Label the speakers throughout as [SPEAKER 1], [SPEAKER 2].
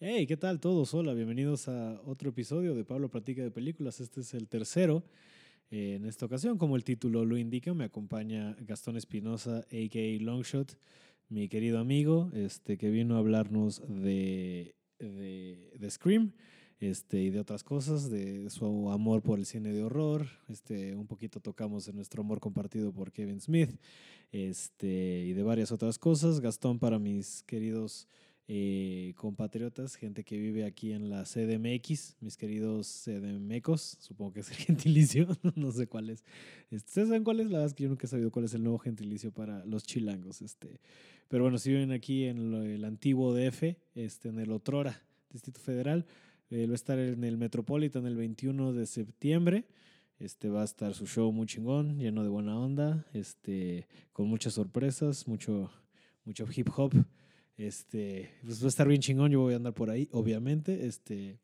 [SPEAKER 1] Hey, ¿qué tal todos? Hola, bienvenidos a otro episodio de Pablo Platica de Películas. Este es el tercero. Eh, en esta ocasión, como el título lo indica, me acompaña Gastón Espinosa, a.k.a. Longshot, mi querido amigo, este, que vino a hablarnos de, de, de Scream este, y de otras cosas, de su amor por el cine de horror. Este, un poquito tocamos de nuestro amor compartido por Kevin Smith este, y de varias otras cosas. Gastón, para mis queridos eh, compatriotas, gente que vive aquí en la CDMX, mis queridos CDMecos, supongo que es el gentilicio, no sé cuál es. Este, ¿Ustedes saben cuál es? La verdad es que yo nunca he sabido cuál es el nuevo gentilicio para los chilangos. Este. Pero bueno, si viven aquí en lo- el antiguo DF, este, en el Otrora, Distrito Federal, eh, va a estar en el Metropolitan el 21 de septiembre. Este va a estar su show muy chingón, lleno de buena onda, este, con muchas sorpresas, mucho, mucho hip hop, este, pues va a estar bien chingón, yo voy a andar por ahí, obviamente. Este,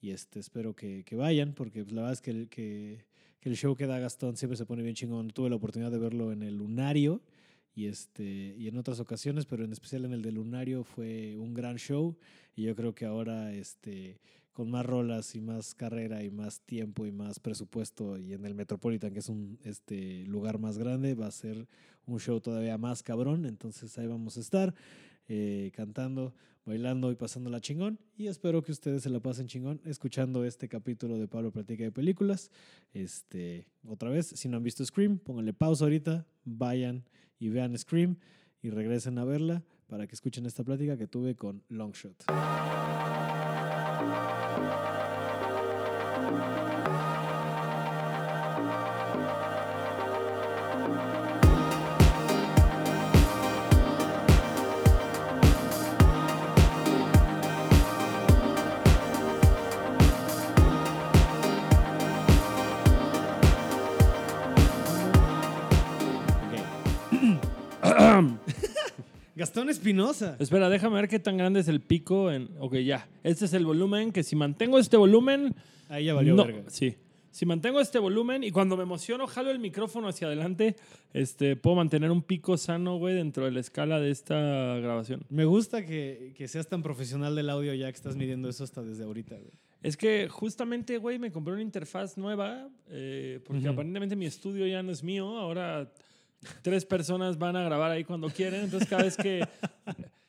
[SPEAKER 1] y este, espero que, que vayan, porque pues, la verdad es que el, que, que el show que da Gastón siempre se pone bien chingón. Tuve la oportunidad de verlo en el Lunario y, este, y en otras ocasiones, pero en especial en el de Lunario fue un gran show. Y yo creo que ahora, este, con más rolas y más carrera y más tiempo y más presupuesto, y en el Metropolitan, que es un este, lugar más grande, va a ser un show todavía más cabrón. Entonces ahí vamos a estar eh, cantando, bailando y pasándola chingón. Y espero que ustedes se la pasen chingón escuchando este capítulo de Pablo Platica de Películas. Este, otra vez, si no han visto Scream, pónganle pausa ahorita, vayan y vean Scream y regresen a verla para que escuchen esta plática que tuve con Longshot. Gastón Espinosa.
[SPEAKER 2] Espera, déjame ver qué tan grande es el pico en. Ok, ya. Este es el volumen que si mantengo este volumen.
[SPEAKER 1] Ahí ya valió
[SPEAKER 2] no,
[SPEAKER 1] verga.
[SPEAKER 2] Sí. Si mantengo este volumen y cuando me emociono jalo el micrófono hacia adelante, este, puedo mantener un pico sano, güey, dentro de la escala de esta grabación.
[SPEAKER 1] Me gusta que, que seas tan profesional del audio ya que estás midiendo eso hasta desde ahorita, güey.
[SPEAKER 2] Es que justamente, güey, me compré una interfaz nueva eh, porque
[SPEAKER 1] Ujú.
[SPEAKER 2] aparentemente mi estudio ya no es mío. Ahora tres personas van a grabar ahí cuando quieren. Entonces cada vez que...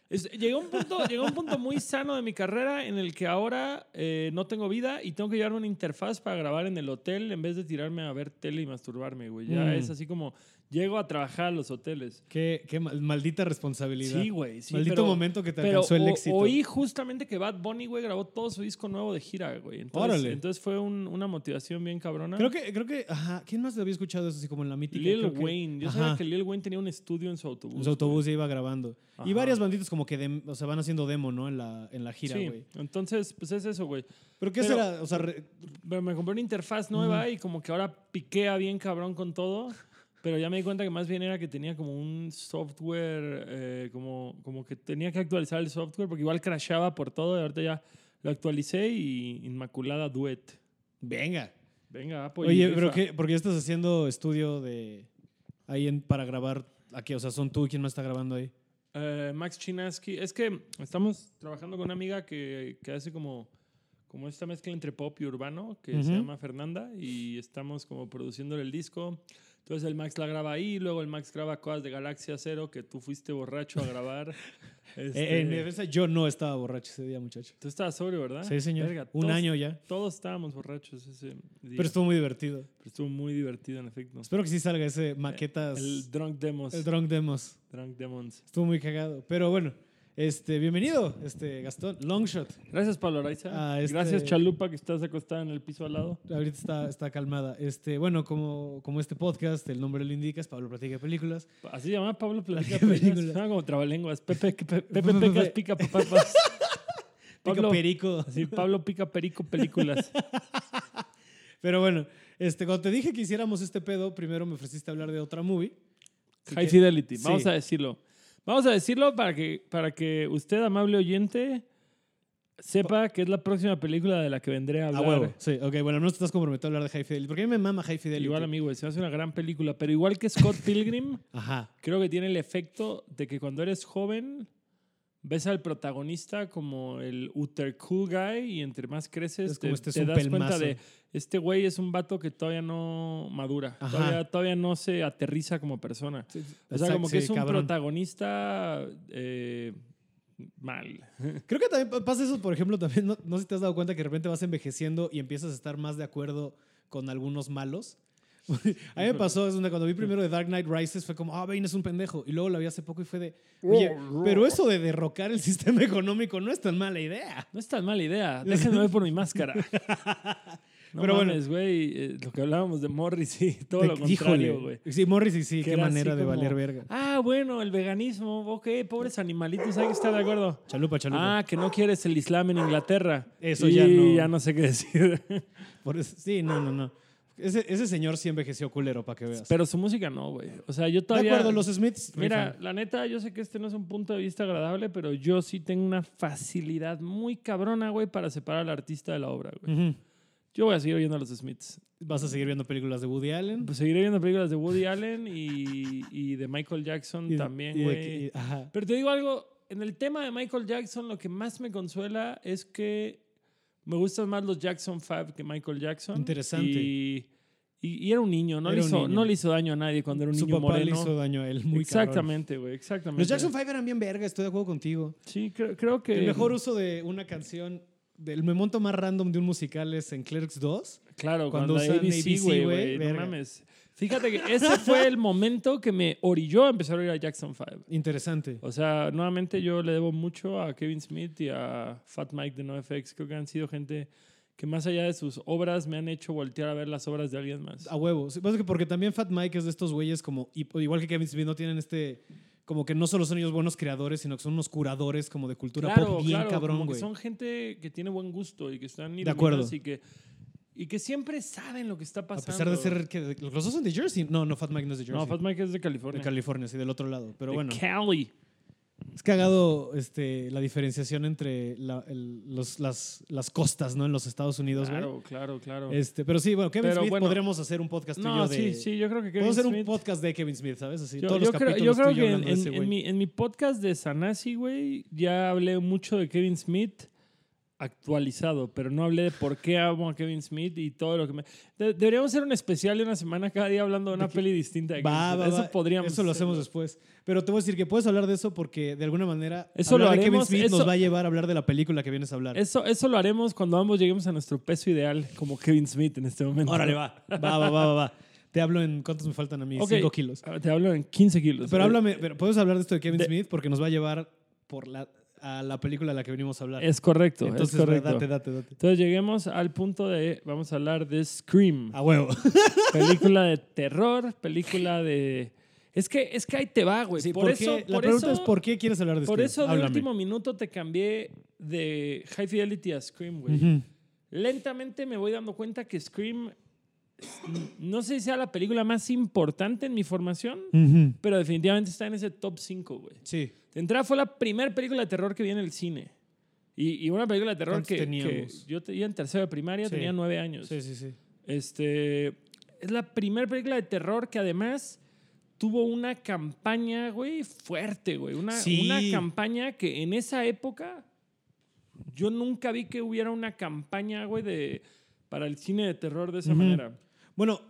[SPEAKER 2] Es- llegó, un punto, llegó un punto muy sano de mi carrera en el que ahora eh, no tengo vida y tengo que llevarme una interfaz para grabar en el hotel en vez de tirarme a ver tele y masturbarme, güey. Ya
[SPEAKER 1] Mm.
[SPEAKER 2] es así como llego a trabajar a los hoteles.
[SPEAKER 1] Qué, qué mal- maldita responsabilidad.
[SPEAKER 2] Sí, güey. Sí,
[SPEAKER 1] Maldito
[SPEAKER 2] pero-
[SPEAKER 1] momento que te
[SPEAKER 2] pero
[SPEAKER 1] alcanzó el
[SPEAKER 2] o-
[SPEAKER 1] éxito.
[SPEAKER 2] oí justamente que Bad Bunny, güey, grabó todo su disco nuevo de gira, güey. Entonces,
[SPEAKER 1] Órale.
[SPEAKER 2] entonces fue un- una motivación bien cabrona.
[SPEAKER 1] Creo que, creo que, ajá, ¿quién más había escuchado eso así como en la mítica?
[SPEAKER 2] Lil
[SPEAKER 1] Creo que-
[SPEAKER 2] Wayne. Yo
[SPEAKER 1] ajá,
[SPEAKER 2] sabía que Lil Wayne tenía un estudio en su autobús.
[SPEAKER 1] en su autobús ya iba grabando. Y
[SPEAKER 2] Ajá.
[SPEAKER 1] varias banditas como que, dem- o sea, van haciendo demo, ¿no? En la, en la gira,
[SPEAKER 2] Sí,
[SPEAKER 1] güey.
[SPEAKER 2] entonces, pues es eso, güey.
[SPEAKER 1] Pero ¿qué
[SPEAKER 2] Pero-
[SPEAKER 1] será? O sea, re-
[SPEAKER 2] Pero me compré una interfaz nueva y como que ahora piquea bien cabrón con todo. Pero ya me di cuenta que más bien era que tenía como un software, eh, como, como que tenía que actualizar el software porque igual crashaba por todo y ahorita ya lo actualicé y Inmaculada Duet.
[SPEAKER 1] venga.
[SPEAKER 2] Venga, apoyo.
[SPEAKER 1] Oye, pero ¿qué? Porque ya estás haciendo estudio de... Ahí en- para grabar aquí, o sea, son tú quien más está grabando ahí.
[SPEAKER 2] Eh, Max Chinaski. Es que estamos trabajando con una amiga que, que hace como, como esta mezcla entre pop y urbano, que
[SPEAKER 1] Ujú.
[SPEAKER 2] se llama Fernanda, y estamos como produciéndole el disco. Entonces el Max la graba ahí, luego el Max graba cosas de Galaxia Cero que tú fuiste borracho a grabar.
[SPEAKER 1] Eh,
[SPEAKER 2] Este,
[SPEAKER 1] en mi defensa, yo no estaba borracho ese día, muchacho.
[SPEAKER 2] tú estabas sobrio, ¿verdad?
[SPEAKER 1] Sí, señor.
[SPEAKER 2] Ah, Verga,
[SPEAKER 1] Un
[SPEAKER 2] todos-
[SPEAKER 1] año ya.
[SPEAKER 2] Todos estábamos borrachos ese día.
[SPEAKER 1] Pero estuvo muy divertido.
[SPEAKER 2] Pero estuvo muy divertido, en efecto.
[SPEAKER 1] Espero que sí salga ese maquetas...
[SPEAKER 2] El
[SPEAKER 1] El,
[SPEAKER 2] Drunk Demos.
[SPEAKER 1] Drunk Demos.
[SPEAKER 2] Drunk Demons.
[SPEAKER 1] Estuvo muy cagado. Pero bueno, este, bienvenido, este, Gastón. Longshot.
[SPEAKER 2] Gracias, Pablo Araiza.
[SPEAKER 1] Ah, este-
[SPEAKER 2] Gracias, Chalupa, que estás acostada en el piso al lado.
[SPEAKER 1] Ahorita está, está calmada. Este, bueno, como, como este podcast, el nombre lo indica, es Pablo Platica de Películas.
[SPEAKER 2] Así se llamaba Pablo Platica
[SPEAKER 1] Qué
[SPEAKER 2] Películas.
[SPEAKER 1] película.
[SPEAKER 2] Suena como trabalenguas. Pepe, que pe-
[SPEAKER 1] Pepe,
[SPEAKER 2] Pepe Pecas
[SPEAKER 1] Pepe.
[SPEAKER 2] pica papas.
[SPEAKER 1] Pica
[SPEAKER 2] Pablo,
[SPEAKER 1] perico.
[SPEAKER 2] así, Pablo pica perico películas.
[SPEAKER 1] Pero bueno, este, cuando te dije que hiciéramos este pedo, primero me ofreciste hablar de otra movie. Así
[SPEAKER 2] High
[SPEAKER 1] que-
[SPEAKER 2] Fidelity. Vamos
[SPEAKER 1] sí.
[SPEAKER 2] a decirlo. Vamos a decirlo para que, para que usted, amable oyente, sepa que es la próxima película de la que vendré a
[SPEAKER 1] A
[SPEAKER 2] hablar.
[SPEAKER 1] huevo. Sí, ok, bueno, al menos te estás comprometido a hablar de High Fidelity. Porque a mí me mama High Fidelity.
[SPEAKER 2] Igual, amigo, se hace una gran película. Pero igual que Scott Pilgrim,
[SPEAKER 1] Ajá.
[SPEAKER 2] creo que tiene el efecto de que cuando eres joven ves al protagonista como el utter cool guy y entre más creces
[SPEAKER 1] Es como
[SPEAKER 2] te,
[SPEAKER 1] este es
[SPEAKER 2] te
[SPEAKER 1] un
[SPEAKER 2] das cuenta
[SPEAKER 1] pelmazo.
[SPEAKER 2] de este güey es un vato que todavía no madura,
[SPEAKER 1] Ajá.
[SPEAKER 2] todavía, todavía no se aterriza como persona. O sea,
[SPEAKER 1] Exacto,
[SPEAKER 2] como que
[SPEAKER 1] sí,
[SPEAKER 2] es un
[SPEAKER 1] cabrón.
[SPEAKER 2] protagonista eh, mal.
[SPEAKER 1] Creo que también pa- pasa eso, por ejemplo, también, no, no sé si te has dado cuenta que de repente vas envejeciendo y empiezas a estar más de acuerdo con algunos malos. a mí me pasó, es donde cuando vi primero de Dark Knight Rises fue como, ah, Bane es un pendejo. Y luego la vi hace poco y fue de, oye, pero eso de derrocar el sistema económico no es tan mala idea.
[SPEAKER 2] No es tan mala idea. Déjenme ver por mi máscara. No
[SPEAKER 1] Pero bueno.
[SPEAKER 2] mames, güey. eh, lo que hablábamos de Morris, sí. Todo
[SPEAKER 1] De-
[SPEAKER 2] lo
[SPEAKER 1] híjole.
[SPEAKER 2] contrario, güey.
[SPEAKER 1] Sí, Morris y sí,
[SPEAKER 2] Que
[SPEAKER 1] qué
[SPEAKER 2] era
[SPEAKER 1] manera
[SPEAKER 2] así
[SPEAKER 1] de
[SPEAKER 2] como,
[SPEAKER 1] valer verga.
[SPEAKER 2] Ah, bueno, el veganismo. Ok, pobres animalitos. Hay que estar de acuerdo.
[SPEAKER 1] Chalupa, chalupa.
[SPEAKER 2] Ah, que no quieres el Islam en Inglaterra.
[SPEAKER 1] Eso
[SPEAKER 2] Y
[SPEAKER 1] ya no.
[SPEAKER 2] ya no sé qué decir.
[SPEAKER 1] Por eso- sí, no, no, no. Ese, ese señor sí envejeció culero, para que veas.
[SPEAKER 2] Pero su música no, güey. O sea, yo
[SPEAKER 1] de
[SPEAKER 2] todavía.
[SPEAKER 1] acuerdo, los Smiths.
[SPEAKER 2] Mira,
[SPEAKER 1] rifan.
[SPEAKER 2] la neta, yo sé que este no es un punto de vista agradable, pero yo sí tengo una facilidad muy cabrona, güey, para separar al artista de la obra, güey.
[SPEAKER 1] Ujú.
[SPEAKER 2] Yo voy a seguir oyendo a los Smiths.
[SPEAKER 1] ¿Vas a seguir viendo películas de Woody Allen?
[SPEAKER 2] Pues seguiré viendo películas de Woody Allen y, y de Michael Jackson
[SPEAKER 1] Y-
[SPEAKER 2] también,
[SPEAKER 1] y de
[SPEAKER 2] güey.
[SPEAKER 1] que- ajá.
[SPEAKER 2] Pero te digo algo, en el tema de Michael Jackson, lo que más me consuela es que me gustan más los Jackson 5 que Michael Jackson.
[SPEAKER 1] Interesante.
[SPEAKER 2] Y, y- y era un niño, no,
[SPEAKER 1] Era
[SPEAKER 2] le
[SPEAKER 1] un
[SPEAKER 2] hizo,
[SPEAKER 1] niño.
[SPEAKER 2] no le hizo daño a nadie cuando era un
[SPEAKER 1] Su
[SPEAKER 2] niño
[SPEAKER 1] papá
[SPEAKER 2] moreno.
[SPEAKER 1] le hizo daño a él muy cabrón.
[SPEAKER 2] exactamente, güey, exactamente.
[SPEAKER 1] Los Jackson 5 eran bien verga, estoy de acuerdo contigo.
[SPEAKER 2] Sí, creo, creo que.
[SPEAKER 1] El mejor uso de una canción, del momento más random de un musical es en Clerks 2.
[SPEAKER 2] Claro,
[SPEAKER 1] cuando
[SPEAKER 2] cuando,
[SPEAKER 1] usan
[SPEAKER 2] ABC,
[SPEAKER 1] ABC,
[SPEAKER 2] güey,
[SPEAKER 1] güey,
[SPEAKER 2] güey, no
[SPEAKER 1] verga.
[SPEAKER 2] mames. Fíjate que ese fue el momento que me orilló a empezar a ir a Jackson 5.
[SPEAKER 1] Interesante.
[SPEAKER 2] O sea, nuevamente yo le debo mucho a Kevin Smith y a Fat Mike de NoFX. Creo que han sido gente que más allá de sus obras me han hecho voltear a ver las obras de alguien más.
[SPEAKER 1] A huevo. Sí, pues es que Porque también Fat Mike es de estos güeyes como, y- igual que Kevin Smith, no tienen este, como que no solo son ellos buenos creadores, sino que son unos curadores como de cultura pop bien cabrón,
[SPEAKER 2] como que
[SPEAKER 1] güey.
[SPEAKER 2] son gente que tiene buen gusto y que están
[SPEAKER 1] De acuerdo.
[SPEAKER 2] iluminadas y que, y que siempre saben lo que está
[SPEAKER 1] A
[SPEAKER 2] pasando.
[SPEAKER 1] pesar de ser que los dos son de Jersey. No, no, Fat Mike no es de Jersey.
[SPEAKER 2] No, Fat Mike es de California.
[SPEAKER 1] de California, sí, del otro lado. Pero
[SPEAKER 2] De
[SPEAKER 1] bueno.
[SPEAKER 2] Cali.
[SPEAKER 1] Es cagado este, la diferenciación entre la- el- los- las, las costas, ¿no? En los Estados Unidos, güey.
[SPEAKER 2] Claro, claro, claro.
[SPEAKER 1] Este, pero sí, bueno, Kevin
[SPEAKER 2] Pero
[SPEAKER 1] Smith
[SPEAKER 2] bueno.
[SPEAKER 1] podríamos hacer un podcast tuyo
[SPEAKER 2] no,
[SPEAKER 1] de.
[SPEAKER 2] sí, sí, yo creo que Kevin
[SPEAKER 1] Podemos hacer un
[SPEAKER 2] Smith-
[SPEAKER 1] podcast de Kevin Smith, ¿sabes? Así,
[SPEAKER 2] Yo,
[SPEAKER 1] todos
[SPEAKER 2] yo
[SPEAKER 1] los
[SPEAKER 2] creo,
[SPEAKER 1] capítulos
[SPEAKER 2] yo creo
[SPEAKER 1] tuyo
[SPEAKER 2] que en,
[SPEAKER 1] hablando de ese
[SPEAKER 2] en- en
[SPEAKER 1] güey.
[SPEAKER 2] mi, en mi podcast de Sanasi, güey, ya hablé mucho de Kevin Smith actualizado, pero no hablé de por qué amo a Kevin Smith y todo lo que me... De- deberíamos hacer un especial de una semana cada día hablando de una peli distinta. De
[SPEAKER 1] Va, va,
[SPEAKER 2] Kevin Smith. eso
[SPEAKER 1] va.
[SPEAKER 2] podríamos...
[SPEAKER 1] Eso lo hacemos
[SPEAKER 2] hacerlo.
[SPEAKER 1] después. Pero te voy a decir que puedes hablar de eso porque de alguna manera.
[SPEAKER 2] Eso
[SPEAKER 1] hablar
[SPEAKER 2] lo
[SPEAKER 1] de Kevin
[SPEAKER 2] haremos,
[SPEAKER 1] Smith
[SPEAKER 2] eso-
[SPEAKER 1] nos va a llevar a hablar de la película que vienes a hablar.
[SPEAKER 2] Eso, eso lo haremos cuando ambos lleguemos a nuestro peso ideal, como Kevin Smith en este momento.
[SPEAKER 1] Órale, va. Va, va, va, va, va. Te hablo en. ¿Cuántos me faltan a mí?
[SPEAKER 2] Ok,
[SPEAKER 1] Cinco kilos.
[SPEAKER 2] ah, Te hablo en 15 kilos.
[SPEAKER 1] Pero
[SPEAKER 2] Eh,
[SPEAKER 1] háblame, pero podemos hablar de esto de Kevin
[SPEAKER 2] de-
[SPEAKER 1] Smith porque nos va a llevar por la, a la película a la que venimos a hablar.
[SPEAKER 2] Es correcto,
[SPEAKER 1] Entonces,
[SPEAKER 2] es correcto.
[SPEAKER 1] date, date, date.
[SPEAKER 2] Entonces lleguemos al punto de, vamos a hablar de Scream.
[SPEAKER 1] A huevo.
[SPEAKER 2] película de terror, película de... Es que, es que ahí te va, güey. Pues por,
[SPEAKER 1] ¿Por
[SPEAKER 2] eso,
[SPEAKER 1] qué? la
[SPEAKER 2] por
[SPEAKER 1] pregunta
[SPEAKER 2] eso,
[SPEAKER 1] es ¿por qué quieres hablar de
[SPEAKER 2] por
[SPEAKER 1] Scream?
[SPEAKER 2] eso de
[SPEAKER 1] Háblame.
[SPEAKER 2] último minuto te cambié de High Fidelity a Scream, güey.
[SPEAKER 1] Ujú.
[SPEAKER 2] Lentamente me voy dando cuenta que Scream, no sé si sea la película más importante en mi formación,
[SPEAKER 1] Ujú.
[SPEAKER 2] pero definitivamente está en ese top 5, güey.
[SPEAKER 1] Sí.
[SPEAKER 2] De entrada fue la primera película de terror que vi en el cine. Y, y una película de terror
[SPEAKER 1] ¿Cuántos
[SPEAKER 2] que, que
[SPEAKER 1] teníamos?
[SPEAKER 2] yo tenía en tercero de primaria,
[SPEAKER 1] Sí.
[SPEAKER 2] tenía nueve años.
[SPEAKER 1] Sí, sí, sí.
[SPEAKER 2] Este. Es la primera película de terror que además tuvo una campaña, güey, fuerte, güey. Una,
[SPEAKER 1] Sí.
[SPEAKER 2] una campaña que en esa época yo nunca vi que hubiera una campaña, güey, de, para el cine de terror de esa
[SPEAKER 1] Ujú.
[SPEAKER 2] manera.
[SPEAKER 1] Bueno,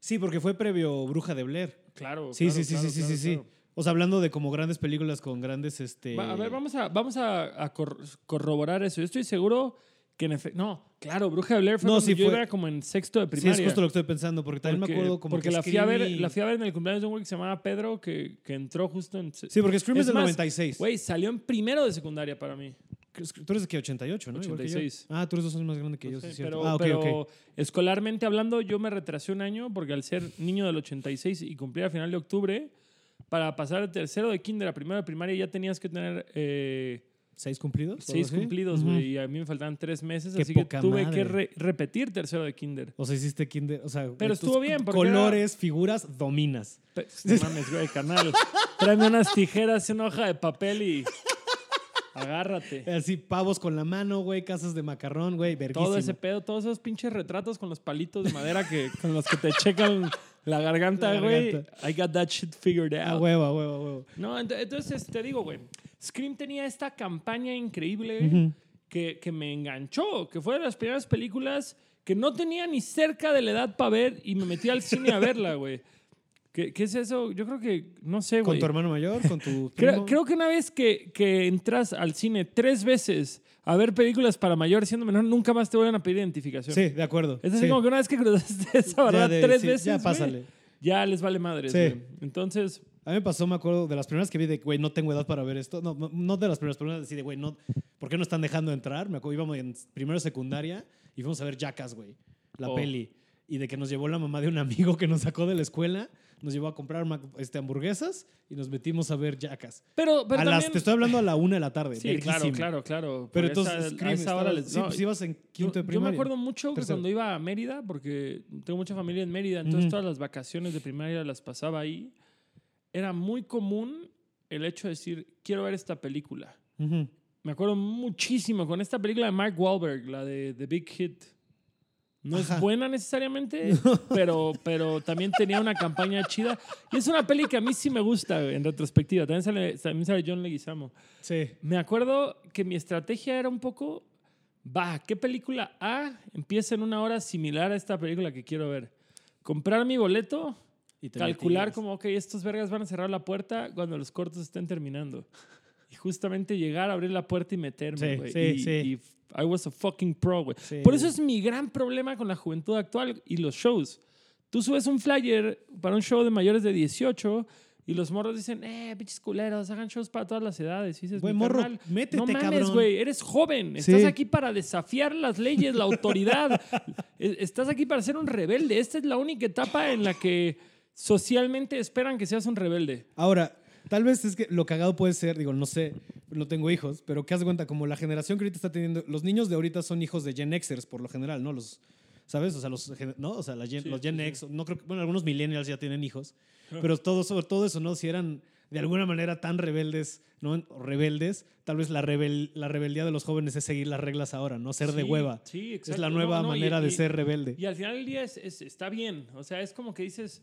[SPEAKER 1] sí, porque fue previo Bruja de Blair.
[SPEAKER 2] Claro.
[SPEAKER 1] Sí,
[SPEAKER 2] Oh, claro,
[SPEAKER 1] sí, sí,
[SPEAKER 2] claro,
[SPEAKER 1] sí, sí,
[SPEAKER 2] claro,
[SPEAKER 1] sí, sí.
[SPEAKER 2] claro.
[SPEAKER 1] O sea, hablando de como grandes películas con grandes, este...
[SPEAKER 2] Va- a ver, vamos a, vamos a, a cor- corroborar eso. Yo estoy seguro que en efecto... No, claro, Bruja de Blair fue
[SPEAKER 1] No,
[SPEAKER 2] cuando
[SPEAKER 1] sí
[SPEAKER 2] yo
[SPEAKER 1] fue-
[SPEAKER 2] iba como en sexto de
[SPEAKER 1] Sí,
[SPEAKER 2] primaria.
[SPEAKER 1] es justo lo que estoy pensando, porque también me acuerdo como
[SPEAKER 2] porque
[SPEAKER 1] que
[SPEAKER 2] la, fui a ver,
[SPEAKER 1] Scream y-
[SPEAKER 2] la fui a ver en el cumpleaños de un güey que se llamaba Pedro, que, que entró justo en...
[SPEAKER 1] Sí, porque Scream es,
[SPEAKER 2] Es
[SPEAKER 1] del
[SPEAKER 2] más,
[SPEAKER 1] 96.
[SPEAKER 2] Güey, salió en primero de secundaria para mí.
[SPEAKER 1] Tú eres de que 88, ¿no? Igual que yo.
[SPEAKER 2] 86.
[SPEAKER 1] Ah, tú eres dos años más grande que yo,
[SPEAKER 2] No
[SPEAKER 1] sí,
[SPEAKER 2] sé,
[SPEAKER 1] es cierto.
[SPEAKER 2] pero
[SPEAKER 1] ah, ok,
[SPEAKER 2] pero
[SPEAKER 1] ok.
[SPEAKER 2] escolarmente hablando, yo me retrasé un año porque al ser niño del 86 y cumplir a final de octubre, para pasar de tercero de kinder a primero de primaria ya tenías que tener eh,
[SPEAKER 1] ¿Seis cumplidos? ¿Algo
[SPEAKER 2] seis
[SPEAKER 1] así?
[SPEAKER 2] cumplidos,
[SPEAKER 1] Ujú.
[SPEAKER 2] güey. Y a mí me faltaban tres meses,
[SPEAKER 1] Qué
[SPEAKER 2] así que
[SPEAKER 1] poca
[SPEAKER 2] tuve
[SPEAKER 1] madre.
[SPEAKER 2] que re- repetir tercero de kinder.
[SPEAKER 1] O sea, hiciste kinder, o sea,
[SPEAKER 2] Pero
[SPEAKER 1] tus
[SPEAKER 2] estuvo bien, porque
[SPEAKER 1] colores, figuras, dominas.
[SPEAKER 2] Pe- No mames, güey, canal. Tráeme unas tijeras y una hoja de papel y agárrate.
[SPEAKER 1] Así pavos con la mano, güey, casas de macarrón, güey, verguísima.
[SPEAKER 2] Todo ese pedo, todos esos pinches retratos con los palitos de madera que, con los que te checan la garganta,
[SPEAKER 1] La
[SPEAKER 2] güey.
[SPEAKER 1] garganta.
[SPEAKER 2] I got that shit figured
[SPEAKER 1] Ah,
[SPEAKER 2] out.
[SPEAKER 1] huevo, a huevo, a huevo.
[SPEAKER 2] no, ent- entonces te digo, güey. Scream tenía esta campaña increíble
[SPEAKER 1] Ujú.
[SPEAKER 2] que, que me enganchó, que fue de las primeras películas que no tenía ni cerca de la edad para ver y me metí al cine a verla, güey. ¿Qué, qué es eso? Yo creo que, no sé,
[SPEAKER 1] ¿Con
[SPEAKER 2] güey.
[SPEAKER 1] tu hermano mayor? ¿Con tu
[SPEAKER 2] Creo,
[SPEAKER 1] primo?
[SPEAKER 2] creo que una vez que, que entras al cine tres veces a ver películas para mayor siendo menor, nunca más te vuelven a pedir identificación.
[SPEAKER 1] Sí, de acuerdo.
[SPEAKER 2] Es así
[SPEAKER 1] sí.
[SPEAKER 2] como que una vez que cruzaste esa
[SPEAKER 1] Ya
[SPEAKER 2] verdad
[SPEAKER 1] de-
[SPEAKER 2] tres
[SPEAKER 1] sí,
[SPEAKER 2] veces,
[SPEAKER 1] Ya
[SPEAKER 2] güey,
[SPEAKER 1] pásale.
[SPEAKER 2] ya les vale madre.
[SPEAKER 1] Sí.
[SPEAKER 2] Entonces,
[SPEAKER 1] A mí me pasó, me acuerdo, de las primeras que vi de, güey, no tengo edad para ver esto. No, no- no de las primeras, pero así de, güey, no, ¿por qué no están dejando entrar? Me acuerdo, íbamos en primero de secundaria y fuimos a ver Jackass, güey, la
[SPEAKER 2] Oh.
[SPEAKER 1] peli. Y de que nos llevó la mamá de un amigo que nos sacó de la escuela, nos llevó a comprar mac- este, hamburguesas y nos metimos a ver Jackass.
[SPEAKER 2] pero, pero
[SPEAKER 1] a las,
[SPEAKER 2] también-
[SPEAKER 1] te estoy hablando a la una de la tarde.
[SPEAKER 2] Sí, claro,
[SPEAKER 1] verguísima.
[SPEAKER 2] claro, claro.
[SPEAKER 1] Pero
[SPEAKER 2] Porque
[SPEAKER 1] entonces,
[SPEAKER 2] esa- a
[SPEAKER 1] Scream
[SPEAKER 2] esa hora
[SPEAKER 1] estaba-
[SPEAKER 2] les-
[SPEAKER 1] sí,
[SPEAKER 2] no,
[SPEAKER 1] pues ibas en
[SPEAKER 2] yo-
[SPEAKER 1] quinto de
[SPEAKER 2] Yo me
[SPEAKER 1] primaria.
[SPEAKER 2] acuerdo mucho que
[SPEAKER 1] Tercero.
[SPEAKER 2] cuando iba a Mérida, porque tengo mucha familia en Mérida, entonces
[SPEAKER 1] Ujú.
[SPEAKER 2] todas las vacaciones de primaria las pasaba ahí. Era muy común el hecho de decir, quiero ver esta película.
[SPEAKER 1] Ujú.
[SPEAKER 2] Me acuerdo muchísimo con esta película de Mark Wahlberg, la de The Big Hit. No
[SPEAKER 1] Ajá.
[SPEAKER 2] es buena necesariamente, pero, pero también tenía una campaña chida. Y es una peli que a mí sí me gusta güey, en retrospectiva. También sale, también sale John Leguizamo.
[SPEAKER 1] Sí.
[SPEAKER 2] Me acuerdo que mi estrategia era un poco, va, ¿qué película A empieza en una hora similar a esta película que quiero ver? Comprar mi boleto,
[SPEAKER 1] Y te
[SPEAKER 2] calcular
[SPEAKER 1] metías.
[SPEAKER 2] como, ok, estos vergas van a cerrar la puerta cuando los cortos estén terminando. Y justamente llegar, abrir la puerta y meterme,
[SPEAKER 1] Sí,
[SPEAKER 2] güey.
[SPEAKER 1] sí,
[SPEAKER 2] y,
[SPEAKER 1] sí.
[SPEAKER 2] y f- I was a fucking pro, güey.
[SPEAKER 1] Sí.
[SPEAKER 2] Por eso es mi gran problema con la juventud actual y los shows. Tú subes un flyer para un show de mayores de 18 y los morros dicen, eh, pinches culeros, hagan shows para todas las edades. Y dices,
[SPEAKER 1] Güey,
[SPEAKER 2] "Mi
[SPEAKER 1] morro,
[SPEAKER 2] carnal,
[SPEAKER 1] métete,
[SPEAKER 2] no mames,
[SPEAKER 1] cabrón".
[SPEAKER 2] güey, eres joven. Estás
[SPEAKER 1] Sí.
[SPEAKER 2] aquí para desafiar las leyes, la autoridad. E- Estás aquí para ser un rebelde. Esta es la única etapa en la que socialmente esperan que seas un rebelde.
[SPEAKER 1] Ahora, tal vez es que lo cagado puede ser, digo, no sé, no tengo hijos, pero que haz de cuenta, como la generación que ahorita está teniendo, los niños de ahorita son hijos de Gen Xers por lo general, ¿no? Los, ¿sabes? O sea, los, gen- ¿no? O sea, la gen-
[SPEAKER 2] Sí,
[SPEAKER 1] los Gen
[SPEAKER 2] sí, sí.
[SPEAKER 1] X, no creo que, bueno, algunos millennials ya tienen hijos, pero todo, sobre todo eso, ¿no? Si eran de alguna manera tan rebeldes, ¿no? O Rebeldes, tal vez la, rebel, la rebeldía de los jóvenes es seguir las reglas ahora, ¿no? Ser de
[SPEAKER 2] Sí,
[SPEAKER 1] hueva.
[SPEAKER 2] Sí,
[SPEAKER 1] Es
[SPEAKER 2] exacto.
[SPEAKER 1] la
[SPEAKER 2] No,
[SPEAKER 1] nueva
[SPEAKER 2] no, y-
[SPEAKER 1] manera de
[SPEAKER 2] y-
[SPEAKER 1] ser rebelde.
[SPEAKER 2] Y al final del día es- es- está bien. O sea, es como que dices.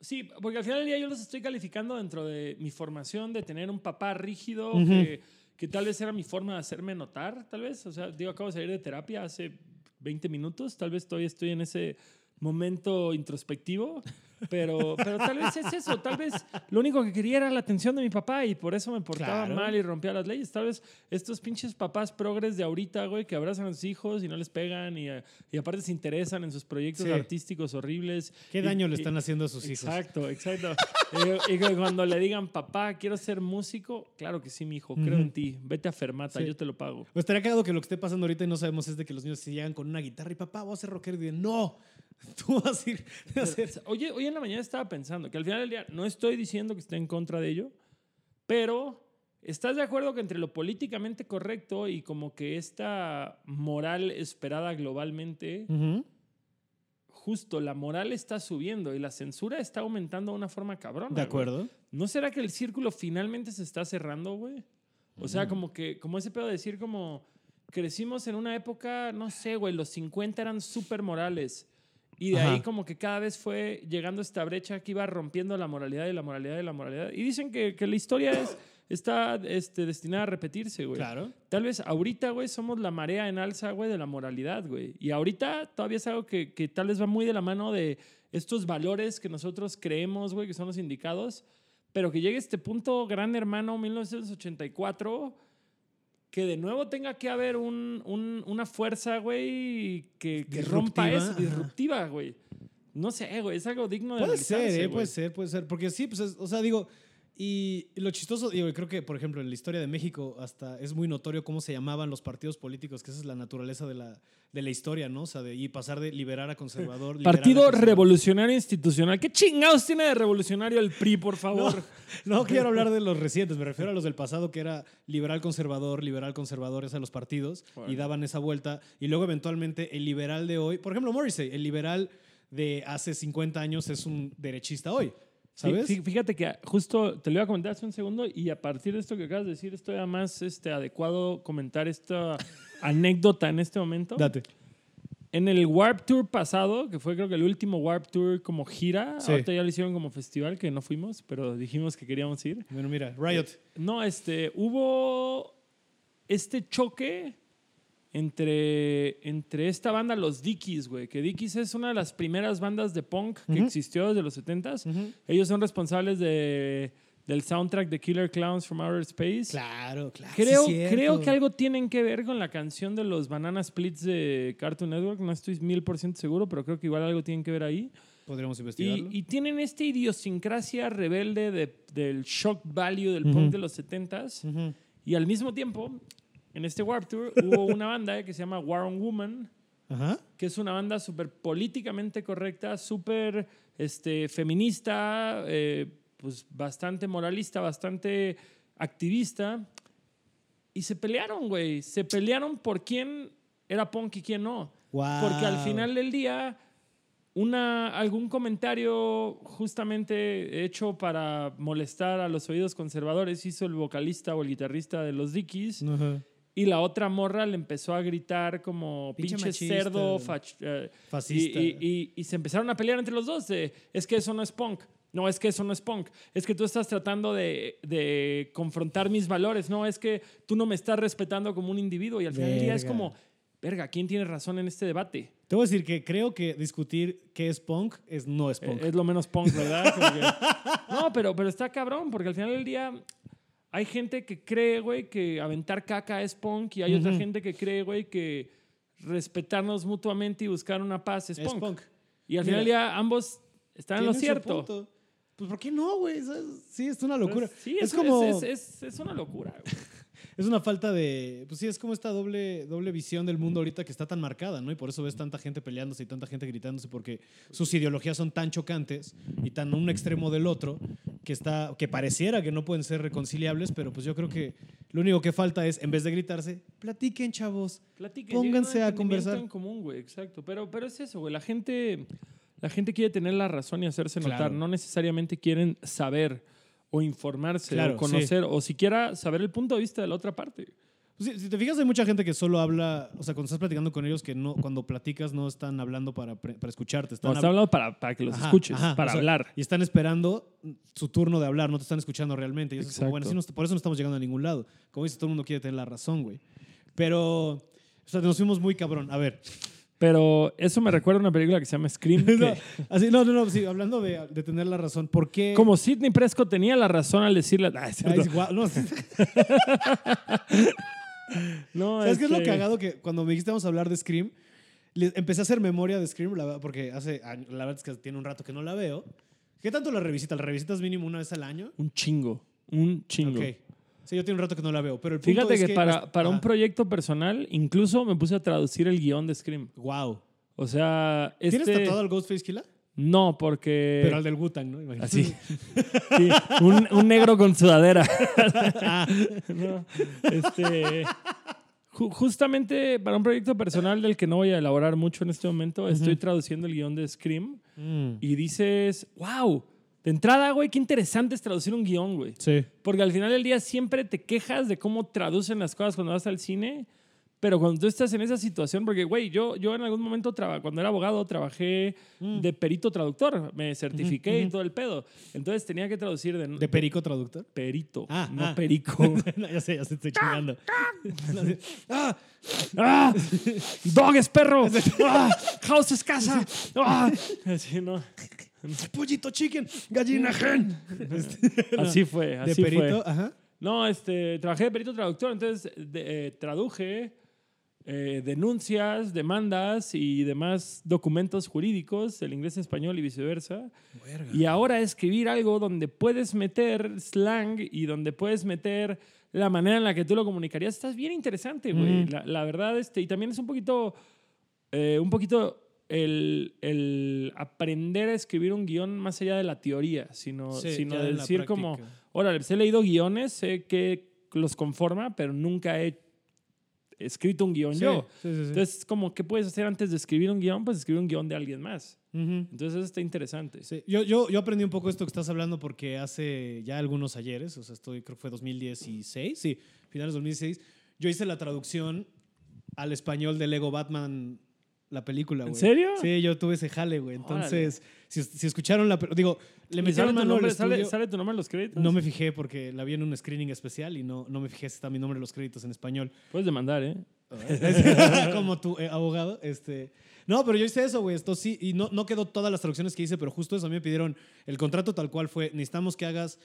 [SPEAKER 2] Sí, porque al final del día yo los estoy calificando dentro de mi formación de tener un papá rígido
[SPEAKER 1] Ujú.
[SPEAKER 2] que, que tal vez era mi forma de hacerme notar, tal vez. O sea, digo, acabo de salir de terapia hace 20 minutos. Tal vez todavía estoy en ese momento introspectivo. Pero, pero tal vez es eso. Tal vez lo único que quería era la atención de mi papá y por eso me portaba
[SPEAKER 1] Claro.
[SPEAKER 2] mal y rompía las leyes. Tal vez estos pinches papás progres de ahorita, güey, que abrazan a sus hijos y no les pegan y, eh, y aparte se interesan en sus proyectos
[SPEAKER 1] Sí.
[SPEAKER 2] artísticos horribles.
[SPEAKER 1] ¿Qué
[SPEAKER 2] Y-
[SPEAKER 1] daño le
[SPEAKER 2] y-
[SPEAKER 1] están haciendo a sus hijos?
[SPEAKER 2] Exacto, exacto. y, y que cuando le digan, papá, quiero ser músico, claro que sí, mi hijo, creo
[SPEAKER 1] Ujú.
[SPEAKER 2] en ti, vete a Fermata,
[SPEAKER 1] Sí.
[SPEAKER 2] yo te lo pago.
[SPEAKER 1] Me estaría cagado que lo que esté pasando ahorita y no sabemos es de que los niños si llegan con una guitarra y papá, voy a ser rockero. Y dicen, no, tú vas a ir a
[SPEAKER 2] Pero,
[SPEAKER 1] hacer.
[SPEAKER 2] o sea, Oye, hoy en la mañana estaba pensando que al final del día no estoy diciendo que esté en contra de ello, pero ¿estás de acuerdo que entre lo políticamente correcto y como que esta moral esperada globalmente, justo la moral está subiendo y la censura está aumentando de una forma cabrona?
[SPEAKER 1] De
[SPEAKER 2] güey?
[SPEAKER 1] acuerdo.
[SPEAKER 2] ¿No será que el círculo finalmente se está cerrando, güey? O sea, como que, como ese pedo de decir como, crecimos en una época, no sé, güey, los 50 eran súper morales. Y de ahí
[SPEAKER 1] Ajá.
[SPEAKER 2] como que cada vez fue llegando esta brecha que iba rompiendo la moralidad y la moralidad y la moralidad. Y dicen que, que la historia es, está este, destinada a repetirse, güey.
[SPEAKER 1] Claro.
[SPEAKER 2] Tal vez ahorita, güey, somos la marea en alza, güey, de la moralidad, güey. Y ahorita todavía es algo que, que tal vez va muy de la mano de estos valores que nosotros creemos, güey, que son los indicados. Pero que llegue este punto, gran hermano, 1984, que de nuevo tenga que haber un- un- una fuerza, güey, que, que rompa
[SPEAKER 1] Disruptiva,
[SPEAKER 2] eso,
[SPEAKER 1] ajá.
[SPEAKER 2] disruptiva, güey. No sé, güey, es algo digno de
[SPEAKER 1] Puede
[SPEAKER 2] analizarse,
[SPEAKER 1] ser, ¿eh?
[SPEAKER 2] güey.
[SPEAKER 1] puede ser, puede ser. Porque sí, pues, es- o sea, digo, y lo chistoso, digo, y creo que, por ejemplo, en la historia de México hasta es muy notorio cómo se llamaban los partidos políticos, que esa es la naturaleza de la, de la historia, ¿no? O sea, de, y pasar de liberar a conservador. liberar a
[SPEAKER 2] Partido
[SPEAKER 1] conservador.
[SPEAKER 2] Revolucionario Institucional. ¿Qué chingados tiene de revolucionario el PRI, por favor?
[SPEAKER 1] No quiero hablar de los recientes, me refiero a los del pasado que era liberal conservador, liberal conservador, esos a los partidos y
[SPEAKER 2] Bueno.
[SPEAKER 1] daban esa vuelta y luego eventualmente el liberal de hoy, por ejemplo Morrissey, el liberal de hace 50 años es un derechista hoy, ¿sabes?
[SPEAKER 2] Sí, sí, fíjate que ah, justo te lo iba a comentar hace un segundo y a partir de esto que acabas de decir, estoy además este, adecuado comentar esta anécdota en este momento.
[SPEAKER 1] Date.
[SPEAKER 2] En el Warp Tour pasado, que fue creo que el último Warp Tour como gira,
[SPEAKER 1] Sí.
[SPEAKER 2] ahorita ya lo hicieron como festival, que no fuimos, pero dijimos que queríamos ir.
[SPEAKER 1] Bueno, mira, Riot.
[SPEAKER 2] No, este, hubo este choque entre, entre esta banda, los Dickies, güey, que Dickies es una de las primeras bandas de punk que
[SPEAKER 1] Ujú.
[SPEAKER 2] existió desde los 70s.
[SPEAKER 1] Ujú.
[SPEAKER 2] Ellos son responsables de, del soundtrack de Killer Clowns from Outer Space.
[SPEAKER 1] Claro, claro. sí,
[SPEAKER 2] Creo,
[SPEAKER 1] cierto.
[SPEAKER 2] creo que algo tienen que ver con la canción de los Banana Splits de Cartoon Network. No estoy mil por ciento seguro, pero creo que igual algo tienen que ver ahí.
[SPEAKER 1] Podríamos
[SPEAKER 2] Y,
[SPEAKER 1] investigarlo.
[SPEAKER 2] y tienen esta idiosincrasia rebelde de- del shock value del
[SPEAKER 1] Ujú.
[SPEAKER 2] punk de los 70s.
[SPEAKER 1] Ujú.
[SPEAKER 2] Y al mismo tiempo, en este Warp Tour hubo una banda que se llama War on Woman,
[SPEAKER 1] Ajá.
[SPEAKER 2] que es una banda súper políticamente correcta, súper este, feminista, eh, pues bastante moralista, bastante activista. Y se pelearon, güey. Se pelearon por quién era punk y quién no.
[SPEAKER 1] Wow.
[SPEAKER 2] Porque al final del día, una, algún comentario justamente hecho para molestar a los oídos conservadores hizo el vocalista o el guitarrista de los Dickies.
[SPEAKER 1] Ajá.
[SPEAKER 2] Y la otra morra le empezó a gritar como
[SPEAKER 1] Pinche
[SPEAKER 2] pinche,
[SPEAKER 1] machista".
[SPEAKER 2] cerdo. fach- eh,
[SPEAKER 1] Fascista.
[SPEAKER 2] y, y- y- y se empezaron a pelear entre los dos. de, es que eso no es punk. No, es que eso no es punk. Es que tú estás tratando de, de confrontar mis valores. No, es que tú no me estás respetando como un individuo. Y al final del día es
[SPEAKER 1] Verga.
[SPEAKER 2] como, verga, ¿quién tiene razón en este debate?
[SPEAKER 1] Te voy a decir que creo que discutir qué es punk es no es punk.
[SPEAKER 2] Eh, Es lo menos punk, ¿verdad? Como que- no, pero, pero está cabrón, porque al final del día hay gente que cree, güey, que aventar caca es punk y hay otra
[SPEAKER 1] Ujú.
[SPEAKER 2] gente que cree, güey, que respetarnos mutuamente y buscar una paz es, punk. Y al final del
[SPEAKER 1] Mira.
[SPEAKER 2] día ambos están en
[SPEAKER 1] Tienen
[SPEAKER 2] lo
[SPEAKER 1] su
[SPEAKER 2] cierto.
[SPEAKER 1] punto. Pues ¿por qué no, güey? ¿Sabes? Sí, es una locura.
[SPEAKER 2] Entonces, Pues, sí,
[SPEAKER 1] es,
[SPEAKER 2] es,
[SPEAKER 1] como
[SPEAKER 2] es, es- es una locura. güey.
[SPEAKER 1] es una falta de pues sí, es como esta doble doble visión del mundo ahorita que está tan marcada, ¿no? Y por eso ves tanta gente peleándose y tanta gente gritándose porque sus ideologías son tan chocantes y tan un extremo del otro que está que pareciera que no pueden ser reconciliables, pero pues yo creo que lo único que falta es en vez de gritarse, platiquen, chavos.
[SPEAKER 2] Platiquen,
[SPEAKER 1] Pónganse
[SPEAKER 2] lleguen
[SPEAKER 1] a
[SPEAKER 2] un entendimiento
[SPEAKER 1] conversar.
[SPEAKER 2] en común, güey, exacto. Pero, pero es eso, güey. La gente, la gente quiere tener la razón y hacerse notar.
[SPEAKER 1] Claro.
[SPEAKER 2] No necesariamente quieren saber o informarse
[SPEAKER 1] Claro,
[SPEAKER 2] o conocer o siquiera saber el punto de vista de la otra parte.
[SPEAKER 1] Pues, Si, si te fijas, hay mucha gente que solo habla, o sea, cuando estás platicando con ellos, que no, cuando platicas no están hablando para, pre- para escucharte,
[SPEAKER 2] No,
[SPEAKER 1] están
[SPEAKER 2] está
[SPEAKER 1] hab-
[SPEAKER 2] hablando para, para que los
[SPEAKER 1] Ajá,
[SPEAKER 2] escuches,
[SPEAKER 1] ajá, o
[SPEAKER 2] para
[SPEAKER 1] sea,
[SPEAKER 2] hablar.
[SPEAKER 1] Y están esperando su turno de hablar, no te están escuchando realmente. Y eso es como,
[SPEAKER 2] Exacto.
[SPEAKER 1] bueno, así no est- por eso no estamos llegando a ningún lado. Como dices, todo el mundo quiere tener la razón, güey. Pero, o sea, nos fuimos muy cabrón. A ver,
[SPEAKER 2] Pero eso me recuerda a una película que se llama Scream. que-
[SPEAKER 1] no, así, no, no, no, sí, hablando de, de tener la razón, ¿por qué?
[SPEAKER 2] como Sidney Prescott tenía la razón al decirle. Ah, es
[SPEAKER 1] Ay,
[SPEAKER 2] cierto.
[SPEAKER 1] guau, no,
[SPEAKER 2] No,
[SPEAKER 1] ¿Sabes qué es lo
[SPEAKER 2] este,
[SPEAKER 1] cagado? Que cuando me dijiste vamos a hablar de Scream, le- empecé a hacer memoria de Scream, la verdad, porque hace año- la verdad es que tiene un rato que no la veo. ¿Qué tanto la revisitas? ¿La revisitas mínimo una vez al año?
[SPEAKER 2] Un chingo. Un chingo.
[SPEAKER 1] Ok. Sí, yo tengo un rato que no la veo, pero el punto
[SPEAKER 2] Fíjate
[SPEAKER 1] es
[SPEAKER 2] que,
[SPEAKER 1] que...
[SPEAKER 2] para, para un
[SPEAKER 1] Ajá.
[SPEAKER 2] proyecto personal, incluso me puse a traducir el guión de Scream.
[SPEAKER 1] Wow.
[SPEAKER 2] O sea, este...
[SPEAKER 1] ¿Tienes tatuado al Ghostface Killa?
[SPEAKER 2] No, porque...
[SPEAKER 1] Pero al del Wu-Tang, ¿no? Imagínate.
[SPEAKER 2] Así. Sí, un, un negro con sudadera.
[SPEAKER 1] Ah,
[SPEAKER 2] No, este... ju- Justamente para un proyecto personal del que no voy a elaborar mucho en este momento, estoy traduciendo el guión de Scream
[SPEAKER 1] mm,
[SPEAKER 2] y dices, wow, de entrada, güey, qué interesante es traducir un guión, güey.
[SPEAKER 1] sí.
[SPEAKER 2] Porque al final del día siempre te quejas de cómo traducen las cosas cuando vas al cine, pero cuando tú estás en esa situación, porque, güey, yo, yo en algún momento, traba- cuando era abogado, trabajé
[SPEAKER 1] Mm.
[SPEAKER 2] de perito traductor, me certifiqué y todo el pedo. Entonces tenía que traducir de,
[SPEAKER 1] ¿De perico traductor?
[SPEAKER 2] perito,
[SPEAKER 1] Ah,
[SPEAKER 2] no
[SPEAKER 1] ah.
[SPEAKER 2] perico.
[SPEAKER 1] No, ya sé, ya se estoy chingando. ¡Ah!
[SPEAKER 2] ¡Ah! ¡Dog es perro! ¡Ah! ¡House es casa! ¡Ah! Así, ¿no?
[SPEAKER 1] ¡Pollito chicken! ¡Gallina gen! Este,
[SPEAKER 2] así fue,
[SPEAKER 1] De
[SPEAKER 2] así fue.
[SPEAKER 1] perito, ajá.
[SPEAKER 2] No, este, trabajé de perito traductor, entonces de- eh, traduje eh, denuncias, demandas y demás documentos jurídicos del inglés a español y viceversa. Y ahora escribir algo donde puedes meter slang y donde puedes meter la manera en la que tú lo comunicarías, estás bien interesante, güey.
[SPEAKER 1] Ujú.
[SPEAKER 2] La, la verdad, este, y también es un poquito, eh, un poquito el, el aprender a escribir un guión más allá de la teoría, sino,
[SPEAKER 1] Sí,
[SPEAKER 2] sino
[SPEAKER 1] ya en la
[SPEAKER 2] decir como...
[SPEAKER 1] práctica.
[SPEAKER 2] Órale, pues he leído guiones, sé que los conforma, pero nunca he escrito un guión
[SPEAKER 1] Sí,
[SPEAKER 2] yo.
[SPEAKER 1] sí, sí, sí.
[SPEAKER 2] Entonces, como, ¿qué puedes hacer antes de escribir un guión? Pues escribir un guión de alguien más.
[SPEAKER 1] Ujú.
[SPEAKER 2] Entonces, eso está interesante.
[SPEAKER 1] Sí, yo, yo, yo aprendí un poco esto que estás hablando porque hace ya algunos ayeres, o sea, estoy, creo que fue 2016, sí, finales de 2016, yo hice la traducción al español de Lego Batman la película, güey.
[SPEAKER 2] ¿En serio?
[SPEAKER 1] Sí, yo tuve ese jale, güey. Entonces, si, si escucharon la... pe- Digo, le
[SPEAKER 2] ¿Y
[SPEAKER 1] metieron
[SPEAKER 2] sale, tu
[SPEAKER 1] mano al
[SPEAKER 2] nombre, sale,
[SPEAKER 1] estudio.
[SPEAKER 2] sale tu nombre en los créditos?
[SPEAKER 1] No me fijé porque la vi en un screening especial y no, no me fijé si está mi nombre en los créditos en español.
[SPEAKER 2] Puedes demandar, ¿eh?
[SPEAKER 1] como tu eh, abogado. Este. No, pero yo hice eso, güey. Esto sí. Y no, no quedó todas las traducciones que hice, pero justo eso. A mí me pidieron el contrato tal cual fue. Necesitamos que hagas.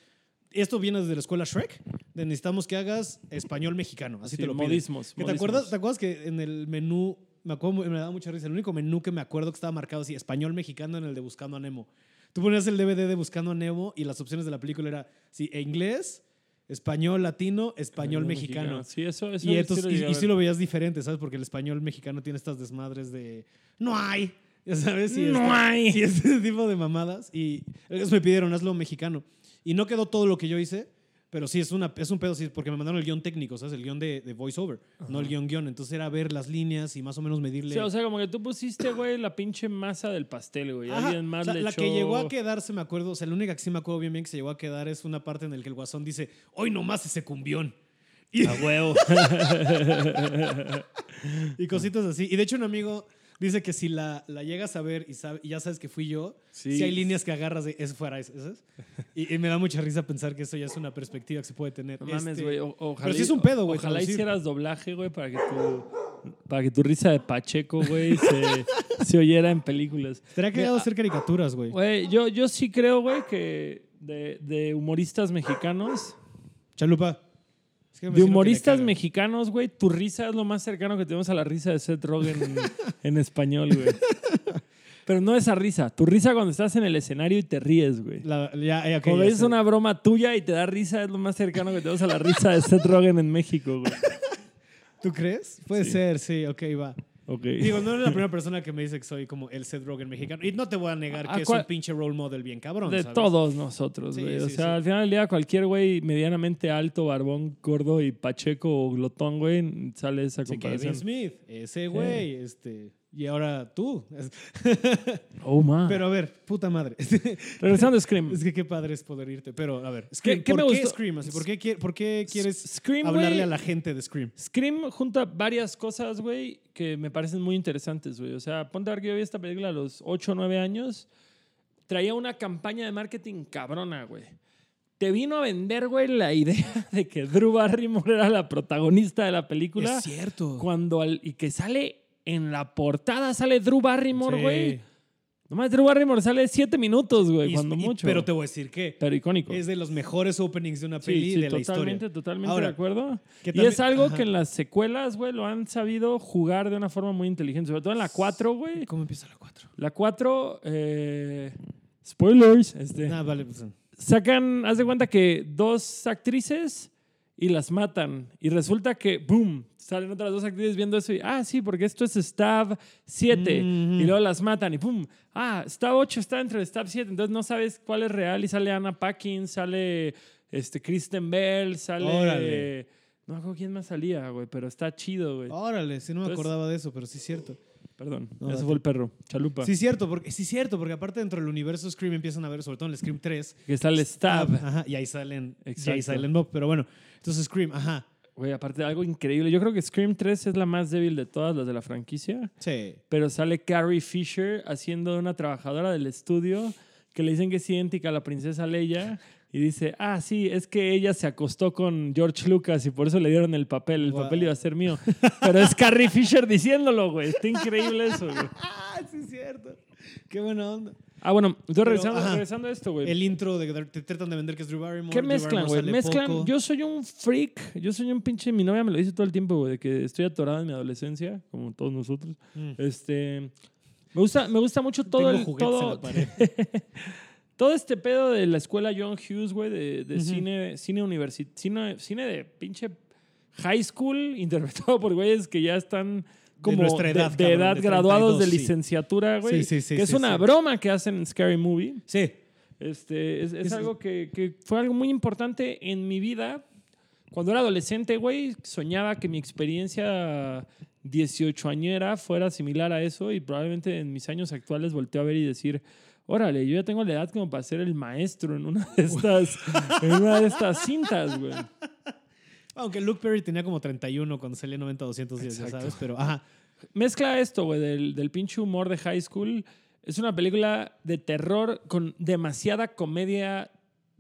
[SPEAKER 1] Esto viene desde la escuela Shrek. De necesitamos que hagas español mexicano. Así
[SPEAKER 2] Sí,
[SPEAKER 1] te lo piden.
[SPEAKER 2] modismos.
[SPEAKER 1] ¿Que ¿Te
[SPEAKER 2] modismos.
[SPEAKER 1] acuerdas, ¿Te acuerdas que en el menú. Me, acuerdo, me daba mucha risa. El único menú que me acuerdo que estaba marcado así, español mexicano en el de Buscando a Nemo. Tú ponías el DVD de Buscando a Nemo y las opciones de la película era sí, e inglés, español latino, español mexicano.
[SPEAKER 2] Sí, eso, eso
[SPEAKER 1] Y,
[SPEAKER 2] Pues sí
[SPEAKER 1] entonces-
[SPEAKER 2] lo
[SPEAKER 1] y-
[SPEAKER 2] llegué a
[SPEAKER 1] y sí
[SPEAKER 2] ver.
[SPEAKER 1] lo veías diferente, ¿sabes? Porque el español mexicano tiene estas desmadres de no hay, ya sabes, y
[SPEAKER 2] No
[SPEAKER 1] este-
[SPEAKER 2] hay.
[SPEAKER 1] y este tipo de mamadas. Y ellos me pidieron, hazlo mexicano. Y no quedó todo lo que yo hice, pero sí es, una, es un pedo, sí, porque me mandaron el guión técnico, ¿sabes? El guión de, de voiceover, no el guión guión. Entonces era ver las líneas y más o menos medirle.
[SPEAKER 2] Sí, o sea, como que tú pusiste, güey, la pinche masa del pastel, güey.
[SPEAKER 1] Ajá,
[SPEAKER 2] Alguien más
[SPEAKER 1] o sea,
[SPEAKER 2] le
[SPEAKER 1] la
[SPEAKER 2] echó...
[SPEAKER 1] que llegó a quedarse, me acuerdo, o sea, la única que sí me acuerdo bien bien que se llegó a quedar es una parte en la que el guasón dice, hoy nomás ese cumbión. Y,
[SPEAKER 2] A huevo.
[SPEAKER 1] y cositas así. Y de hecho, un amigo dice que si la, la llegas a ver y, sabe- y ya sabes que fui yo,
[SPEAKER 2] Sí.
[SPEAKER 1] si hay líneas que agarras de eso fuera eso, ¿sabes? Y, y me da mucha risa pensar que eso ya es una perspectiva que se puede tener.
[SPEAKER 2] No mames,
[SPEAKER 1] Este,
[SPEAKER 2] güey. o- ojalá.
[SPEAKER 1] pero sí
[SPEAKER 2] y-
[SPEAKER 1] es un pedo, güey,
[SPEAKER 2] Ojalá
[SPEAKER 1] traducir.
[SPEAKER 2] hicieras doblaje, güey, para que tu, para que tu risa de Pacheco, güey, se, se oyera en películas.
[SPEAKER 1] Estaría cagado hacer caricaturas, güey.
[SPEAKER 2] Güey, yo, yo sí creo, güey, que de, de humoristas mexicanos,
[SPEAKER 1] Chalupa. Es que me imagino que
[SPEAKER 2] de
[SPEAKER 1] le
[SPEAKER 2] humoristas
[SPEAKER 1] caga.
[SPEAKER 2] mexicanos, güey, tu risa es lo más cercano que tenemos a la risa de Seth Rogen en, en español, güey. Pero no esa risa, tu risa cuando estás en el escenario y te ríes, güey.
[SPEAKER 1] La- ya, ya, ok,
[SPEAKER 2] Cuando
[SPEAKER 1] ya
[SPEAKER 2] es
[SPEAKER 1] sé.
[SPEAKER 2] una broma tuya y te da risa, es lo más cercano que tenemos a la risa de Seth Rogen en México, güey.
[SPEAKER 1] ¿Tú crees? Puede
[SPEAKER 2] Sí.
[SPEAKER 1] ser, sí, ok, va.
[SPEAKER 2] Ok.
[SPEAKER 1] Digo, no eres la primera persona que me dice que soy como el Seth Rogen mexicano. Y no te voy a negar
[SPEAKER 2] ¿A
[SPEAKER 1] que es
[SPEAKER 2] Ah, cuál?
[SPEAKER 1] un pinche role model bien cabrón.
[SPEAKER 2] De
[SPEAKER 1] ¿sabes?
[SPEAKER 2] todos nosotros,
[SPEAKER 1] Sí,
[SPEAKER 2] güey. o
[SPEAKER 1] sí,
[SPEAKER 2] sea,
[SPEAKER 1] sí.
[SPEAKER 2] al final del día, cualquier güey medianamente alto, barbón, gordo y pacheco o glotón, güey, sale esa
[SPEAKER 1] Sí, Kevin
[SPEAKER 2] comparación.
[SPEAKER 1] Smith, ese güey, este. Y ahora tú.
[SPEAKER 2] oh, man.
[SPEAKER 1] Pero a ver, puta madre. es
[SPEAKER 2] Regresando a Scream.
[SPEAKER 1] que qué padre es poder irte. Pero a ver, Scream,
[SPEAKER 2] qué
[SPEAKER 1] ¿por
[SPEAKER 2] me
[SPEAKER 1] qué
[SPEAKER 2] gustó?
[SPEAKER 1] Scream? Así, ¿por, qué, qui- por qué quieres
[SPEAKER 2] Scream,
[SPEAKER 1] hablarle
[SPEAKER 2] güey,
[SPEAKER 1] a la gente de Scream?
[SPEAKER 2] Scream junta varias cosas, güey, que me parecen muy interesantes, güey. O sea, ponte a ver que yo vi esta película a los 8 o 9 años. Traía una campaña de marketing cabrona, güey. Te vino a vender, güey, la idea de que Drew Barrymore era la protagonista de la película.
[SPEAKER 1] cierto.
[SPEAKER 2] Cuando al- y que sale en la portada, sale Drew Barrymore,
[SPEAKER 1] Sí.
[SPEAKER 2] güey. Nomás Drew Barrymore sale 7 minutos, güey,
[SPEAKER 1] Y-
[SPEAKER 2] cuando
[SPEAKER 1] y-
[SPEAKER 2] mucho.
[SPEAKER 1] Pero te voy a decir que
[SPEAKER 2] Pero icónico.
[SPEAKER 1] es de los mejores openings de una
[SPEAKER 2] Sí,
[SPEAKER 1] peli
[SPEAKER 2] sí,
[SPEAKER 1] de la
[SPEAKER 2] totalmente,
[SPEAKER 1] historia.
[SPEAKER 2] totalmente
[SPEAKER 1] Ahora,
[SPEAKER 2] de acuerdo.
[SPEAKER 1] que
[SPEAKER 2] y es
[SPEAKER 1] también-
[SPEAKER 2] algo
[SPEAKER 1] ajá.
[SPEAKER 2] que en las secuelas, güey, lo han sabido jugar de una forma muy inteligente. Sobre todo en la 4, güey.
[SPEAKER 1] ¿Cómo empieza la 4?
[SPEAKER 2] La 4, eh, spoilers, este,
[SPEAKER 1] Ah, vale, pues.
[SPEAKER 2] sacan, haz de cuenta que dos actrices y las matan. Y resulta que, boom, salen otras dos actrices viendo eso y, ah, sí, porque esto es Stab 7.
[SPEAKER 1] Mhm.
[SPEAKER 2] Y luego las matan y, boom, ah, Stab 8 está entre Stab 7. Entonces no sabes cuál es real y sale Anna Paquin, sale este, Kristen Bell, sale...
[SPEAKER 1] Órale.
[SPEAKER 2] No me acuerdo quién más salía, güey, pero está chido, güey.
[SPEAKER 1] Órale, sí, no me
[SPEAKER 2] Entonces-
[SPEAKER 1] acordaba de eso, pero sí es cierto.
[SPEAKER 2] Perdón,
[SPEAKER 1] No,
[SPEAKER 2] ese
[SPEAKER 1] date.
[SPEAKER 2] fue el perro, Chalupa.
[SPEAKER 1] Sí, cierto, porque, sí, cierto, porque aparte dentro del universo Scream empiezan a ver, sobre todo en el Scream 3,
[SPEAKER 2] Que sale Stab.
[SPEAKER 1] Ajá, y ahí salen, y ahí
[SPEAKER 2] Exacto.
[SPEAKER 1] salen Bob, pero bueno, entonces Scream, ajá,
[SPEAKER 2] Güey, aparte de algo increíble. Yo creo que Scream 3 es la más débil de todas las de la franquicia.
[SPEAKER 1] sí.
[SPEAKER 2] pero sale Carrie Fisher haciendo de una trabajadora del estudio que le dicen que es idéntica a la princesa Leia y dice, ah, sí, es que ella se acostó con George Lucas y por eso le dieron el papel, el
[SPEAKER 1] Wow.
[SPEAKER 2] papel iba a ser mío. Pero es Carrie Fisher diciéndolo, güey, está increíble eso, güey.
[SPEAKER 1] Ah, sí es cierto. Qué buena onda.
[SPEAKER 2] Ah, bueno, entonces regresando,
[SPEAKER 1] ajá.
[SPEAKER 2] regresando a esto, güey.
[SPEAKER 1] El intro de que te tratan de vender que es Drew Barrymore.
[SPEAKER 2] Pues ¿Qué
[SPEAKER 1] Drew
[SPEAKER 2] mezclan,
[SPEAKER 1] Barrymore
[SPEAKER 2] güey?
[SPEAKER 1] sale
[SPEAKER 2] Mezclan.
[SPEAKER 1] poco.
[SPEAKER 2] Yo soy un freak. Yo soy un pinche. Mi novia me lo dice todo el tiempo, güey, de que estoy atorada en mi adolescencia, como todos nosotros.
[SPEAKER 1] Mm.
[SPEAKER 2] Este. Me gusta, me gusta mucho todo
[SPEAKER 1] Tengo
[SPEAKER 2] el.
[SPEAKER 1] juguetes en la
[SPEAKER 2] Todo,
[SPEAKER 1] pared.
[SPEAKER 2] todo este pedo de la escuela John Hughes, güey, de, de
[SPEAKER 1] Ujú.
[SPEAKER 2] cine, cine universi- cine, cine de pinche high school, interpretado por güeyes que ya están como
[SPEAKER 1] nuestra edad,
[SPEAKER 2] de
[SPEAKER 1] cabrón,
[SPEAKER 2] edad
[SPEAKER 1] de
[SPEAKER 2] graduados de
[SPEAKER 1] 32, sí.
[SPEAKER 2] licenciatura, güey.
[SPEAKER 1] Sí, sí, sí,
[SPEAKER 2] que es
[SPEAKER 1] sí,
[SPEAKER 2] una
[SPEAKER 1] sí.
[SPEAKER 2] broma que hacen en Scary Movie.
[SPEAKER 1] Sí.
[SPEAKER 2] Este, es, es
[SPEAKER 1] Es-
[SPEAKER 2] algo que, que fue algo muy importante en mi vida. Cuando era adolescente, güey, soñaba que mi experiencia 18añera fuera similar a eso y probablemente en mis años actuales volteo a ver y decir, órale, yo ya tengo la edad como para ser el maestro en una de estas, en una de estas cintas, güey.
[SPEAKER 1] Aunque Luke Perry tenía como 31 cuando salía 90-210, ya
[SPEAKER 2] Exacto.
[SPEAKER 1] sabes, pero ajá.
[SPEAKER 2] Mezcla esto, güey, del, del pinche humor de high school. Es una película de terror con demasiada comedia,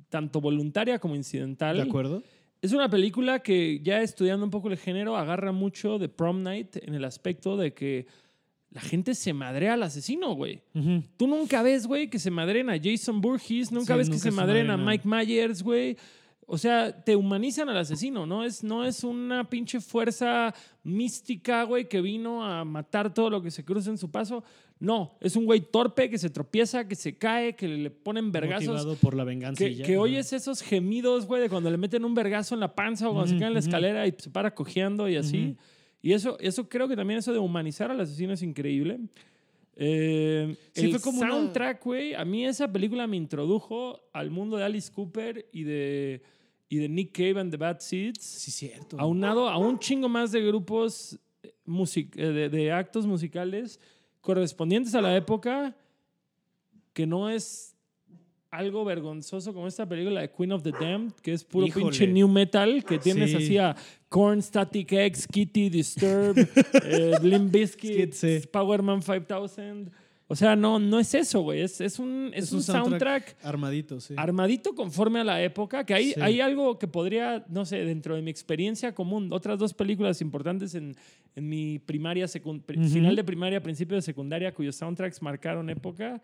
[SPEAKER 2] tanto voluntaria como incidental.
[SPEAKER 1] ¿De acuerdo?
[SPEAKER 2] Es una película que ya estudiando un poco el género agarra mucho de Prom Night en el aspecto de que la gente se madrea al asesino, güey.
[SPEAKER 1] Ujú.
[SPEAKER 2] Tú nunca ves, güey, que se madren a Jason Burgess, nunca
[SPEAKER 1] Sí,
[SPEAKER 2] ves
[SPEAKER 1] nunca
[SPEAKER 2] que se,
[SPEAKER 1] se
[SPEAKER 2] madren a
[SPEAKER 1] madrean a-
[SPEAKER 2] Mike Myers, güey. O sea, te humanizan al asesino, ¿no? Es, no es una pinche fuerza mística, güey, que vino a matar todo lo que se cruza en su paso. No, es un güey torpe que se tropieza, que se cae, que le ponen vergazos
[SPEAKER 1] Motivado por la venganza. y
[SPEAKER 2] que,
[SPEAKER 1] ya.
[SPEAKER 2] que
[SPEAKER 1] Ajá.
[SPEAKER 2] oyes esos gemidos, güey, de cuando le meten un vergazo en la panza o cuando se
[SPEAKER 1] Ujú,
[SPEAKER 2] cae en la
[SPEAKER 1] ujú.
[SPEAKER 2] escalera y se para cojeando y así.
[SPEAKER 1] Ujú.
[SPEAKER 2] Y eso, eso creo que también eso de humanizar al asesino es increíble. Eh,
[SPEAKER 1] Sí,
[SPEAKER 2] el
[SPEAKER 1] fue como una-
[SPEAKER 2] soundtrack, güey, a mí esa película me introdujo al mundo de Alice Cooper y de, y de Nick Cave and the Bad Seeds,
[SPEAKER 1] Sí, cierto.
[SPEAKER 2] aunado a un chingo más de grupos eh, music- eh, de, de actos musicales correspondientes a la época que no es algo vergonzoso como esta película de Queen of the Damned, que es puro
[SPEAKER 1] Híjole.
[SPEAKER 2] pinche new metal, que tienes
[SPEAKER 1] Sí.
[SPEAKER 2] así a Korn, Static X, Kitty, Disturb, eh, Limp
[SPEAKER 1] Skid,
[SPEAKER 2] Bizkit,
[SPEAKER 1] sí.
[SPEAKER 2] Powerman 5000. O sea, no, no es eso, güey. Es, es un, es un soundtrack
[SPEAKER 1] Armadito, sí.
[SPEAKER 2] armadito conforme a la época, que hay,
[SPEAKER 1] Sí.
[SPEAKER 2] hay algo que podría, no sé, dentro de mi experiencia común, otras dos películas importantes en, en mi primaria, secun- pri-
[SPEAKER 1] Ujú.
[SPEAKER 2] final de primaria, principio de secundaria, cuyos soundtracks marcaron época,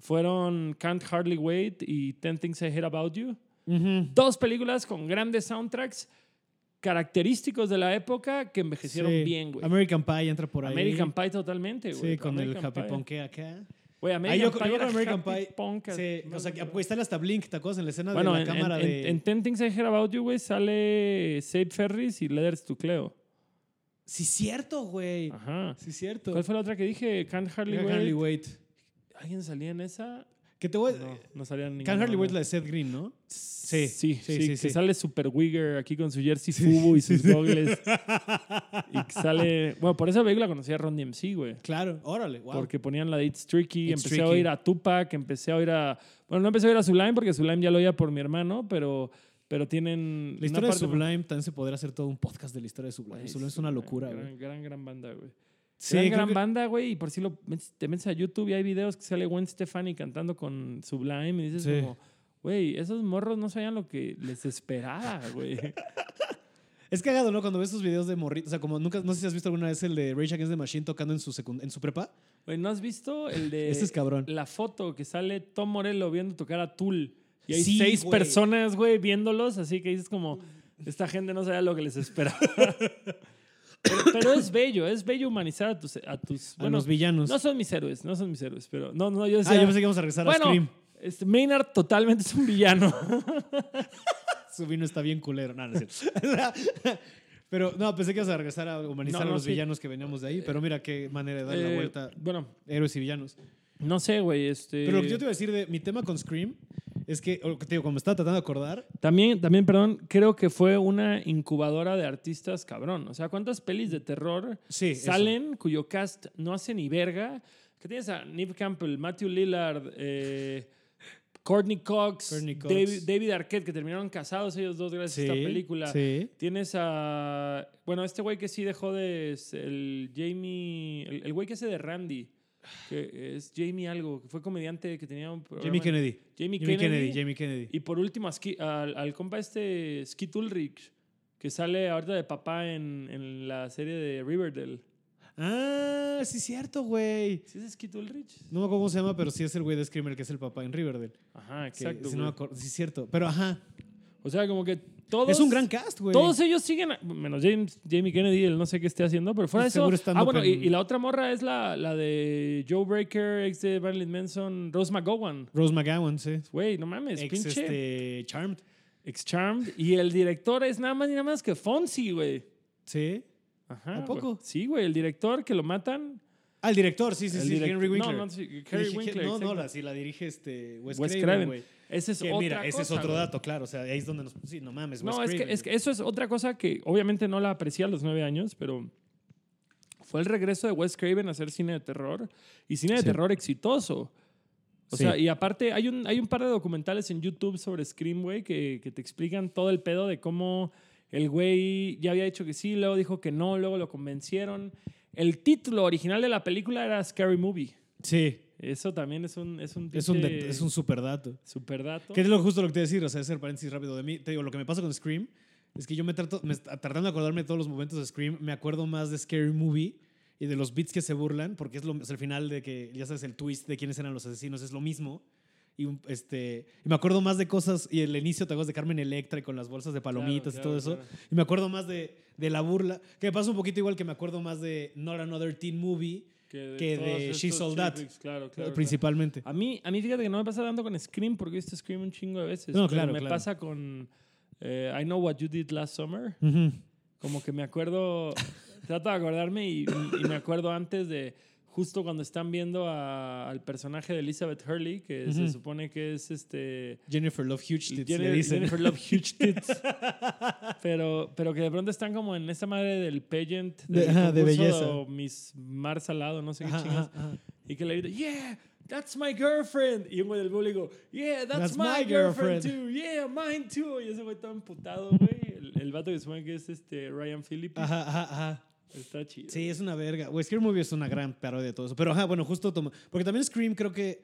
[SPEAKER 2] fueron Can't Hardly Wait y Ten Things I Hate About You.
[SPEAKER 1] Ujú.
[SPEAKER 2] Dos películas con grandes soundtracks característicos de la época que envejecieron
[SPEAKER 1] Sí.
[SPEAKER 2] bien, güey.
[SPEAKER 1] American Pie entra por ahí.
[SPEAKER 2] American Pie totalmente, güey.
[SPEAKER 1] Sí, con el
[SPEAKER 2] American
[SPEAKER 1] happy
[SPEAKER 2] Pie.
[SPEAKER 1] punk acá.
[SPEAKER 2] Güey,
[SPEAKER 1] Ahí
[SPEAKER 2] American
[SPEAKER 1] yo,
[SPEAKER 2] Pie
[SPEAKER 1] yo
[SPEAKER 2] era
[SPEAKER 1] con American
[SPEAKER 2] happy
[SPEAKER 1] Pie.
[SPEAKER 2] punk,
[SPEAKER 1] sí,
[SPEAKER 2] no
[SPEAKER 1] o sea,
[SPEAKER 2] sé.
[SPEAKER 1] que pues sale hasta Blink, ¿te acuerdas? En la escena
[SPEAKER 2] Bueno,
[SPEAKER 1] de la
[SPEAKER 2] en,
[SPEAKER 1] cámara
[SPEAKER 2] en,
[SPEAKER 1] de.
[SPEAKER 2] en, en Ten Things I Heard About You, güey, sale Safe Ferris y Leathers to Cleo.
[SPEAKER 1] Sí, cierto, güey.
[SPEAKER 2] Ajá.
[SPEAKER 1] Sí, cierto.
[SPEAKER 2] ¿Cuál fue la otra que dije? Can't Hardly
[SPEAKER 1] Can't
[SPEAKER 2] Wait.
[SPEAKER 1] Hardly Wait.
[SPEAKER 2] ¿Alguien salía en esa?
[SPEAKER 1] Que te voy a-
[SPEAKER 2] No, no salía en ninguna.
[SPEAKER 1] Can't Hardly Wait la
[SPEAKER 2] ¿no?
[SPEAKER 1] de Seth Green, ¿no?
[SPEAKER 2] Sí,
[SPEAKER 1] Sí,
[SPEAKER 2] sí, sí.
[SPEAKER 1] sí, sí,
[SPEAKER 2] que
[SPEAKER 1] sí.
[SPEAKER 2] sale Super Wigger aquí con su jersey Fubu y sus gogles. y que sale... Bueno, por esa película conocí a Ron DMC, güey.
[SPEAKER 1] Claro, órale, wow.
[SPEAKER 2] Porque ponían la de It's Tricky,
[SPEAKER 1] It's
[SPEAKER 2] empecé a
[SPEAKER 1] Tricky.
[SPEAKER 2] oír a Tupac, empecé a oír a... Bueno, no empecé a oír a Sublime porque Sublime ya lo oía por mi hermano, pero, pero tienen...
[SPEAKER 1] la historia
[SPEAKER 2] una
[SPEAKER 1] de
[SPEAKER 2] parte-
[SPEAKER 1] Sublime también se podría hacer todo un podcast de la historia de Sublime.
[SPEAKER 2] Güey,
[SPEAKER 1] Sublime es
[SPEAKER 2] sí,
[SPEAKER 1] una
[SPEAKER 2] gran-
[SPEAKER 1] locura,
[SPEAKER 2] gran,
[SPEAKER 1] güey.
[SPEAKER 2] Gran, gran, banda, güey.
[SPEAKER 1] Sí,
[SPEAKER 2] gran,
[SPEAKER 1] creo
[SPEAKER 2] gran
[SPEAKER 1] que-
[SPEAKER 2] banda, güey. Y por si lo metes- te metes a YouTube y hay videos que sale Gwen Stefani cantando con Sublime y dices
[SPEAKER 1] Sí.
[SPEAKER 2] como, güey, esos morros no sabían lo que les esperaba, güey.
[SPEAKER 1] Es cagado, ¿no? Cuando ves esos videos de morritos. O sea, como nunca, no sé si has visto alguna vez el de Rage Against the Machine tocando en su, secund- en su prepa.
[SPEAKER 2] Güey, ¿no has visto el de
[SPEAKER 1] Este es cabrón.
[SPEAKER 2] la foto que sale Tom Morello viendo tocar a Tool? Y hay
[SPEAKER 1] Sí,
[SPEAKER 2] seis
[SPEAKER 1] güey.
[SPEAKER 2] personas, güey, viéndolos, así que dices como, esta gente no sabía lo que les esperaba. pero, pero es bello, es bello humanizar a tus... A tus
[SPEAKER 1] a
[SPEAKER 2] bueno,
[SPEAKER 1] los villanos.
[SPEAKER 2] no son mis héroes, no son mis héroes, pero... No, no, yo
[SPEAKER 1] ah,
[SPEAKER 2] decía,
[SPEAKER 1] yo pensé que íbamos a regresar a
[SPEAKER 2] Bueno,
[SPEAKER 1] Scream.
[SPEAKER 2] este, Maynard totalmente es un villano.
[SPEAKER 1] Su vino está bien culero. No, no es cierto. pero no, pensé que ibas a regresar a humanizar
[SPEAKER 2] No, no,
[SPEAKER 1] a los
[SPEAKER 2] sí.
[SPEAKER 1] villanos que veníamos de ahí. Pero mira qué manera de dar la
[SPEAKER 2] Eh,
[SPEAKER 1] vuelta.
[SPEAKER 2] Bueno,
[SPEAKER 1] Héroes y villanos.
[SPEAKER 2] no sé, güey. Este,
[SPEAKER 1] Pero lo que yo te iba a decir de mi tema con Scream es que, o lo que te digo, como me estaba tratando de acordar,
[SPEAKER 2] también, también, perdón, creo que fue una incubadora de artistas cabrón. O sea, ¿cuántas pelis de terror
[SPEAKER 1] sí. eso.
[SPEAKER 2] salen cuyo cast no hace ni verga? Que tienes a Neve Campbell, Matthew Lillard, eh, Courtney Cox,
[SPEAKER 1] Courtney Cox.
[SPEAKER 2] David, David Arquette, que terminaron casados ellos dos gracias a pues, esta película.
[SPEAKER 1] Sí.
[SPEAKER 2] Tienes a. Bueno, este güey que sí dejó de. es El Jamie. El el güey que hace de Randy. Que es Jamie algo, que fue comediante que tenía un programa.
[SPEAKER 1] Jamie Kennedy.
[SPEAKER 2] Jamie
[SPEAKER 1] Jamie
[SPEAKER 2] Kennedy.
[SPEAKER 1] Kennedy, Jamie Kennedy.
[SPEAKER 2] Y por último, a Ski- al, al compa este Skit Ulrich, que sale ahorita de papá en, en la serie de Riverdale.
[SPEAKER 1] Ah, sí, cierto, güey.
[SPEAKER 2] ¿Sí es Skit Ulrich?
[SPEAKER 1] No me acuerdo cómo se llama, pero sí es el güey de Screamer que es el papá en Riverdale.
[SPEAKER 2] Ajá,
[SPEAKER 1] Que,
[SPEAKER 2] exacto.
[SPEAKER 1] si no me
[SPEAKER 2] güey.
[SPEAKER 1] acuerdo- sí, cierto. Pero ajá.
[SPEAKER 2] o sea, como que todos.
[SPEAKER 1] es un gran cast, güey.
[SPEAKER 2] Todos ellos siguen, a- menos James, Jamie Kennedy, él no sé qué esté haciendo, pero fuera de eso.
[SPEAKER 1] Seguro stand-up
[SPEAKER 2] Ah, bueno, y,
[SPEAKER 1] en-
[SPEAKER 2] y la otra morra es la, la de Joe Breaker, ex de Marilyn Manson, Rose McGowan.
[SPEAKER 1] Rose McGowan, sí.
[SPEAKER 2] Güey, no mames,
[SPEAKER 1] Ex
[SPEAKER 2] pinche.
[SPEAKER 1] este, Charmed.
[SPEAKER 2] Ex Charmed. Y el director es nada más ni nada más que Fonsi, güey.
[SPEAKER 1] Sí.
[SPEAKER 2] Ajá.
[SPEAKER 1] ¿A poco?
[SPEAKER 2] güey. Sí, güey, el director que lo matan.
[SPEAKER 1] Ah, el director, sí, sí,
[SPEAKER 2] el
[SPEAKER 1] sí.
[SPEAKER 2] direct-
[SPEAKER 1] Henry Winkler.
[SPEAKER 2] No, no, sí,
[SPEAKER 1] Dije,
[SPEAKER 2] Harry Winkler.
[SPEAKER 1] No, no,
[SPEAKER 2] exacto.
[SPEAKER 1] la, sí, la dirige este Wes,
[SPEAKER 2] Wes Craven.
[SPEAKER 1] Craven, güey.
[SPEAKER 2] Ese es
[SPEAKER 1] Que
[SPEAKER 2] otra
[SPEAKER 1] mira, ese es
[SPEAKER 2] cosa,
[SPEAKER 1] otro
[SPEAKER 2] güey.
[SPEAKER 1] dato, claro. O sea, ahí es donde nos. Sí, no mames, Wes
[SPEAKER 2] No, es que,
[SPEAKER 1] Craven,
[SPEAKER 2] es que eso es otra cosa que obviamente no la aprecié a los nueve años, pero fue el regreso de Wes Craven a hacer cine de terror y cine de
[SPEAKER 1] Sí.
[SPEAKER 2] terror exitoso. O
[SPEAKER 1] Sí.
[SPEAKER 2] sea, y aparte hay un, hay un par de documentales en YouTube sobre Scream, güey, que, que te explican todo el pedo de cómo el güey ya había dicho que sí, luego dijo que no, luego lo convencieron. El título original de la película era Scary Movie.
[SPEAKER 1] Sí,
[SPEAKER 2] Eso también es un... Es un,
[SPEAKER 1] es un,
[SPEAKER 2] pinche
[SPEAKER 1] de- es un super dato.
[SPEAKER 2] superdato.
[SPEAKER 1] Que es lo justo lo que te iba a decir, o sea, hacer paréntesis rápido de mí. Te digo, lo que me pasa con Scream es que yo me trato, me, está- tratando de acordarme de todos los momentos de Scream, me acuerdo más de Scary Movie y de los beats que se burlan, porque es, lo, es el final de que, ya sabes, el twist de quiénes eran los asesinos es lo mismo. Y, un- este, y me acuerdo más de cosas, y el inicio, te acuerdas de Carmen Electra y con las bolsas de palomitas
[SPEAKER 2] Claro,
[SPEAKER 1] y todo
[SPEAKER 2] claro,
[SPEAKER 1] eso. Y me acuerdo más de, de la burla, que me pasa un poquito igual que me acuerdo más de Not Another Teen Movie, que
[SPEAKER 2] todos
[SPEAKER 1] de
[SPEAKER 2] estos
[SPEAKER 1] She's All
[SPEAKER 2] chick
[SPEAKER 1] That,
[SPEAKER 2] flicks, claro, claro, claro.
[SPEAKER 1] principalmente.
[SPEAKER 2] A mí, a mí fíjate que no me pasa tanto con Scream porque he visto Scream un chingo de veces.
[SPEAKER 1] No,
[SPEAKER 2] pero
[SPEAKER 1] claro,
[SPEAKER 2] Me
[SPEAKER 1] claro.
[SPEAKER 2] pasa con eh, I Know What You Did Last Summer.
[SPEAKER 1] Ujú.
[SPEAKER 2] Como que me acuerdo, trato de acordarme y, y me acuerdo antes de justo cuando están viendo a- al personaje de Elizabeth Hurley, que se
[SPEAKER 1] Ujú.
[SPEAKER 2] supone que es este...
[SPEAKER 1] Jennifer Love Huge Tits, le
[SPEAKER 2] Jennifer,
[SPEAKER 1] dicen.
[SPEAKER 2] Jennifer Love Huge Tits. pero, pero que de pronto están como en esa madre del pageant del
[SPEAKER 1] De- ajá, de
[SPEAKER 2] concurso,
[SPEAKER 1] belleza.
[SPEAKER 2] o Miss Mar Salado, no sé qué
[SPEAKER 1] Ajá,
[SPEAKER 2] chingas.
[SPEAKER 1] ajá, ajá.
[SPEAKER 2] Y que le grita, yeah, that's my girlfriend. Y un güey del público, yeah, that's,
[SPEAKER 1] That's
[SPEAKER 2] my,
[SPEAKER 1] my
[SPEAKER 2] girlfriend,
[SPEAKER 1] girlfriend.
[SPEAKER 2] too. Yeah, mine too. Y ese güey todo emputado, güey. El, el vato que supone que es este Ryan Phillippe.
[SPEAKER 1] Ajá, ajá, ajá.
[SPEAKER 2] Está chido.
[SPEAKER 1] Sí, es una verga. Güey, Scary Movie es una gran parodia de todo eso. Pero ajá, bueno, justo toma. Porque también Scream creo que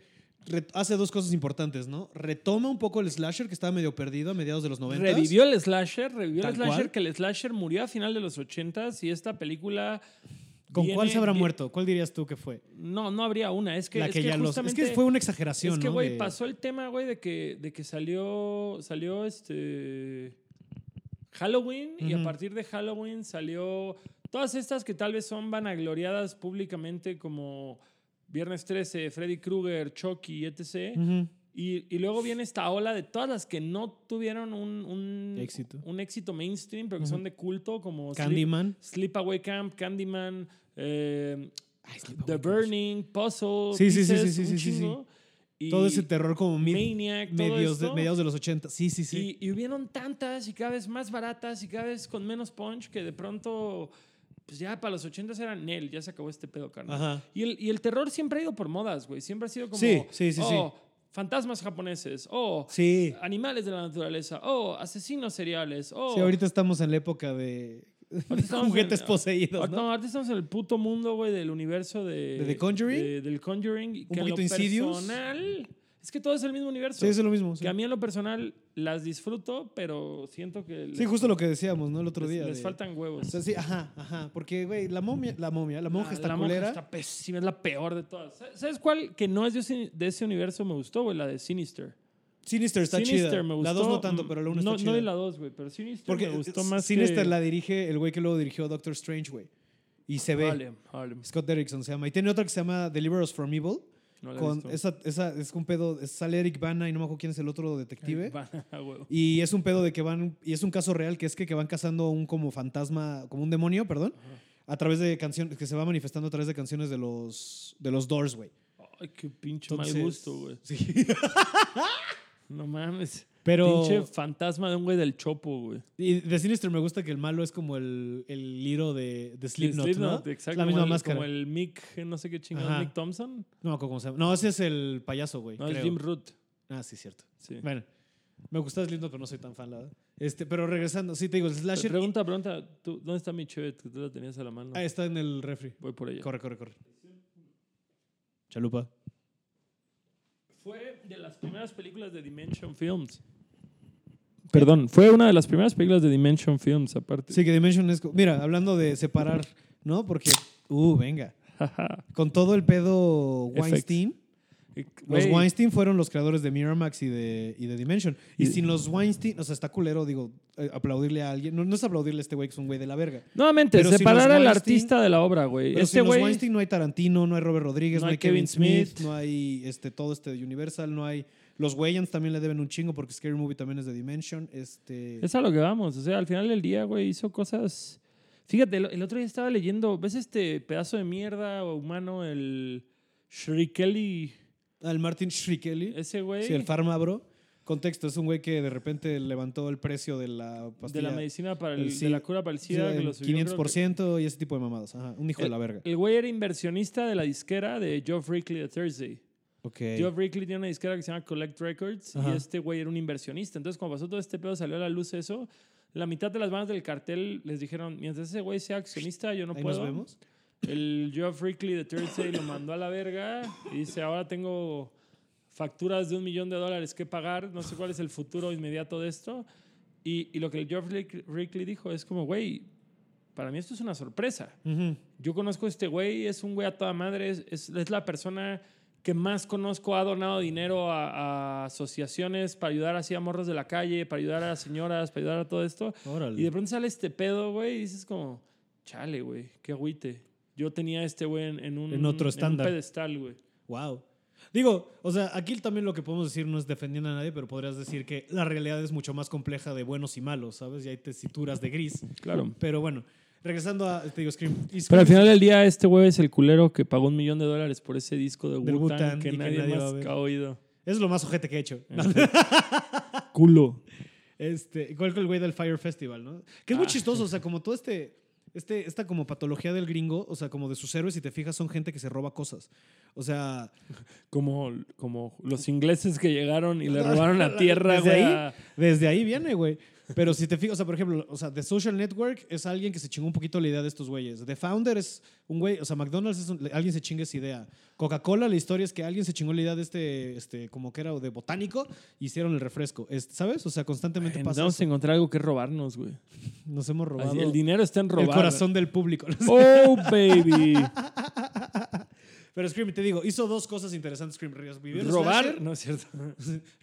[SPEAKER 1] re- hace dos cosas importantes, ¿no? Retoma un poco el slasher que estaba medio perdido a mediados de los 90.
[SPEAKER 2] Revivió el slasher, revivió
[SPEAKER 1] Tal
[SPEAKER 2] el slasher,
[SPEAKER 1] cual.
[SPEAKER 2] que el slasher murió a final de los 80s y esta película...
[SPEAKER 1] ¿Con
[SPEAKER 2] viene-
[SPEAKER 1] cuál se habrá
[SPEAKER 2] vi-
[SPEAKER 1] muerto? ¿Cuál dirías tú que fue?
[SPEAKER 2] No, no habría una. Es que,
[SPEAKER 1] La
[SPEAKER 2] es
[SPEAKER 1] que, ya los. Es
[SPEAKER 2] justamente-
[SPEAKER 1] que fue una exageración,
[SPEAKER 2] Es que,
[SPEAKER 1] ¿no?
[SPEAKER 2] güey,
[SPEAKER 1] De-
[SPEAKER 2] pasó el tema, güey, de que, de que salió, salió este Halloween y a
[SPEAKER 1] Ujú.
[SPEAKER 2] partir de Halloween salió todas estas que tal vez son vanagloriadas públicamente como Viernes 13, Freddy Krueger, Chucky, etc.
[SPEAKER 1] Ujú.
[SPEAKER 2] Y, y luego viene esta ola de todas las que no tuvieron un, un
[SPEAKER 1] Éxito.
[SPEAKER 2] un éxito mainstream, pero que son de culto, como Sleep-
[SPEAKER 1] Candyman.
[SPEAKER 2] Sleepaway Camp, Candyman, eh, The
[SPEAKER 1] Sleepaway Camp.
[SPEAKER 2] Burning, Puzzle,
[SPEAKER 1] Sí, sí, sí, sí,
[SPEAKER 2] Pieces,
[SPEAKER 1] sí,
[SPEAKER 2] un
[SPEAKER 1] sí, sí.
[SPEAKER 2] chingo. Y
[SPEAKER 1] Todo ese terror como mid-
[SPEAKER 2] Maniac, todo
[SPEAKER 1] medios de,
[SPEAKER 2] esto.
[SPEAKER 1] mediados de los 80. Sí, sí, sí.
[SPEAKER 2] y, y hubieron tantas y cada vez más baratas y cada vez con menos punch que de pronto, pues ya para los 80 era Nel, ya se acabó este pedo, carnal.
[SPEAKER 1] Ajá.
[SPEAKER 2] Y el, y el terror siempre ha ido por modas, güey. Siempre ha sido como.
[SPEAKER 1] Sí, sí, sí, sí.
[SPEAKER 2] "Oh, Fantasmas japoneses, o
[SPEAKER 1] Sí.
[SPEAKER 2] animales de la naturaleza, o asesinos seriales, oh, o.
[SPEAKER 1] Sí, ahorita estamos en la época de
[SPEAKER 2] Ahorita estamos
[SPEAKER 1] juguetes
[SPEAKER 2] en-
[SPEAKER 1] poseídos,
[SPEAKER 2] Ahorita-
[SPEAKER 1] ¿no?
[SPEAKER 2] ah, ahorita estamos en el puto mundo, güey, del universo de.
[SPEAKER 1] ¿De The Conjuring?
[SPEAKER 2] de- del Conjuring. que en lo
[SPEAKER 1] poquito Insidious?
[SPEAKER 2] personal, es que todo es el mismo universo.
[SPEAKER 1] Sí, es lo mismo. sí.
[SPEAKER 2] Que a mí en lo personal las disfruto, pero siento que.
[SPEAKER 1] Sí, justo lo que decíamos, ¿no? El otro
[SPEAKER 2] les,
[SPEAKER 1] día.
[SPEAKER 2] les
[SPEAKER 1] de-
[SPEAKER 2] faltan huevos.
[SPEAKER 1] O sea, sí, ajá, ajá. Porque, güey, la momia, la momia, la monja
[SPEAKER 2] Ah,
[SPEAKER 1] está
[SPEAKER 2] la monja
[SPEAKER 1] culera.
[SPEAKER 2] está pésima, es la peor de todas. ¿Sabes- ¿Sabes cuál que no es de ese, de ese universo me gustó, güey? La de Sinister.
[SPEAKER 1] Sinister está
[SPEAKER 2] Sinister
[SPEAKER 1] chida.
[SPEAKER 2] me gustó.
[SPEAKER 1] La dos no tanto, pero la una
[SPEAKER 2] no,
[SPEAKER 1] está chida.
[SPEAKER 2] No de la dos, güey, pero Sinister
[SPEAKER 1] Porque
[SPEAKER 2] me gustó más.
[SPEAKER 1] Sinister
[SPEAKER 2] que...
[SPEAKER 1] la dirige el güey que luego dirigió Doctor Strange, güey. Y se ve.
[SPEAKER 2] Vale, vale.
[SPEAKER 1] Scott Derrickson se llama. Y tiene otra que se llama Deliver Us from Evil.
[SPEAKER 2] No la he
[SPEAKER 1] con
[SPEAKER 2] visto.
[SPEAKER 1] esa, esa, es un pedo. Sale Eric Bana y no me acuerdo quién es el otro detective.
[SPEAKER 2] Va, a huevo.
[SPEAKER 1] Y es un pedo de que van, y es un caso real que es que, que van cazando un como fantasma, como un demonio, perdón, a través de canciones, que se va manifestando a través de canciones de los, de los Doors, güey.
[SPEAKER 2] Ay, qué pinche mal
[SPEAKER 1] Entonces-
[SPEAKER 2] gusto, güey.
[SPEAKER 1] Sí.
[SPEAKER 2] No mames.
[SPEAKER 1] Pero
[SPEAKER 2] Pinche fantasma de un güey del chopo, güey.
[SPEAKER 1] y de Sinister me gusta que el malo es como el, el liro de, de Slipknot,
[SPEAKER 2] Slipknot,
[SPEAKER 1] ¿no?
[SPEAKER 2] exacto,
[SPEAKER 1] la
[SPEAKER 2] como
[SPEAKER 1] misma
[SPEAKER 2] el-
[SPEAKER 1] máscara.
[SPEAKER 2] Como el Mick, no sé qué chingado,
[SPEAKER 1] Ajá.
[SPEAKER 2] Mick Thompson.
[SPEAKER 1] No, me acuerdo ¿cómo se llama? No, ese es el payaso, güey.
[SPEAKER 2] No, es
[SPEAKER 1] creo.
[SPEAKER 2] Jim Root.
[SPEAKER 1] Ah, sí, cierto.
[SPEAKER 2] Sí.
[SPEAKER 1] Bueno, me gusta Slipknot, pero no soy tan fan, la verdad. Este, pero regresando, sí, te digo, el
[SPEAKER 2] Pero
[SPEAKER 1] slasher...
[SPEAKER 2] Pregunta, pregunta, ¿tú, ¿dónde está mi chévere? Que tú la tenías a la mano.
[SPEAKER 1] Ah, está en el refri.
[SPEAKER 2] Voy por ella.
[SPEAKER 1] Corre, corre, corre. Chalupa.
[SPEAKER 2] Fue de las primeras películas de Dimension Films. Perdón, fue una de las primeras películas de Dimension Films, aparte.
[SPEAKER 1] Sí, que Dimension es. co- Mira, hablando de separar, ¿no? Porque. Uh, venga.
[SPEAKER 2] Jaja.
[SPEAKER 1] Con todo el pedo Weinstein,
[SPEAKER 2] Eh,
[SPEAKER 1] los
[SPEAKER 2] güey,
[SPEAKER 1] Weinstein fueron los creadores de Miramax y de, y de Dimension. Y
[SPEAKER 2] Y-
[SPEAKER 1] sin los Weinstein, o sea, está culero, digo, eh, aplaudirle a alguien. No, no es aplaudirle a este güey que es un güey de la verga.
[SPEAKER 2] Nuevamente,
[SPEAKER 1] Pero sin
[SPEAKER 2] separar
[SPEAKER 1] los
[SPEAKER 2] al
[SPEAKER 1] Weinstein-
[SPEAKER 2] artista de la obra, güey.
[SPEAKER 1] Pero
[SPEAKER 2] Este
[SPEAKER 1] sin los
[SPEAKER 2] güey.
[SPEAKER 1] Weinstein no hay Tarantino, no hay Robert Rodríguez, no, hay Kevin Smith, no hay este, todo este de Universal, no hay. Los Wayans también le deben un chingo porque Scary Movie también es de Dimension. Este,
[SPEAKER 2] Es a lo que vamos. O sea, al final del día, güey, hizo cosas. Fíjate, el, el otro día estaba leyendo. ¿Ves este pedazo de mierda o humano? El Shrikelly.
[SPEAKER 1] al Martin Shkreli.
[SPEAKER 2] Ese güey.
[SPEAKER 1] Sí, el Pharma Bro. Contexto, es un güey que de repente levantó el precio de la
[SPEAKER 2] de
[SPEAKER 1] pastilla.
[SPEAKER 2] la medicina para el,
[SPEAKER 1] el
[SPEAKER 2] de
[SPEAKER 1] SIDA-
[SPEAKER 2] la cura para el
[SPEAKER 1] sí,
[SPEAKER 2] SIDA. que Eh,
[SPEAKER 1] en
[SPEAKER 2] lo subió, creo que-
[SPEAKER 1] 500% y ese tipo de mamadas. Ajá, un hijo de la verga.
[SPEAKER 2] El güey era inversionista de la disquera de Geoff Rickley de Thursday.
[SPEAKER 1] Ok.
[SPEAKER 2] Geoff Rickley tiene una disquera que se llama Collect Records y
[SPEAKER 1] Ajá.
[SPEAKER 2] este güey era un inversionista. Entonces, cuando pasó todo este pedo, salió a la luz eso. La mitad de las bandas del cartel les dijeron, mientras ese güey sea accionista, yo no
[SPEAKER 1] Ahí
[SPEAKER 2] puedo.
[SPEAKER 1] nos vemos.
[SPEAKER 2] El Geoff Rickley de Thursday lo mandó a la verga y dice, ahora tengo facturas de un millón de dólares que pagar, no sé cuál es el futuro inmediato de esto. Y, y lo que el Geoff Rick- Rickley dijo es como, güey, para mí esto es una sorpresa.
[SPEAKER 1] Ujú.
[SPEAKER 2] Yo conozco a este güey, es un güey a toda madre, es, es- es la persona que más conozco, ha donado dinero a, a asociaciones para ayudar así a morros de la calle, para ayudar a señoras, para ayudar a todo esto.
[SPEAKER 1] Órale.
[SPEAKER 2] Y de pronto sale este pedo, güey, y dices como, chale, güey, qué agüite. Yo tenía a este güey en, en un,
[SPEAKER 1] En otro estándar.
[SPEAKER 2] un pedestal, güey.
[SPEAKER 1] Wow. Digo, o sea, aquí también lo que podemos decir no es defendiendo a nadie, pero podrías decir que la realidad es mucho más compleja de buenos y malos, ¿sabes? Y hay tesituras de gris.
[SPEAKER 2] Claro.
[SPEAKER 1] Pero bueno, regresando a, te digo, Scream. y
[SPEAKER 2] Pero
[SPEAKER 1] Scream
[SPEAKER 2] al final del día, este güey es el culero que pagó un millón de dólares por ese disco de
[SPEAKER 1] Del
[SPEAKER 2] Wu-Tang
[SPEAKER 1] Wu-Tang y
[SPEAKER 2] que,
[SPEAKER 1] que
[SPEAKER 2] nadie
[SPEAKER 1] nadie va a
[SPEAKER 2] más
[SPEAKER 1] ver.
[SPEAKER 2] ha oído.
[SPEAKER 1] es lo más ojete que he hecho.
[SPEAKER 2] Culo.
[SPEAKER 1] Este, igual que el güey del Fire Festival, ¿no? Que es muy
[SPEAKER 2] Ah.
[SPEAKER 1] chistoso, o sea, como todo este, este, esta como patología del gringo, o sea, como de sus héroes, si te fijas, son gente que se roba cosas. O sea,
[SPEAKER 2] Como, como los ingleses que llegaron y le
[SPEAKER 1] Claro,
[SPEAKER 2] robaron la tierra,
[SPEAKER 1] desde
[SPEAKER 2] güey. Ah,
[SPEAKER 1] ahí.
[SPEAKER 2] a-
[SPEAKER 1] desde ahí viene, güey. Pero si te fijas, o sea, por ejemplo, o sea, The Social Network es alguien que se chingó un poquito la idea de estos güeyes. The Founder es un güey, o sea, McDonald's es un- alguien se chinga esa idea. Coca-Cola, la historia es que alguien se chingó la idea de este, este, como que era de botánico, hicieron el refresco. Es- ¿Sabes? O sea, constantemente
[SPEAKER 2] Ay,
[SPEAKER 1] pasa.
[SPEAKER 2] Necesitamos
[SPEAKER 1] eso.
[SPEAKER 2] encontrar algo que robarnos, güey.
[SPEAKER 1] Nos hemos robado
[SPEAKER 2] Así, El dinero está en robar.
[SPEAKER 1] el corazón del público.
[SPEAKER 2] Oh, baby.
[SPEAKER 1] Pero Scream, te digo, hizo dos cosas interesantes Scream. Revivió el
[SPEAKER 2] Robar.
[SPEAKER 1] slasher,
[SPEAKER 2] No es cierto.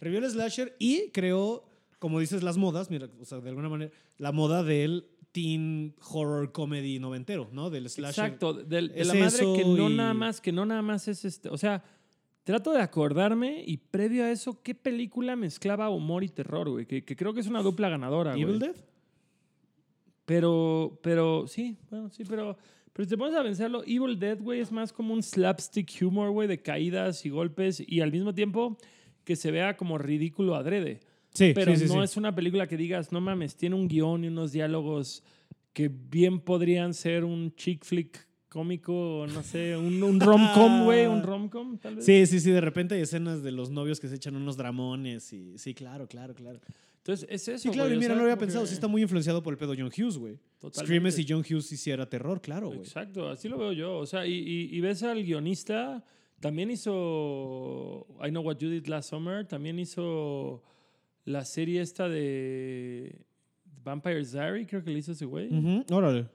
[SPEAKER 1] revivió el slasher y creó, como dices, las modas. Mira, o sea, de alguna manera, la moda del teen horror comedy noventero, ¿no? Del slasher.
[SPEAKER 2] Exacto, del- de,
[SPEAKER 1] Es
[SPEAKER 2] la madre que
[SPEAKER 1] eso
[SPEAKER 2] no
[SPEAKER 1] y-
[SPEAKER 2] nada más, que no nada más es este, o sea, trato de acordarme y previo a eso, ¿qué película mezclaba humor y terror, güey? Que, que creo que es una dupla ganadora,
[SPEAKER 1] Evil
[SPEAKER 2] Ah, güey.
[SPEAKER 1] Dead.
[SPEAKER 2] Pero, pero, sí, bueno, sí, pero, pero si te pones a pensarlo, Evil Dead, güey, es más como un slapstick humor, güey, de caídas y golpes y al mismo tiempo que se vea como ridículo adrede.
[SPEAKER 1] Sí,
[SPEAKER 2] Pero
[SPEAKER 1] sí, sí,
[SPEAKER 2] no
[SPEAKER 1] sí.
[SPEAKER 2] es una película que digas, no mames, tiene un guión y unos diálogos que bien podrían ser un chick flick cómico, o no sé, un, un rom-com, güey, un rom-com, tal vez.
[SPEAKER 1] Sí, sí, sí, de repente hay escenas de los novios que se echan unos dramones y sí, claro, claro, claro.
[SPEAKER 2] Entonces, es eso,
[SPEAKER 1] Sí, claro,
[SPEAKER 2] güey,
[SPEAKER 1] y
[SPEAKER 2] o
[SPEAKER 1] mira,
[SPEAKER 2] sea,
[SPEAKER 1] no lo había
[SPEAKER 2] como
[SPEAKER 1] pensado,
[SPEAKER 2] que-
[SPEAKER 1] sí está muy influenciado por el pedo John Hughes, güey.
[SPEAKER 2] Totalmente.
[SPEAKER 1] Scream es si John Hughes hiciera terror, claro, güey.
[SPEAKER 2] Exacto, así lo veo yo. O sea, y, y- y ves al guionista, también hizo I Know What You Did Last Summer, también hizo la serie esta de Vampire's Diary, creo que le hizo ese güey.
[SPEAKER 1] Ujú, Órale.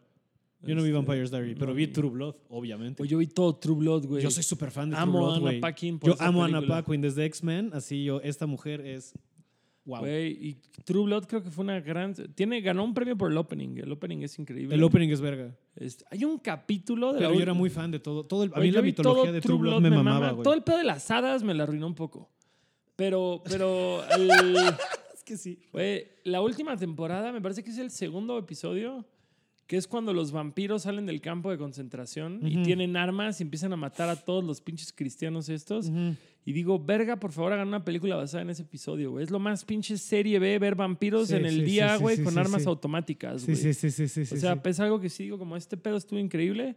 [SPEAKER 1] Yo no vi
[SPEAKER 2] Este,
[SPEAKER 1] Vampire's Diary, pero
[SPEAKER 2] no,
[SPEAKER 1] vi
[SPEAKER 2] ni-
[SPEAKER 1] True Blood, obviamente.
[SPEAKER 2] Pues yo vi todo True Blood, güey.
[SPEAKER 1] Yo soy súper fan de
[SPEAKER 2] Amo
[SPEAKER 1] True
[SPEAKER 2] a
[SPEAKER 1] Blood,
[SPEAKER 2] Anna
[SPEAKER 1] güey.
[SPEAKER 2] Paquin por
[SPEAKER 1] Yo
[SPEAKER 2] esa
[SPEAKER 1] amo a Anna
[SPEAKER 2] película.
[SPEAKER 1] Paquin desde X-Men, así yo, esta mujer es... Wow.
[SPEAKER 2] Güey, y True Blood creo que fue una gran... Tiene, ganó un premio por el opening. El opening es increíble.
[SPEAKER 1] El opening es verga.
[SPEAKER 2] Este, hay un capítulo de la
[SPEAKER 1] Pero yo
[SPEAKER 2] ul-
[SPEAKER 1] era muy fan de todo. todo el- a
[SPEAKER 2] Güey,
[SPEAKER 1] mí
[SPEAKER 2] yo
[SPEAKER 1] la
[SPEAKER 2] vi
[SPEAKER 1] mitología
[SPEAKER 2] todo
[SPEAKER 1] de True Blood me
[SPEAKER 2] mama.
[SPEAKER 1] mamaba, güey.
[SPEAKER 2] Todo el pedo de las hadas me la arruinó un poco. Pero, pero... el-
[SPEAKER 1] Es que sí.
[SPEAKER 2] güey, la última temporada me parece que es el segundo episodio, que es cuando los vampiros salen del campo de concentración y
[SPEAKER 1] Ujú.
[SPEAKER 2] tienen armas y empiezan a matar a todos los pinches cristianos estos. Y digo, verga, por favor, hagan una película basada en ese episodio, güey. Es lo más pinche serie B ver vampiros
[SPEAKER 1] Sí,
[SPEAKER 2] en el
[SPEAKER 1] sí, sí,
[SPEAKER 2] día,
[SPEAKER 1] sí,
[SPEAKER 2] güey,
[SPEAKER 1] sí,
[SPEAKER 2] con
[SPEAKER 1] sí,
[SPEAKER 2] armas
[SPEAKER 1] sí.
[SPEAKER 2] automáticas,
[SPEAKER 1] Sí,
[SPEAKER 2] güey.
[SPEAKER 1] sí, sí, sí, sí. sí,
[SPEAKER 2] o sea,
[SPEAKER 1] sí.
[SPEAKER 2] es algo que sí digo, como este pedo estuvo increíble.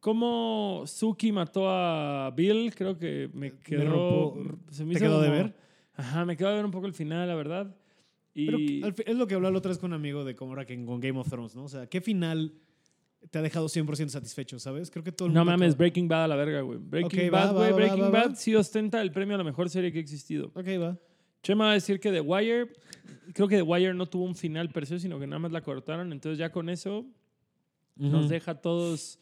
[SPEAKER 2] Cómo Suki mató a Bill, creo que me quedó.
[SPEAKER 1] rompo-
[SPEAKER 2] se
[SPEAKER 1] ¿te quedó de
[SPEAKER 2] como-
[SPEAKER 1] ver?
[SPEAKER 2] Ajá, me quedó de ver un poco el final, la verdad. Y
[SPEAKER 1] Pero al fi- es lo que hablaba la otra vez con un amigo de como ahora que con Game of Thrones, ¿no? O sea, ¿qué final te ha dejado 100% satisfecho, sabes? Creo que todo el
[SPEAKER 2] no
[SPEAKER 1] mundo
[SPEAKER 2] mames,
[SPEAKER 1] acaba-
[SPEAKER 2] Breaking Bad a la verga, güey. Breaking
[SPEAKER 1] Ok, va,
[SPEAKER 2] Bad,
[SPEAKER 1] va,
[SPEAKER 2] güey.
[SPEAKER 1] va,
[SPEAKER 2] Breaking
[SPEAKER 1] va, va.
[SPEAKER 2] Bad sí ostenta el premio a la mejor serie que ha existido.
[SPEAKER 1] Ok, va.
[SPEAKER 2] Chema va a decir que The Wire, creo que The Wire no tuvo un final per se, sino que nada más la cortaron. Entonces ya con eso nos
[SPEAKER 1] Ujú.
[SPEAKER 2] deja todos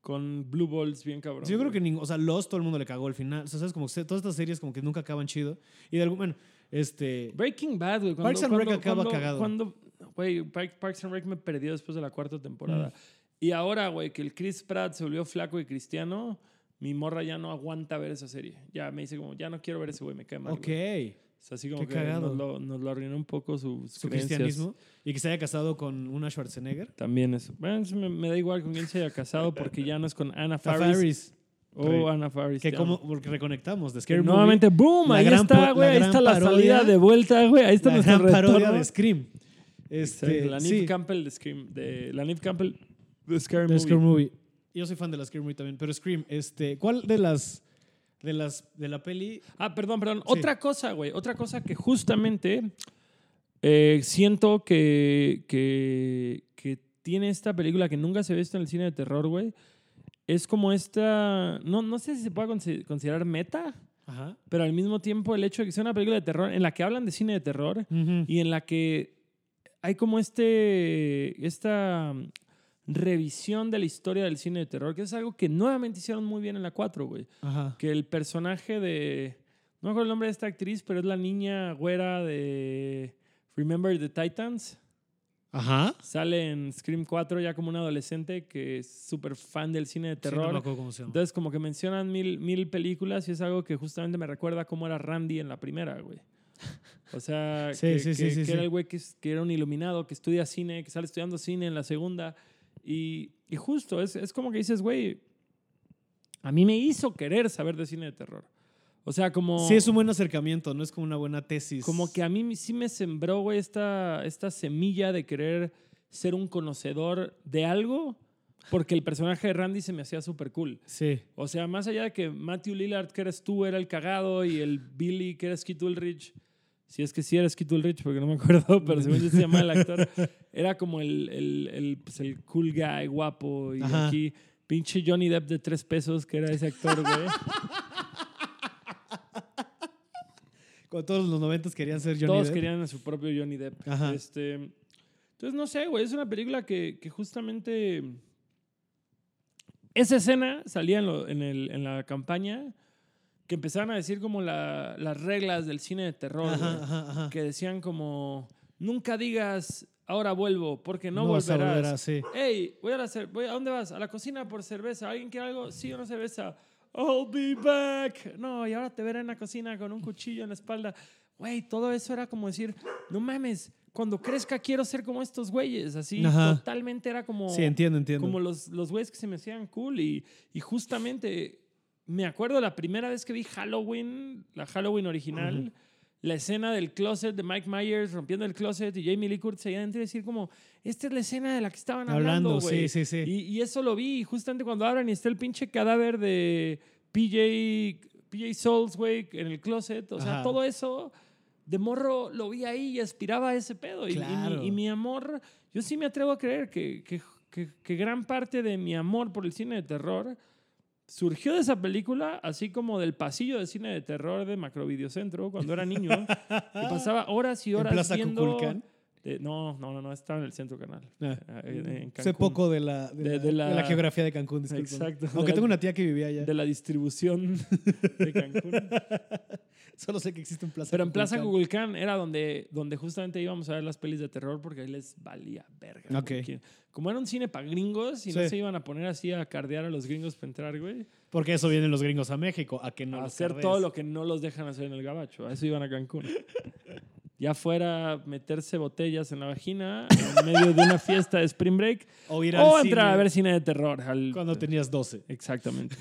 [SPEAKER 2] con blue balls bien cabrón.
[SPEAKER 1] Sí, yo creo
[SPEAKER 2] güey.
[SPEAKER 1] que ningún, o sea, Lost todo el mundo le cagó el final. O sea, sabes como que se- todas estas series como que nunca acaban chido. Y de algún, bueno, este
[SPEAKER 2] Breaking Bad, güey. cuando-
[SPEAKER 1] Parks and
[SPEAKER 2] cuando-
[SPEAKER 1] Rec acaba
[SPEAKER 2] cuando-
[SPEAKER 1] cagado.
[SPEAKER 2] cuando- güey, Park- Parks and Rec me perdió después de la cuarta
[SPEAKER 1] Mm.
[SPEAKER 2] temporada. Y ahora, güey, que el Chris Pratt se volvió flaco y cristiano, mi morra ya no aguanta ver esa serie. Ya me dice como, ya no quiero ver ese güey, me cae mal.
[SPEAKER 1] Ok.
[SPEAKER 2] güey. O sea, así como
[SPEAKER 1] Qué
[SPEAKER 2] que
[SPEAKER 1] cagado.
[SPEAKER 2] nos lo, nos lo arruinó un poco sus
[SPEAKER 1] Su
[SPEAKER 2] creencias.
[SPEAKER 1] cristianismo. Y que se haya casado con una Schwarzenegger.
[SPEAKER 2] También eso. Bueno, eso me, me da igual con quién se haya casado porque ya no es con Ana
[SPEAKER 1] A
[SPEAKER 2] Faris.
[SPEAKER 1] Faris,
[SPEAKER 2] o
[SPEAKER 1] Re-
[SPEAKER 2] Ana Faris.
[SPEAKER 1] Que
[SPEAKER 2] te amo.
[SPEAKER 1] como porque reconectamos de
[SPEAKER 2] Que
[SPEAKER 1] Scary Movie,
[SPEAKER 2] nuevamente, boom,
[SPEAKER 1] La
[SPEAKER 2] ahí
[SPEAKER 1] gran po-
[SPEAKER 2] está,
[SPEAKER 1] la
[SPEAKER 2] güey. Ahí
[SPEAKER 1] gran
[SPEAKER 2] está la
[SPEAKER 1] parodia.
[SPEAKER 2] salida de vuelta, güey. Ahí está
[SPEAKER 1] la
[SPEAKER 2] nuestro
[SPEAKER 1] gran parodia
[SPEAKER 2] retorno.
[SPEAKER 1] de Scream.
[SPEAKER 2] Exacto,
[SPEAKER 1] Este,
[SPEAKER 2] la Neve
[SPEAKER 1] sí,
[SPEAKER 2] Campbell de Scream. De, la Neve Campbell de Scary
[SPEAKER 1] de
[SPEAKER 2] Movie.
[SPEAKER 1] Scary Movie. Yo soy fan de la Scary Movie también, pero Scream, este, ¿cuál de las de las de la peli?
[SPEAKER 2] Ah, perdón,
[SPEAKER 1] Sí.
[SPEAKER 2] perdón. Otra cosa, güey. Otra cosa que justamente eh, siento que, que, que tiene esta película que nunca se ha visto en el cine de terror, güey. es como esta, no, no sé si se puede consi- considerar meta,
[SPEAKER 1] Ajá.
[SPEAKER 2] pero al mismo tiempo el hecho de que sea una película de terror en la que hablan de cine de terror y en la que hay como este, esta mm, revisión de la historia del cine de terror, que es algo que nuevamente hicieron muy bien en la 4, güey.
[SPEAKER 1] Ajá.
[SPEAKER 2] Que el personaje de, no me acuerdo el nombre de esta actriz, pero es la niña güera de Remember the Titans.
[SPEAKER 1] Ajá.
[SPEAKER 2] Sale en Scream 4 ya como una adolescente que es súper fan del cine de
[SPEAKER 1] Sí, no me
[SPEAKER 2] terror.
[SPEAKER 1] acuerdo cómo se llama.
[SPEAKER 2] Entonces, como que mencionan mil, mil películas y es algo que justamente me recuerda cómo era Randy en la primera, güey. O sea,
[SPEAKER 1] Sí,
[SPEAKER 2] que,
[SPEAKER 1] sí, sí,
[SPEAKER 2] que-
[SPEAKER 1] sí,
[SPEAKER 2] que
[SPEAKER 1] sí.
[SPEAKER 2] era el güey que, es- que era un iluminado, que estudia cine, que sale estudiando cine en la segunda. Y, y justo, es, es como que dices, güey, a mí me hizo querer saber de cine de terror. O sea, como...
[SPEAKER 1] Sí, es un buen acercamiento, no es como una buena tesis.
[SPEAKER 2] Como que a mí sí me sembró, güey, esta, esta semilla de querer ser un conocedor de algo, porque el personaje de Randy se me hacía súper cool.
[SPEAKER 1] Sí.
[SPEAKER 2] O sea, más allá de que Matthew Lillard, que eres tú, era el cagado, y el Billy, que eres Keith Ulrich, si es que sí eres Keith Ulrich, porque no me acuerdo, pero según yo se llama el actor, era como el, el, el, pues, el cool guy guapo, y
[SPEAKER 1] Ajá.
[SPEAKER 2] aquí pinche Johnny Depp de tres pesos, que era ese actor, güey.
[SPEAKER 1] Cuando todos los noventas querían ser Johnny
[SPEAKER 2] Todos
[SPEAKER 1] Depp.
[SPEAKER 2] querían a su propio Johnny Depp.
[SPEAKER 1] Ajá.
[SPEAKER 2] Este, entonces, no sé, güey. Es una película que, que justamente. Esa escena salía en, lo- en el- en la campaña que empezaban a decir como la- las reglas del cine de terror.
[SPEAKER 1] Ajá,
[SPEAKER 2] güey.
[SPEAKER 1] ajá, ajá.
[SPEAKER 2] Que decían como: nunca digas ahora vuelvo, porque no,
[SPEAKER 1] vas a
[SPEAKER 2] volverás.
[SPEAKER 1] volver así.
[SPEAKER 2] Hey, voy a la cer- voy- ¿a dónde vas? A la cocina por cerveza. ¿Alguien quiere algo? Sí, una cerveza. I'll be back. No, y ahora te veré en la cocina con un cuchillo en la espalda. Güey, todo eso era como decir, no mames, cuando crezca quiero ser como estos güeyes. Así,
[SPEAKER 1] Ajá.
[SPEAKER 2] totalmente era como,
[SPEAKER 1] Sí, entiendo, entiendo.
[SPEAKER 2] como los, los güeyes que se me hacían cool. Y, y justamente me acuerdo la primera vez que vi Halloween, la Halloween original.
[SPEAKER 1] Ujú.
[SPEAKER 2] La escena del closet de Mike Myers rompiendo el closet y Jamie Lee Curtis se adentro y decir como, esta es la escena de la que estaban hablando,
[SPEAKER 1] Hablando,
[SPEAKER 2] güey.
[SPEAKER 1] sí, sí, sí.
[SPEAKER 2] Y, y eso lo vi y justamente cuando abren y está el pinche cadáver de PJ, PJ Souls, güey, en el closet. O sea,
[SPEAKER 1] Ajá.
[SPEAKER 2] todo eso de morro lo vi ahí y aspiraba a ese pedo. Y- y mi-
[SPEAKER 1] Claro.
[SPEAKER 2] Y, mi amor, yo sí me atrevo a creer que, que- que- que gran parte de mi amor por el cine de terror surgió de esa película, así como del pasillo de cine de terror de Macro Videocentro cuando era niño. que pasaba horas y
[SPEAKER 1] ¿En
[SPEAKER 2] horas
[SPEAKER 1] Plaza
[SPEAKER 2] viendo...
[SPEAKER 1] Cuculcán?
[SPEAKER 2] Eh, no, no, no, no, estaba en el centro canal.
[SPEAKER 1] Ah.
[SPEAKER 2] en- en
[SPEAKER 1] Sé
[SPEAKER 2] Cancún.
[SPEAKER 1] poco de la, de,
[SPEAKER 2] De-
[SPEAKER 1] la,
[SPEAKER 2] de la-
[SPEAKER 1] de la geografía de Cancún, disculpa.
[SPEAKER 2] Exacto. De
[SPEAKER 1] Aunque
[SPEAKER 2] la-
[SPEAKER 1] tengo una tía que vivía allá.
[SPEAKER 2] de la distribución de Cancún.
[SPEAKER 1] Solo sé que existe un plaza.
[SPEAKER 2] Pero en Plaza
[SPEAKER 1] Cuculcán.
[SPEAKER 2] Cuculcán era donde, donde justamente íbamos a ver las pelis de terror porque ahí les valía verga. güey.
[SPEAKER 1] Ok.
[SPEAKER 2] Que- Como era un cine para gringos y no
[SPEAKER 1] Sí.
[SPEAKER 2] se iban a poner así a cardear a los gringos para entrar, güey.
[SPEAKER 1] Porque eso vienen los gringos a México, a que no
[SPEAKER 2] a
[SPEAKER 1] los
[SPEAKER 2] hacer
[SPEAKER 1] cargues.
[SPEAKER 2] todo lo que no los dejan hacer en el gabacho. A eso iban a Cancún. Ya fuera meterse botellas en la vagina en medio de una fiesta de Spring Break
[SPEAKER 1] O ir al
[SPEAKER 2] o
[SPEAKER 1] cine
[SPEAKER 2] entrar a ver cine de terror. al-
[SPEAKER 1] cuando tenías 12.
[SPEAKER 2] Exactamente.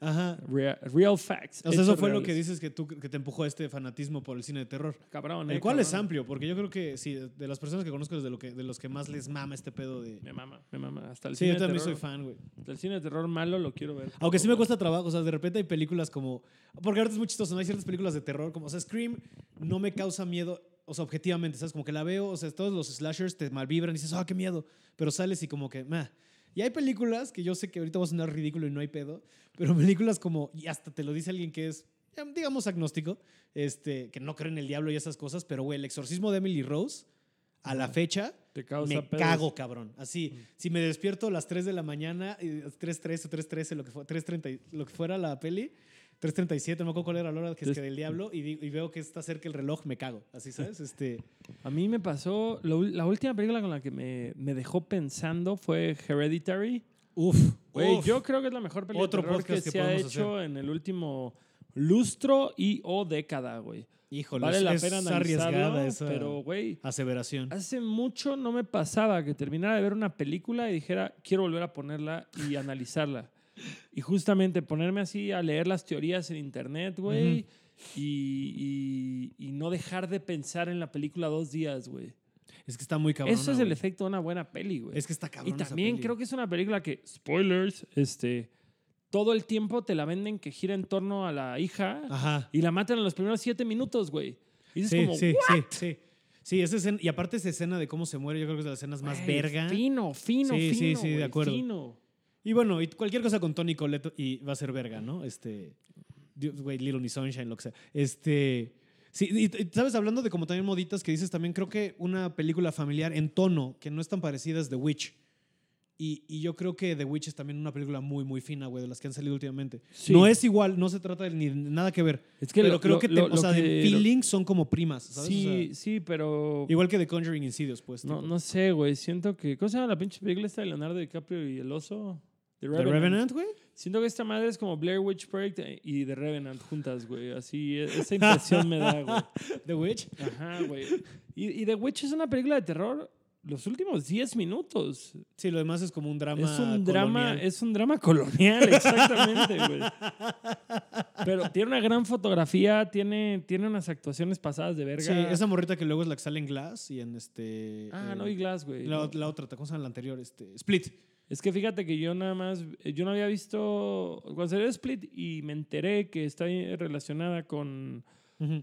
[SPEAKER 1] Ajá.
[SPEAKER 2] Real, real facts.
[SPEAKER 1] O sea, eso
[SPEAKER 2] hechos
[SPEAKER 1] fue lo
[SPEAKER 2] reales.
[SPEAKER 1] que dices que, tú, que te empujó a este fanatismo por el cine de terror.
[SPEAKER 2] Cabrón,
[SPEAKER 1] El
[SPEAKER 2] eh,
[SPEAKER 1] cual es
[SPEAKER 2] cabrón.
[SPEAKER 1] amplio, porque yo creo que sí, de las personas que conozco es de, lo que, de los que más les mama este pedo de...
[SPEAKER 2] Me mama, me mama. Hasta el
[SPEAKER 1] Sí,
[SPEAKER 2] cine
[SPEAKER 1] yo
[SPEAKER 2] de
[SPEAKER 1] también soy
[SPEAKER 2] terror.
[SPEAKER 1] fan, güey.
[SPEAKER 2] El cine de terror malo lo quiero ver.
[SPEAKER 1] Aunque sí me
[SPEAKER 2] Todo.
[SPEAKER 1] cuesta trabajo, o sea, de repente hay películas como... Porque ahorita es muy chistoso, ¿no? Hay ciertas películas de terror, como, o sea, Scream no me causa miedo, o sea, objetivamente, ¿sabes? Como que la veo, o sea, todos los slashers te malvibran y dices, ah, qué miedo, pero sales y como que, meh. Y hay películas que yo sé que ahorita va a sonar ridículo y no hay pedo, pero películas como, y hasta te lo dice alguien que es, ya, digamos, agnóstico, este, que no cree en el diablo y esas cosas, pero, güey, el exorcismo de Emily Rose, a la fecha,
[SPEAKER 2] Te causa
[SPEAKER 1] me
[SPEAKER 2] pedos. Mm.
[SPEAKER 1] cago, cabrón. Así, si me despierto a las 3 de la mañana, eh, 3.13 o 3.13, lo que, fue, 3.30, lo que fuera la peli, 3.37, no me acuerdo cuál era la hora que es
[SPEAKER 2] Tres-
[SPEAKER 1] que del diablo, y, di- y veo que está cerca el reloj, me cago. Así, ¿sabes? Este,
[SPEAKER 2] A mí me pasó. lo ul- la última película con la que me, me dejó pensando fue Hereditary.
[SPEAKER 1] uf,
[SPEAKER 2] Güey,
[SPEAKER 1] uf.
[SPEAKER 2] yo creo que es la mejor película
[SPEAKER 1] Otro
[SPEAKER 2] de terror que,
[SPEAKER 1] podcast que
[SPEAKER 2] se ha
[SPEAKER 1] podemos
[SPEAKER 2] hecho en el último lustro y o década, güey.
[SPEAKER 1] Híjole,
[SPEAKER 2] Vale la
[SPEAKER 1] es
[SPEAKER 2] pena analizarlo,
[SPEAKER 1] arriesgada esa
[SPEAKER 2] pero, Ah, güey,
[SPEAKER 1] aseveración.
[SPEAKER 2] hace mucho no me pasaba que terminara de ver una película y dijera, quiero volver a ponerla y analizarla. Y justamente ponerme así a leer las teorías en internet, güey,
[SPEAKER 1] Ujú.
[SPEAKER 2] y, y- y no dejar de pensar en la película dos días, güey.
[SPEAKER 1] Es que está muy cabrón.
[SPEAKER 2] Eso es el efecto de una buena peli, güey.
[SPEAKER 1] Es que está
[SPEAKER 2] Y
[SPEAKER 1] cabrón.
[SPEAKER 2] también creo que es una película que, spoilers, este, todo el tiempo te la venden que gira en torno a la hija
[SPEAKER 1] Ajá.
[SPEAKER 2] y la matan en los primeros siete minutos, güey. Y dices
[SPEAKER 1] Sí,
[SPEAKER 2] como,
[SPEAKER 1] sí, sí, sí. Sí, esa escena, y aparte esa escena de cómo se muere, yo creo que es de las escenas más verga.
[SPEAKER 2] Fino, fino,
[SPEAKER 1] Sí, sí,
[SPEAKER 2] fino.
[SPEAKER 1] sí, de
[SPEAKER 2] güey,
[SPEAKER 1] acuerdo.
[SPEAKER 2] fino.
[SPEAKER 1] Y bueno, y cualquier cosa con Tony Coleto y va a ser verga, ¿no? Este. Dios, Güey, Little Miss Sunshine, lo que sea. Este. Sí, y, y, sabes, hablando de como también moditas que dices, también creo que una película familiar en tono que no es tan parecida es The Witch. Y, y yo creo que The Witch es también una película muy, muy fina, güey, de las que han salido últimamente.
[SPEAKER 2] Sí.
[SPEAKER 1] No es igual, no se trata de ni de nada que ver.
[SPEAKER 2] Es que
[SPEAKER 1] pero
[SPEAKER 2] lo-
[SPEAKER 1] creo
[SPEAKER 2] lo-
[SPEAKER 1] que, te-
[SPEAKER 2] lo-
[SPEAKER 1] o
[SPEAKER 2] lo
[SPEAKER 1] sea, de
[SPEAKER 2] que- lo-
[SPEAKER 1] feeling son como primas, ¿sabes? O
[SPEAKER 2] Sí,
[SPEAKER 1] sea,
[SPEAKER 2] sí, pero.
[SPEAKER 1] igual que de Conjuring Insidious, pues.
[SPEAKER 2] No,
[SPEAKER 1] tipo.
[SPEAKER 2] no sé, güey. Siento que. ¿Cómo se llama la pinche película esta de Leonardo DiCaprio y el oso? The
[SPEAKER 1] The Revenant, güey.
[SPEAKER 2] Siento que esta madre es como Blair Witch Project y The Revenant juntas, güey. Así, e- esa impresión me da, güey.
[SPEAKER 1] The Witch.
[SPEAKER 2] Ajá, güey. Y, y The Witch es una película de terror los últimos 10 minutos.
[SPEAKER 1] Sí, lo demás es como un drama.
[SPEAKER 2] es un drama,
[SPEAKER 1] colonial.
[SPEAKER 2] es un drama colonial, exactamente, güey. Pero tiene una gran fotografía, tiene, tiene unas actuaciones pasadas de verga.
[SPEAKER 1] Sí, esa morrita que luego es la que sale en Glass y en este.
[SPEAKER 2] Ah,
[SPEAKER 1] eh,
[SPEAKER 2] no vi Glass, güey.
[SPEAKER 1] La,
[SPEAKER 2] No.
[SPEAKER 1] ot- la otra, ¿te acuerdas? La anterior, este. Split.
[SPEAKER 2] Es que fíjate que yo nada más, eh, yo no había visto, cuando salió Split y me enteré que está eh, relacionada con...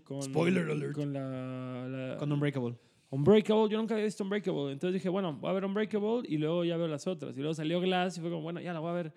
[SPEAKER 2] con
[SPEAKER 1] Spoiler alert.
[SPEAKER 2] Con la... la-
[SPEAKER 1] Con Unbreakable.
[SPEAKER 2] Unbreakable, yo nunca había visto Unbreakable, entonces dije, bueno, voy a ver Unbreakable y luego ya veo las otras. Y luego salió Glass y fue como, bueno, ya la voy a ver.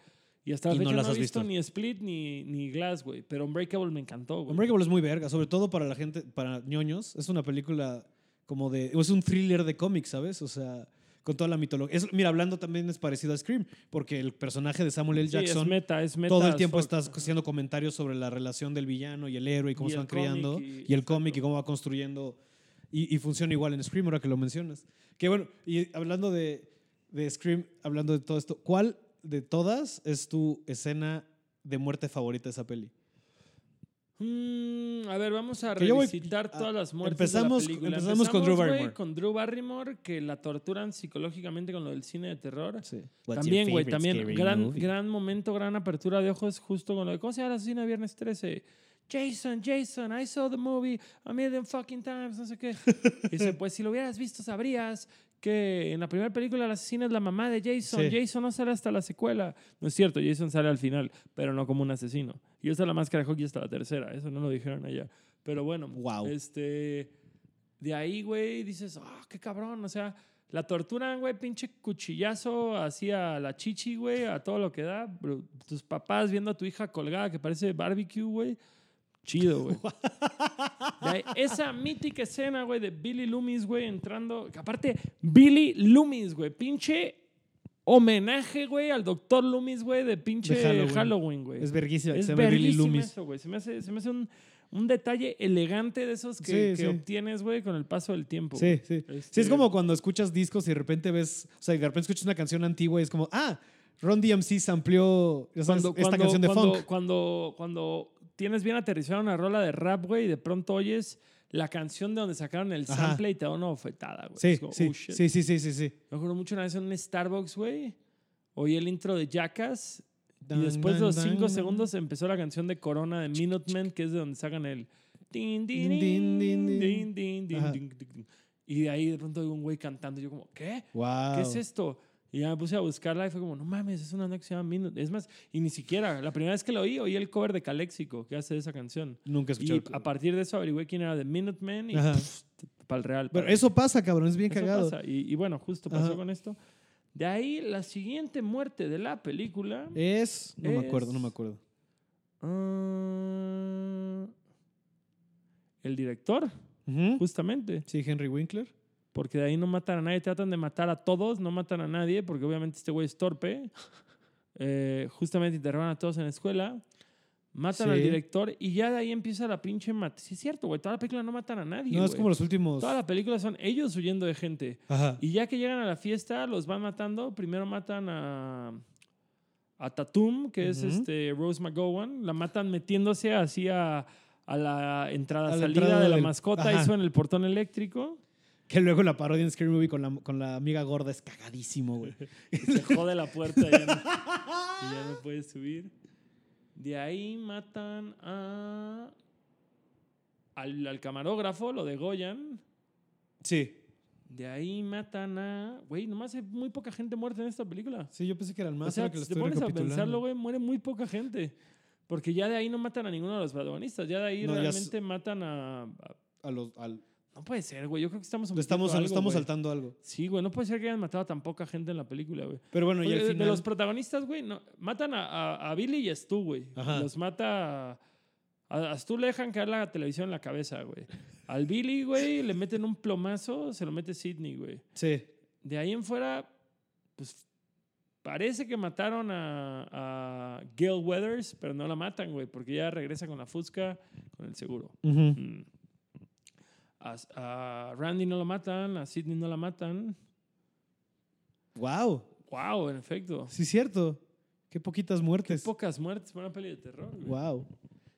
[SPEAKER 2] Y hasta la
[SPEAKER 1] Y no
[SPEAKER 2] fecha no,
[SPEAKER 1] las
[SPEAKER 2] he
[SPEAKER 1] has
[SPEAKER 2] visto,
[SPEAKER 1] visto.
[SPEAKER 2] ni Split ni, ni Glass, güey. Pero Unbreakable me encantó, güey.
[SPEAKER 1] Unbreakable es muy verga, sobre todo para la gente, para ñoños. Es una película como de. Es un thriller de cómics, ¿sabes? O sea, con toda la mitología. Es- mira, hablando también es parecido a Scream, porque el personaje de Samuel L.
[SPEAKER 2] Sí, es
[SPEAKER 1] Jackson.
[SPEAKER 2] meta, es meta.
[SPEAKER 1] todo el tiempo
[SPEAKER 2] fuck.
[SPEAKER 1] estás haciendo comentarios sobre la relación del villano y el héroe y cómo
[SPEAKER 2] Y
[SPEAKER 1] se
[SPEAKER 2] el
[SPEAKER 1] van creando
[SPEAKER 2] cómic
[SPEAKER 1] y,
[SPEAKER 2] y-
[SPEAKER 1] el cómic y
[SPEAKER 2] exacto.
[SPEAKER 1] cómo va construyendo y, y funciona igual en Scream ahora que lo mencionas. Que bueno, y hablando de, de Scream, hablando de todo esto, ¿cuál de todas es tu escena de muerte favorita de esa peli?
[SPEAKER 2] Mm, a ver, vamos a
[SPEAKER 1] Que yo voy-
[SPEAKER 2] revisitar
[SPEAKER 1] ah,
[SPEAKER 2] todas las muertes
[SPEAKER 1] empezamos-
[SPEAKER 2] de la película.
[SPEAKER 1] empezamos con Drew
[SPEAKER 2] güey,
[SPEAKER 1] Barrymore.
[SPEAKER 2] con Drew Barrymore, que la torturan psicológicamente con lo del cine de terror.
[SPEAKER 1] Sí.
[SPEAKER 2] También, güey, también. Gran, gran momento, gran apertura de ojos justo con lo de... ¿Cómo se llama la asesina de Viernes 13? Jason, Jason, I saw the movie a million fucking times, no sé qué. Y dice, pues si lo hubieras visto sabrías que en la primera película la asesina es la mamá de Jason.
[SPEAKER 1] Sí.
[SPEAKER 2] Jason no sale hasta la secuela. No es cierto, Jason sale al final, pero no como un asesino. Y usa la máscara de hockey hasta la tercera, eso no lo dijeron allá. Pero bueno,
[SPEAKER 1] Wow.
[SPEAKER 2] este... De ahí, güey, dices, ah, qué cabrón, o sea... La torturan, güey, pinche cuchillazo así a la chichi, güey, a todo lo que da. Bru- Tus papás viendo a tu hija colgada que parece barbecue, güey. Chido, güey. De ahí, Esa mítica escena, güey, de Billy Loomis, güey, entrando. que aparte, Billy Loomis, güey, pinche homenaje, güey, al doctor Loomis, güey, de pinche
[SPEAKER 1] De Halloween.
[SPEAKER 2] Halloween, güey.
[SPEAKER 1] Es verguísima, que
[SPEAKER 2] Es
[SPEAKER 1] se llama Billy
[SPEAKER 2] verguísima
[SPEAKER 1] Loomis.
[SPEAKER 2] eso, güey. Se me hace, se me hace un, un detalle elegante de esos que,
[SPEAKER 1] Sí,
[SPEAKER 2] que
[SPEAKER 1] sí.
[SPEAKER 2] obtienes, güey, con el paso del tiempo.
[SPEAKER 1] Sí, sí. Sí,
[SPEAKER 2] Este-
[SPEAKER 1] es como cuando escuchas discos y de repente ves, o sea, y de repente escuchas una canción antigua y es como, ah, Ron DMC amplió
[SPEAKER 2] cuando,
[SPEAKER 1] esta
[SPEAKER 2] cuando-
[SPEAKER 1] canción de
[SPEAKER 2] cuando-
[SPEAKER 1] funk.
[SPEAKER 2] Cuando, cuando tienes bien aterrizada una rola de rap, güey, y de pronto oyes la canción de donde sacaron el
[SPEAKER 1] Ajá.
[SPEAKER 2] sample y te da una bofetada, güey.
[SPEAKER 1] Sí,
[SPEAKER 2] Es como,
[SPEAKER 1] sí,
[SPEAKER 2] "Oh, shit".
[SPEAKER 1] sí, sí, sí, sí, sí.
[SPEAKER 2] Me acuerdo mucho una vez en un Starbucks, güey. Oí el intro de Jackass y después de los cinco segundos empezó la canción de Corona de Minutemen, que es de donde sacan el... tin, din,
[SPEAKER 1] Din, din, din.
[SPEAKER 2] din, din, din,
[SPEAKER 1] Ajá.
[SPEAKER 2] din, din, din. Y de ahí de pronto oigo un güey cantando. y Yo como, ¿qué?
[SPEAKER 1] Wow.
[SPEAKER 2] ¿qué es esto? Y ya me puse a buscarla y fue como, no mames, es una banda que se llama Midnight. Es más, y ni siquiera, la primera vez que la oí, oí el cover de Caléxico que hace esa canción.
[SPEAKER 1] Nunca escuché.
[SPEAKER 2] Y a partir de eso averigüé quién era The Minutemen y
[SPEAKER 1] Ajá.
[SPEAKER 2] para el real.
[SPEAKER 1] Pero
[SPEAKER 2] pa'l-
[SPEAKER 1] eso pasa, cabrón, es bien
[SPEAKER 2] eso
[SPEAKER 1] cagado.
[SPEAKER 2] pasa. Y, y bueno, justo pasó
[SPEAKER 1] Ajá.
[SPEAKER 2] con esto. De ahí, la siguiente muerte de la película.
[SPEAKER 1] Es, no me acuerdo, no me
[SPEAKER 2] Es-
[SPEAKER 1] acuerdo.
[SPEAKER 2] ah, el director,
[SPEAKER 1] Ujú.
[SPEAKER 2] Pues justamente.
[SPEAKER 1] Sí, Henry Winkler.
[SPEAKER 2] Porque de ahí no matan a nadie, tratan de matar a todos, no matan a nadie, porque obviamente este güey es torpe. Eh, justamente interrogan a todos en la escuela, matan al
[SPEAKER 1] Sí.
[SPEAKER 2] director y ya de ahí empieza la pinche mate. Sí, es cierto, güey, toda la película no matan a nadie.
[SPEAKER 1] No, es
[SPEAKER 2] güey.
[SPEAKER 1] como los últimos.
[SPEAKER 2] Toda la película son ellos huyendo de gente.
[SPEAKER 1] Ajá.
[SPEAKER 2] Y ya que llegan a la fiesta, los van matando. Primero matan a. A Tatum, que es
[SPEAKER 1] Ujú.
[SPEAKER 2] este Rose McGowan, la matan metiéndose así a, a la
[SPEAKER 1] A la
[SPEAKER 2] entrada-salida
[SPEAKER 1] entrada
[SPEAKER 2] de la
[SPEAKER 1] del-
[SPEAKER 2] mascota
[SPEAKER 1] Ajá.
[SPEAKER 2] y suena el portón eléctrico.
[SPEAKER 1] Que luego la parodia en Scary Movie con la, con la amiga gorda es cagadísimo, güey.
[SPEAKER 2] se jode la puerta y ya no, y ya no puedes subir. De ahí matan a al, al camarógrafo, lo degollan.
[SPEAKER 1] Sí.
[SPEAKER 2] De ahí matan a. Güey, nomás hay muy poca gente muerta en esta película.
[SPEAKER 1] Sí, yo pensé que eran más.
[SPEAKER 2] o sea,
[SPEAKER 1] ahora que lo
[SPEAKER 2] si te
[SPEAKER 1] estoy
[SPEAKER 2] pones a
[SPEAKER 1] recapitulando.
[SPEAKER 2] pensarlo, güey, muere muy poca gente. Porque ya de ahí no matan a ninguno de los protagonistas. Ya de ahí
[SPEAKER 1] No, ya
[SPEAKER 2] realmente matan a. a-
[SPEAKER 1] A los, al-
[SPEAKER 2] No puede ser, güey. Yo creo que estamos
[SPEAKER 1] Le estamos,
[SPEAKER 2] omitiendo algo,
[SPEAKER 1] estamos
[SPEAKER 2] güey.
[SPEAKER 1] saltando algo.
[SPEAKER 2] Sí, güey. No puede ser que hayan matado a tan poca gente en la película, güey.
[SPEAKER 1] Pero bueno, y
[SPEAKER 2] Porque
[SPEAKER 1] al
[SPEAKER 2] de-
[SPEAKER 1] final.
[SPEAKER 2] De los protagonistas, güey, no, matan a, a- a Billy y a Stu, güey.
[SPEAKER 1] Ajá.
[SPEAKER 2] Los mata. A, a Stu le dejan caer la televisión en la cabeza, güey. Al Billy, güey, le meten un plomazo, se lo mete Sidney, güey.
[SPEAKER 1] Sí.
[SPEAKER 2] De ahí en fuera, pues parece que mataron a, a Gail Weathers, pero no la matan, güey, porque ya regresa con la fusca, con el seguro.
[SPEAKER 1] Ujú.
[SPEAKER 2] Mm. A, a Randy no la matan, a Sidney no la matan.
[SPEAKER 1] Wow.
[SPEAKER 2] ¡Wow! En efecto.
[SPEAKER 1] Sí, cierto. Qué poquitas
[SPEAKER 2] Qué
[SPEAKER 1] muertes.
[SPEAKER 2] pocas muertes para una peli de terror. güey.
[SPEAKER 1] wow.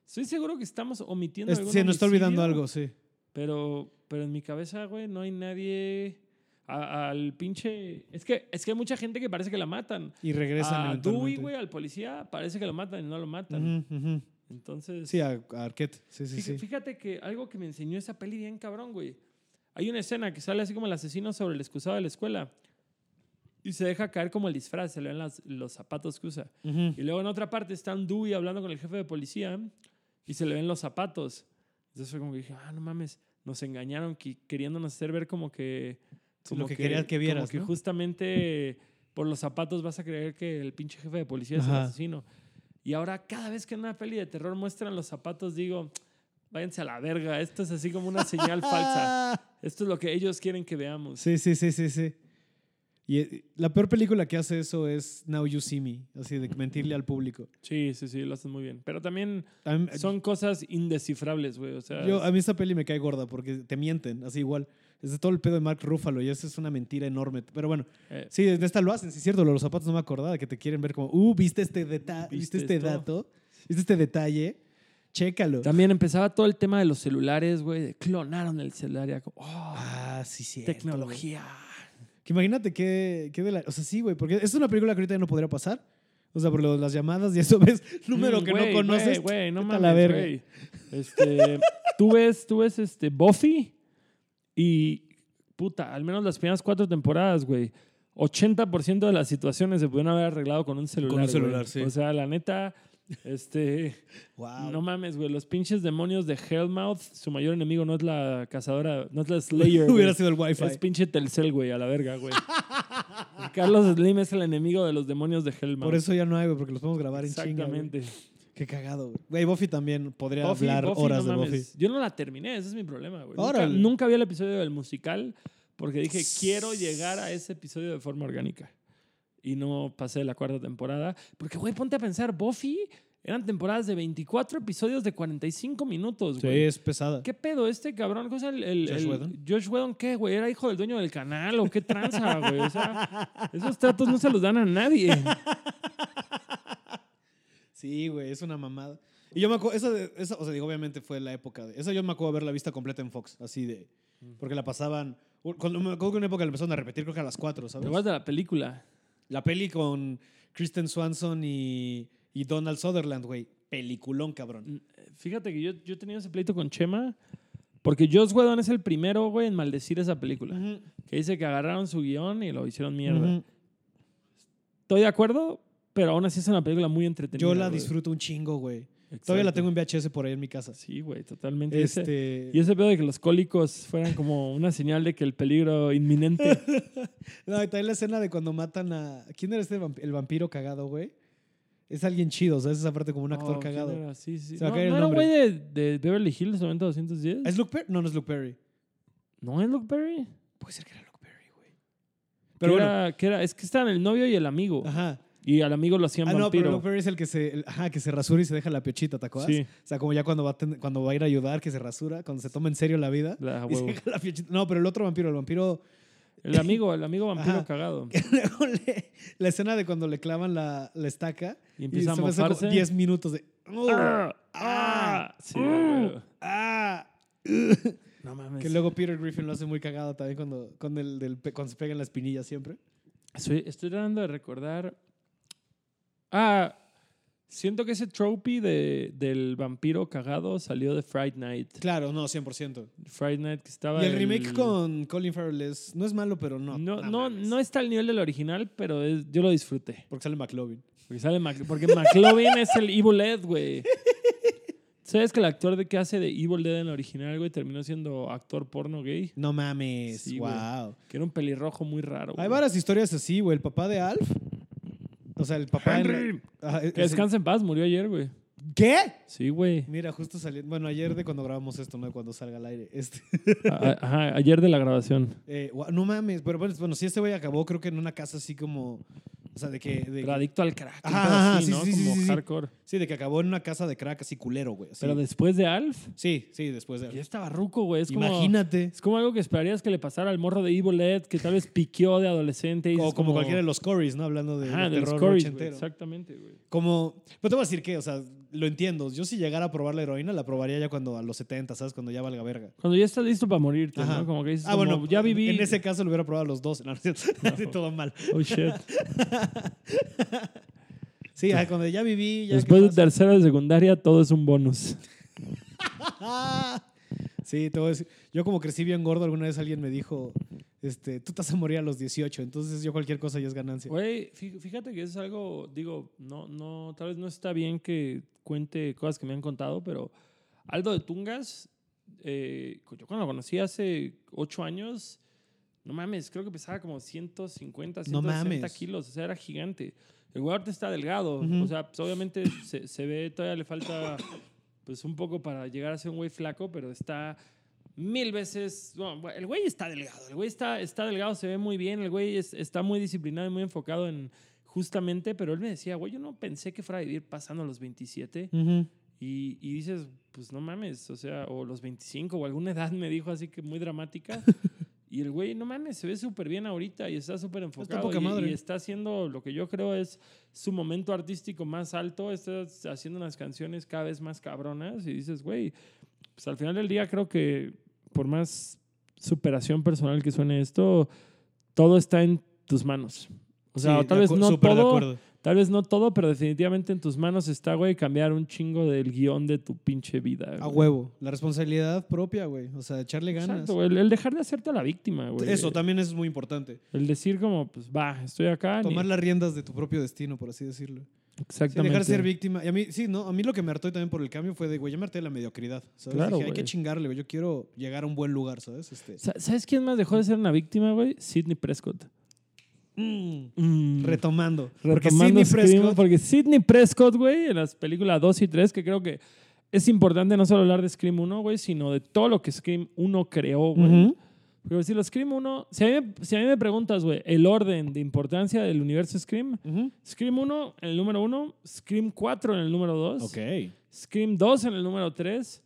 [SPEAKER 2] Estoy seguro que estamos omitiendo
[SPEAKER 1] Es-
[SPEAKER 2] algún
[SPEAKER 1] se nos está
[SPEAKER 2] homicidio,
[SPEAKER 1] olvidando algo, sí.
[SPEAKER 2] Pero, pero en mi cabeza, güey, no hay nadie a- al pinche... Es que, es que hay mucha gente que parece que la matan.
[SPEAKER 1] Y regresan
[SPEAKER 2] a Ah, Dewey,
[SPEAKER 1] eventualmente.
[SPEAKER 2] güey, al policía, parece que lo matan y no lo matan.
[SPEAKER 1] Ujú, ujú.
[SPEAKER 2] Entonces,
[SPEAKER 1] Sí, a, a Arquette. Sí, sí,
[SPEAKER 2] fí-
[SPEAKER 1] sí.
[SPEAKER 2] fíjate que algo que me enseñó esa peli bien cabrón, güey. Hay una escena que sale así como el asesino sobre el excusado de la escuela y se deja caer como el disfraz, se le ven las- los zapatos que usa.
[SPEAKER 1] Ujú.
[SPEAKER 2] Y luego en otra parte están Dewey hablando con el jefe de policía y se le ven los zapatos. Entonces fue como que dije, ah, no mames, nos engañaron qui- queriéndonos hacer ver como que...
[SPEAKER 1] Como que querías que vieras,
[SPEAKER 2] Como que
[SPEAKER 1] ¿no?
[SPEAKER 2] justamente por los zapatos vas a creer que el pinche jefe de policía es el
[SPEAKER 1] Ajá.
[SPEAKER 2] asesino. Y ahora cada vez que en una peli de terror muestran los zapatos digo, váyanse a la verga, esto es así como una señal falsa. Esto es lo que ellos quieren que veamos.
[SPEAKER 1] Ah. Sí, sí, sí, sí, sí. Y eh, la peor película que hace eso es Now You See Me, así de mentirle al público.
[SPEAKER 2] Sí, sí, sí, lo hacen muy bien. Pero también
[SPEAKER 1] A mí,
[SPEAKER 2] son cosas indescifrables, güey. O sea,
[SPEAKER 1] yo- a mí esta peli me cae gorda porque te mienten, así igual. Es de todo el pedo de Mark Ruffalo y eso es una mentira enorme. Pero bueno,
[SPEAKER 2] eh,
[SPEAKER 1] sí, en esta lo hacen, sí es cierto, lo de los zapatos no me acordaba, que te quieren ver como, uh, viste este, deta ¿viste
[SPEAKER 2] ¿Viste
[SPEAKER 1] este
[SPEAKER 2] esto?
[SPEAKER 1] dato, viste este detalle, chécalo.
[SPEAKER 2] También empezaba todo el tema de los celulares, güey. de Clonaron el celular. y era como, oh,
[SPEAKER 1] Ah, sí, sí.
[SPEAKER 2] tecnología.
[SPEAKER 1] Que imagínate qué, qué de la. O sea, sí, güey, porque es una película que ahorita ya no podría pasar. O sea, por lo de las llamadas y eso ves número
[SPEAKER 2] Mm,
[SPEAKER 1] que
[SPEAKER 2] güey,
[SPEAKER 1] no conoces.
[SPEAKER 2] güey, Güey, no
[SPEAKER 1] vete a
[SPEAKER 2] mames,
[SPEAKER 1] la verga.
[SPEAKER 2] güey. Este, tú ves, tú ves este, Buffy y, puta, al menos las primeras cuatro temporadas, güey. 80% de las situaciones se pudieron haber arreglado con un celular. güey.
[SPEAKER 1] celular, sí. Ah,
[SPEAKER 2] O sea, la neta, este...
[SPEAKER 1] Wow.
[SPEAKER 2] No mames, güey. Los pinches demonios de Hellmouth, su mayor enemigo no es la cazadora, no es la Slayer. güey.
[SPEAKER 1] Hubiera sido el Wi-Fi.
[SPEAKER 2] Es pinche Telcel, güey, a la verga, güey. Carlos Slim es el enemigo de los demonios de Hellman.
[SPEAKER 1] Por eso ya no hay, güey, porque los podemos grabar en chinga.
[SPEAKER 2] Exactamente.
[SPEAKER 1] güey. Qué cagado, güey. Güey, Buffy también podría
[SPEAKER 2] Buffy,
[SPEAKER 1] hablar
[SPEAKER 2] Buffy,
[SPEAKER 1] horas
[SPEAKER 2] no
[SPEAKER 1] de
[SPEAKER 2] mames.
[SPEAKER 1] Buffy.
[SPEAKER 2] Yo no la terminé, ese es mi problema, güey. Nunca,
[SPEAKER 1] Órale.
[SPEAKER 2] nunca vi el episodio del musical porque dije, quiero llegar a ese episodio de forma orgánica. Y no pasé la cuarta temporada. Porque, güey, ponte a pensar, Buffy eran temporadas de 24 episodios de 45 minutos,
[SPEAKER 1] Sí,
[SPEAKER 2] güey.
[SPEAKER 1] es pesada.
[SPEAKER 2] ¿Qué pedo este cabrón? ¿Cómo se llama el, el-
[SPEAKER 1] Josh
[SPEAKER 2] el-
[SPEAKER 1] Whedon.
[SPEAKER 2] Josh Whedon, ¿qué, güey? ¿Era hijo del dueño del canal o qué tranza, güey? O sea, esos tratos no se los dan a nadie.
[SPEAKER 1] Sí, güey, es una mamada. Y yo me acuerdo, esa, de- esa, o sea, digo, obviamente fue la época de. Esa yo me acuerdo haberla vista completa en Fox, así de. Porque la pasaban. Cuando, me acuerdo que en una época la empezaron a repetir, creo que a las 4,
[SPEAKER 2] ¿Te
[SPEAKER 1] ¿sabes?
[SPEAKER 2] acuerdas de la película?
[SPEAKER 1] La peli con Kristen Swanson y, y Donald Sutherland, güey. Peliculón, cabrón.
[SPEAKER 2] Fíjate que yo, yo he tenido ese pleito con Chema porque Josh Whedon es el primero, güey, en maldecir esa película.
[SPEAKER 1] Ujú.
[SPEAKER 2] Que dice que agarraron su guión y lo hicieron mierda.
[SPEAKER 1] Ujú.
[SPEAKER 2] Estoy de acuerdo, pero aún así es una película muy entretenida.
[SPEAKER 1] Yo la
[SPEAKER 2] güey.
[SPEAKER 1] disfruto un chingo, güey.
[SPEAKER 2] Exacto.
[SPEAKER 1] Todavía la tengo en VHS por ahí en mi casa.
[SPEAKER 2] Sí, güey, totalmente. Ese-
[SPEAKER 1] Este,
[SPEAKER 2] Y ese pedo de que los cólicos fueran como una señal de que el peligro inminente.
[SPEAKER 1] No, y también la escena de cuando matan a. ¿Quién era este vamp- el vampiro cagado, güey? Es alguien chido, o sea, es esa parte como un actor
[SPEAKER 2] Oh, ¿quién
[SPEAKER 1] cagado.
[SPEAKER 2] era? Sí, sí.
[SPEAKER 1] Se me
[SPEAKER 2] No,
[SPEAKER 1] acaba el
[SPEAKER 2] ¿no era un
[SPEAKER 1] nombre.
[SPEAKER 2] güey de, de Beverly Hills 90210?
[SPEAKER 1] ¿Es Luke Perry? No, no es Luke Perry.
[SPEAKER 2] ¿No es Luke Perry?
[SPEAKER 1] Puede ser que era Luke Perry, güey.
[SPEAKER 2] Pero
[SPEAKER 1] Pero bueno.
[SPEAKER 2] era, que era, es que estaban el novio y el amigo.
[SPEAKER 1] Ajá.
[SPEAKER 2] Y al amigo lo hacían
[SPEAKER 1] Ah, no, pero
[SPEAKER 2] vampiro.
[SPEAKER 1] Luke Perry es el que se, el- ajá, que se rasura y se deja la piochita, ¿te acuerdas?
[SPEAKER 2] Sí.
[SPEAKER 1] O sea, como ya cuando va, a ten- cuando va a ir a ayudar, que se rasura, cuando se toma en serio la vida.
[SPEAKER 2] La- a
[SPEAKER 1] y se
[SPEAKER 2] Ah, huevo.
[SPEAKER 1] deja la piochita. No, pero el otro vampiro, el vampiro.
[SPEAKER 2] El amigo, el amigo vampiro
[SPEAKER 1] Ajá.
[SPEAKER 2] cagado.
[SPEAKER 1] luego le- la escena de cuando le clavan la, la estaca.
[SPEAKER 2] Y empieza a
[SPEAKER 1] se me hace como
[SPEAKER 2] mofarse.
[SPEAKER 1] 10 minutos de. "Oh,
[SPEAKER 2] Ah,
[SPEAKER 1] ah,
[SPEAKER 2] sí,
[SPEAKER 1] uh,
[SPEAKER 2] güey.
[SPEAKER 1] ah".
[SPEAKER 2] No mames.
[SPEAKER 1] Que luego Peter Griffin lo hace muy cagado también cuando, con el, del, pe- cuando se pegan las pinillas siempre.
[SPEAKER 2] Estoy, estoy tratando de recordar. Ah, siento que ese trophy de, del vampiro cagado salió de Fright Night.
[SPEAKER 1] Claro, no, 100%.
[SPEAKER 2] Fright Night que estaba.
[SPEAKER 1] Y el remake con Colin Farrell es, no es malo, pero no.
[SPEAKER 2] No, no, no,
[SPEAKER 1] mames.
[SPEAKER 2] está al nivel del original, pero es- yo lo disfruté.
[SPEAKER 1] Porque sale McLovin.
[SPEAKER 2] Porque, sale Mac- porque McLovin es el Evil Ed, güey. ¿Sabes que el actor de que hace de Evil Dead en la original, güey, terminó siendo actor porno gay?
[SPEAKER 1] No mames,
[SPEAKER 2] Sí, güey. Uh.
[SPEAKER 1] wow.
[SPEAKER 2] Que era un pelirrojo muy raro.
[SPEAKER 1] Hay
[SPEAKER 2] güey.
[SPEAKER 1] varias historias así, güey. El papá de Alf. O sea, el papá en la-
[SPEAKER 2] Henry.
[SPEAKER 1] Ajá, es-
[SPEAKER 2] Que
[SPEAKER 1] es el-
[SPEAKER 2] descansa en paz, murió ayer, güey.
[SPEAKER 1] ¿Qué?
[SPEAKER 2] Sí, güey.
[SPEAKER 1] Mira, justo salió. Bueno, ayer de cuando grabamos esto, no de cuando salga al aire. Este,
[SPEAKER 2] A- a- Ajá, ayer de la grabación.
[SPEAKER 1] eh, gua- no mames, pero bueno, bueno, sí, este güey acabó, creo que en una casa así como. O sea, de que. de-
[SPEAKER 2] Pero adicto al crack. un
[SPEAKER 1] Ajá,
[SPEAKER 2] pedo
[SPEAKER 1] ajá,
[SPEAKER 2] así,
[SPEAKER 1] sí,
[SPEAKER 2] ¿no?
[SPEAKER 1] sí, sí,
[SPEAKER 2] Como
[SPEAKER 1] sí, sí.
[SPEAKER 2] hardcore.
[SPEAKER 1] sí, de que acabó en una casa de crack así culero, güey. así.
[SPEAKER 2] Pero después de Alf,
[SPEAKER 1] Sí, sí, después de.
[SPEAKER 2] ya estaba ruco, güey. Es como,
[SPEAKER 1] Imagínate.
[SPEAKER 2] Es como algo que esperarías que le pasara al morro de Evil Ed, que tal vez piqueó de adolescente. Y
[SPEAKER 1] O
[SPEAKER 2] dices
[SPEAKER 1] como, cualquiera de los Corys, ¿no? Hablando de,
[SPEAKER 2] Ajá,
[SPEAKER 1] del
[SPEAKER 2] de los
[SPEAKER 1] terror
[SPEAKER 2] Corys, güey,
[SPEAKER 1] ochentero.
[SPEAKER 2] Exactamente, güey.
[SPEAKER 1] Como, pero te voy a decir que, o sea, lo entiendo. Yo si llegara a probar la heroína, la probaría ya cuando a los 70, ¿sabes? Cuando ya valga verga.
[SPEAKER 2] Cuando ya estás listo para morirte,
[SPEAKER 1] Ajá.
[SPEAKER 2] ¿no? Como que dices,
[SPEAKER 1] ah,
[SPEAKER 2] como,
[SPEAKER 1] bueno,
[SPEAKER 2] ya viví.
[SPEAKER 1] En ese caso lo hubiera probado a los 12. No, no es cierto.
[SPEAKER 2] No.
[SPEAKER 1] Todo mal.
[SPEAKER 2] Oh, shit.
[SPEAKER 1] Sí, ah, cuando ya viví, ya.
[SPEAKER 2] Después
[SPEAKER 1] ¿qué
[SPEAKER 2] de
[SPEAKER 1] pasa?
[SPEAKER 2] tercero de secundaria, todo es un bonus.
[SPEAKER 1] Ah. Sí, te voy a decir. Yo como crecí bien gordo, alguna vez alguien me dijo, este, tú te vas a morir a los 18, entonces yo cualquier cosa ya es ganancia.
[SPEAKER 2] Güey, fí- fíjate que es algo, digo, no, no, tal vez no está bien que cuente cosas que me han contado, pero Aldo de Tungas, eh, yo cuando lo conocí hace ocho años, no mames, creo que pesaba como 150,
[SPEAKER 1] No
[SPEAKER 2] 160
[SPEAKER 1] mames.
[SPEAKER 2] kilos, o sea, era gigante. El güey ahorita está delgado,
[SPEAKER 1] Ujú.
[SPEAKER 2] o sea, pues, obviamente se, se ve, todavía le falta pues un poco para llegar a ser un güey flaco, pero está mil veces. bueno, güey, el güey está delgado, el güey está, está delgado, se ve muy bien, el güey es- está muy disciplinado y muy enfocado en justamente, pero él me decía, güey, yo no pensé que fuera a vivir pasando los 27
[SPEAKER 1] Ujú.
[SPEAKER 2] y, y dices, pues no mames, o sea, o los 25 o alguna edad me dijo así que muy dramática. Y el güey, no mames, se ve súper bien ahorita y está súper enfocado.
[SPEAKER 1] poca
[SPEAKER 2] y,
[SPEAKER 1] madre.
[SPEAKER 2] y está haciendo lo que yo creo es su momento artístico más alto. Está haciendo unas canciones cada vez más cabronas. Y dices, güey, pues al final del día creo que por más superación personal que suene esto, todo está en tus manos. O sea,
[SPEAKER 1] Sí,
[SPEAKER 2] tal
[SPEAKER 1] de
[SPEAKER 2] vez
[SPEAKER 1] acu-
[SPEAKER 2] no
[SPEAKER 1] súper de
[SPEAKER 2] todo,
[SPEAKER 1] acuerdo.
[SPEAKER 2] Tal vez no todo, pero definitivamente en tus manos está, güey, cambiar un chingo del guión de tu pinche vida.
[SPEAKER 1] A
[SPEAKER 2] güey.
[SPEAKER 1] huevo. La responsabilidad propia, güey. O sea, echarle ganas.
[SPEAKER 2] Exacto, güey. El, el dejar de hacerte a la víctima, güey.
[SPEAKER 1] Eso también es muy importante.
[SPEAKER 2] El decir como, pues, va, estoy acá. ni-
[SPEAKER 1] Tomar las riendas de tu propio destino, por así decirlo. Sí,
[SPEAKER 2] Exactamente.
[SPEAKER 1] dejar ser víctima. Y a mí, sí, no, a mí lo que me hartó y también por el cambio fue de, güey, ya me harté de la mediocridad. ¿sabes?
[SPEAKER 2] Claro,
[SPEAKER 1] Dije, hay
[SPEAKER 2] güey.
[SPEAKER 1] que chingarle, güey. Yo quiero llegar a un buen lugar, ¿sabes? Este,
[SPEAKER 2] Sa- ¿Sabes quién más dejó de ser una víctima, güey? Sidney Prescott.
[SPEAKER 1] mm,
[SPEAKER 2] Mm.
[SPEAKER 1] retomando. Porque
[SPEAKER 2] Retomando
[SPEAKER 1] Sidney
[SPEAKER 2] Scream,
[SPEAKER 1] Prescott.
[SPEAKER 2] Porque Sidney Prescott, güey, en las películas 2 y 3, que creo que es importante no solo hablar de Scream 1, güey, sino de todo lo que Scream 1 creó, güey.
[SPEAKER 1] Ujú.
[SPEAKER 2] Pero si los Scream 1, si a mí, me- si a mí me preguntas, güey, el orden de importancia del universo Scream,
[SPEAKER 1] Ujú.
[SPEAKER 2] Scream 1 en el número 1, Scream 4 en el número 2,
[SPEAKER 1] Ok.
[SPEAKER 2] Scream 2 en el número 3,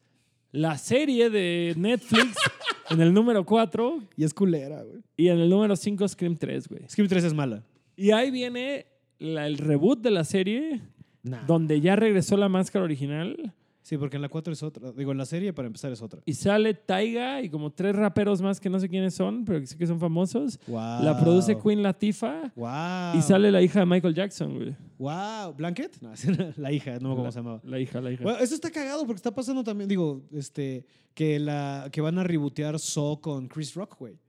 [SPEAKER 2] la serie de Netflix en el número 4
[SPEAKER 1] Y es culera, güey.
[SPEAKER 2] y en el número 5 Scream 3, güey.
[SPEAKER 1] Scream 3 es mala.
[SPEAKER 2] Y ahí viene la- el reboot de la serie,
[SPEAKER 1] Nah.
[SPEAKER 2] donde ya regresó la máscara original
[SPEAKER 1] Sí, porque en la 4 es otra. Digo, en la serie para empezar es otra.
[SPEAKER 2] y sale Taiga y como tres raperos más que no sé quiénes son, pero que sé que son famosos.
[SPEAKER 1] Wow.
[SPEAKER 2] La produce Queen Latifah.
[SPEAKER 1] Wow.
[SPEAKER 2] Y sale la hija de Michael Jackson, güey.
[SPEAKER 1] Wow. ¿Blanket? No, esa era la hija, no me acuerdo cómo se llamaba.
[SPEAKER 2] La hija, la hija.
[SPEAKER 1] Bueno, eso está cagado porque está pasando también, digo, este, que la que van a rebotear Saw con Chris Rock, güey.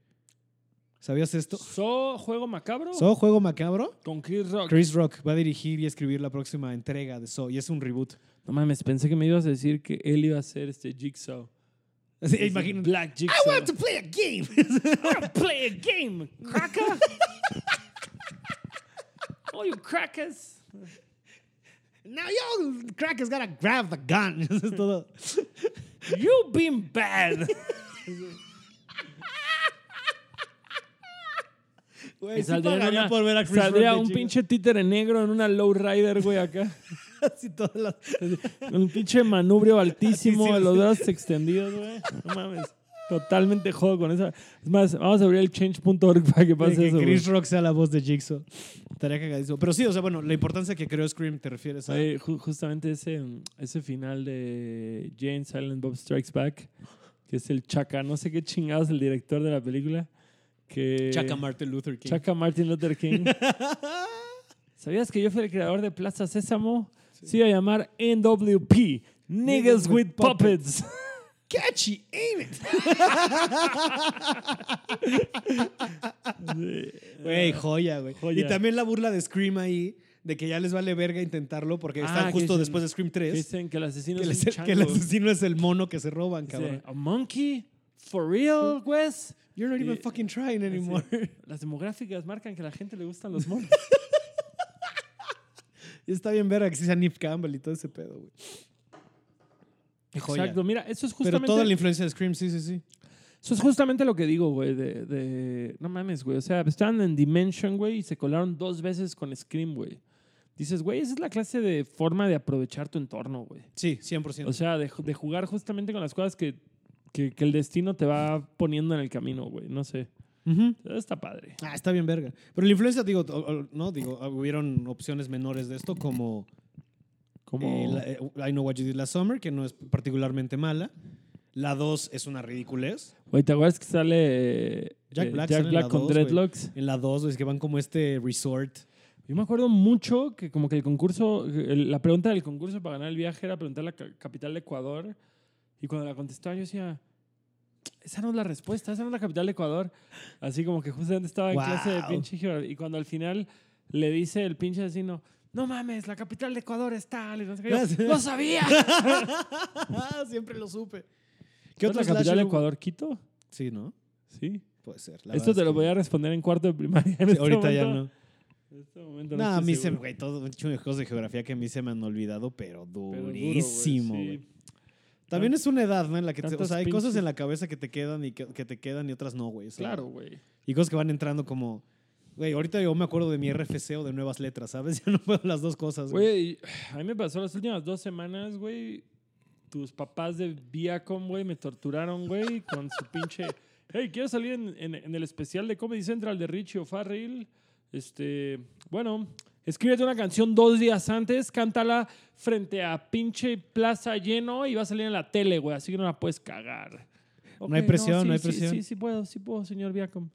[SPEAKER 1] ¿Sabías esto?
[SPEAKER 2] So, juego macabro
[SPEAKER 1] Saw, juego macabro.
[SPEAKER 2] con Chris Rock.
[SPEAKER 1] Chris Rock va a dirigir y escribir la próxima entrega de Saw y es un reboot.
[SPEAKER 2] No mames, pensé que me ibas a decir que él iba a ser este Jigsaw.
[SPEAKER 1] Así,
[SPEAKER 2] Este
[SPEAKER 1] imagínate.
[SPEAKER 2] Black Jigsaw. I want
[SPEAKER 1] to play a game.
[SPEAKER 2] play a game, cracker. oh, you crackers.
[SPEAKER 1] Now y'all crackers gotta grab the gun. Eso es todo.
[SPEAKER 2] You been bad.
[SPEAKER 1] Güey, sí
[SPEAKER 2] en
[SPEAKER 1] pagaría
[SPEAKER 2] una-
[SPEAKER 1] por ver a Chris
[SPEAKER 2] saldría
[SPEAKER 1] Rock de
[SPEAKER 2] un
[SPEAKER 1] chico.
[SPEAKER 2] pinche títere negro en una lowrider, güey, acá.
[SPEAKER 1] Así todas las-
[SPEAKER 2] Un pinche manubrio altísimo,
[SPEAKER 1] Altísimo.
[SPEAKER 2] los brazos extendidos, güey. No mames. Totalmente juego con esa. Es más, vamos a abrir el change.org para que
[SPEAKER 1] de
[SPEAKER 2] pase
[SPEAKER 1] que
[SPEAKER 2] eso. güey.
[SPEAKER 1] Chris Rock sea la voz de Jigsaw. Estaría cagadísimo. Pero sí, o sea, bueno, la importancia que creó Scream te refieres a.
[SPEAKER 2] Oye, ju- justamente ese, mm, ese final de Jane Silent Bob Strikes Back, que es el Chaca, no sé qué chingados, el director de la película. Que
[SPEAKER 1] Chaka Martin Luther King.
[SPEAKER 2] Chaka Martin Luther King. ¿Sabías que yo fui el creador de Plaza Sésamo? Se iba a llamar NWP, Niggas
[SPEAKER 1] Niggas with
[SPEAKER 2] with Puppets.
[SPEAKER 1] Catchy, ain't it? Güey, joya, güey.
[SPEAKER 2] Joya.
[SPEAKER 1] Y también la burla de Scream ahí de que ya les vale verga intentarlo porque
[SPEAKER 2] Ah,
[SPEAKER 1] están
[SPEAKER 2] que
[SPEAKER 1] justo
[SPEAKER 2] dicen-
[SPEAKER 1] después de Scream 3.
[SPEAKER 2] Dicen que el asesino
[SPEAKER 1] Que el,
[SPEAKER 2] es un
[SPEAKER 1] ase- que el
[SPEAKER 2] chango.
[SPEAKER 1] asesino es el mono que se roban,
[SPEAKER 2] Dice,
[SPEAKER 1] cabrón.
[SPEAKER 2] ¿A monkey? ¿For real, Wes?
[SPEAKER 1] You're not even
[SPEAKER 2] Sí.
[SPEAKER 1] fucking trying anymore.
[SPEAKER 2] Las demográficas marcan que a la gente le gustan los monos.
[SPEAKER 1] Y está bien verga que sí sea Nip Campbell y todo ese pedo, güey. Joya.
[SPEAKER 2] Exacto, mira, eso es
[SPEAKER 1] Pero
[SPEAKER 2] justamente,
[SPEAKER 1] toda la influencia de Scream, sí, sí, sí.
[SPEAKER 2] eso es justamente lo que digo, güey, de, de- No mames, güey, o sea, estaban en Dimension, güey, y se colaron dos veces con Scream, güey. Dices, güey, esa es la clase de forma de aprovechar tu entorno, güey.
[SPEAKER 1] Sí, 100%.
[SPEAKER 2] O sea, de, ju- de jugar justamente con las cosas que, que, que el destino te va poniendo en el camino, güey, no sé.
[SPEAKER 1] Ujú.
[SPEAKER 2] Está padre.
[SPEAKER 1] Ah, está bien verga. Pero la influencia, digo, o- o- no, digo, hubieron opciones menores de esto como
[SPEAKER 2] Como...
[SPEAKER 1] eh, la- eh, I Know What You Did Last Summer, que no es particularmente mala. La 2 es una ridiculez.
[SPEAKER 2] Güey, ¿te acuerdas que sale eh,
[SPEAKER 1] Jack
[SPEAKER 2] eh,
[SPEAKER 1] Black sale en la
[SPEAKER 2] con
[SPEAKER 1] dos, güey.
[SPEAKER 2] dreadlocks?
[SPEAKER 1] En la 2 es que van como este resort.
[SPEAKER 2] Yo me acuerdo mucho que como que el concurso, el- la pregunta del concurso para ganar el viaje era preguntar la ca- capital de Ecuador y cuando la contestaba yo decía, esa no es la respuesta, esa no es la capital de Ecuador. Así como que justamente estaba en
[SPEAKER 1] Wow.
[SPEAKER 2] clase de pinche geografía y cuando al final le dice el pinche vecino, no mames, la capital de Ecuador es tal. Y no sé qué, yo, ¡No sabía!
[SPEAKER 1] Siempre lo supe.
[SPEAKER 2] ¿Qué
[SPEAKER 1] otro
[SPEAKER 2] otra capital de
[SPEAKER 1] slasher hubo?
[SPEAKER 2] Ecuador? ¿Quito?
[SPEAKER 1] Sí, ¿no?
[SPEAKER 2] Sí.
[SPEAKER 1] Puede ser. la verdad
[SPEAKER 2] Esto te
[SPEAKER 1] es
[SPEAKER 2] lo
[SPEAKER 1] que-
[SPEAKER 2] voy a responder en cuarto de primaria. en
[SPEAKER 1] Sí,
[SPEAKER 2] este
[SPEAKER 1] ahorita ya
[SPEAKER 2] momento.
[SPEAKER 1] no.
[SPEAKER 2] En este momento
[SPEAKER 1] No, a
[SPEAKER 2] estoy
[SPEAKER 1] mí se,
[SPEAKER 2] seguro.
[SPEAKER 1] güey, todo un chingo de cosas de geografía que a mí se me han olvidado, pero
[SPEAKER 2] Pero duro, güey,
[SPEAKER 1] durísimo,
[SPEAKER 2] sí.
[SPEAKER 1] güey. También es una edad, ¿no? En la que te- o
[SPEAKER 2] Tantas
[SPEAKER 1] sea, hay cosas
[SPEAKER 2] pinches-
[SPEAKER 1] en la cabeza que te quedan y que, que te quedan y otras no, güey. o sea,
[SPEAKER 2] Claro, güey.
[SPEAKER 1] Y cosas que van entrando como, güey, ahorita yo me acuerdo de mi RFC o de nuevas letras, ¿sabes? Yo no puedo las dos cosas, güey.
[SPEAKER 2] Güey, a mí me pasó las últimas dos semanas, güey. Tus papás de Viacom, güey, me torturaron, güey, con su pinche. Hey, quiero salir en, en- en el especial de Comedy Central de Richie O'Farrell. Este, bueno, escríbete una canción dos días antes, cántala frente a pinche plaza lleno y va a salir en la tele, güey, así que no la puedes cagar.
[SPEAKER 1] No hay presión,
[SPEAKER 2] sí,
[SPEAKER 1] no hay
[SPEAKER 2] sí,
[SPEAKER 1] presión.
[SPEAKER 2] Sí, sí, puedo, sí puedo, señor Viacom.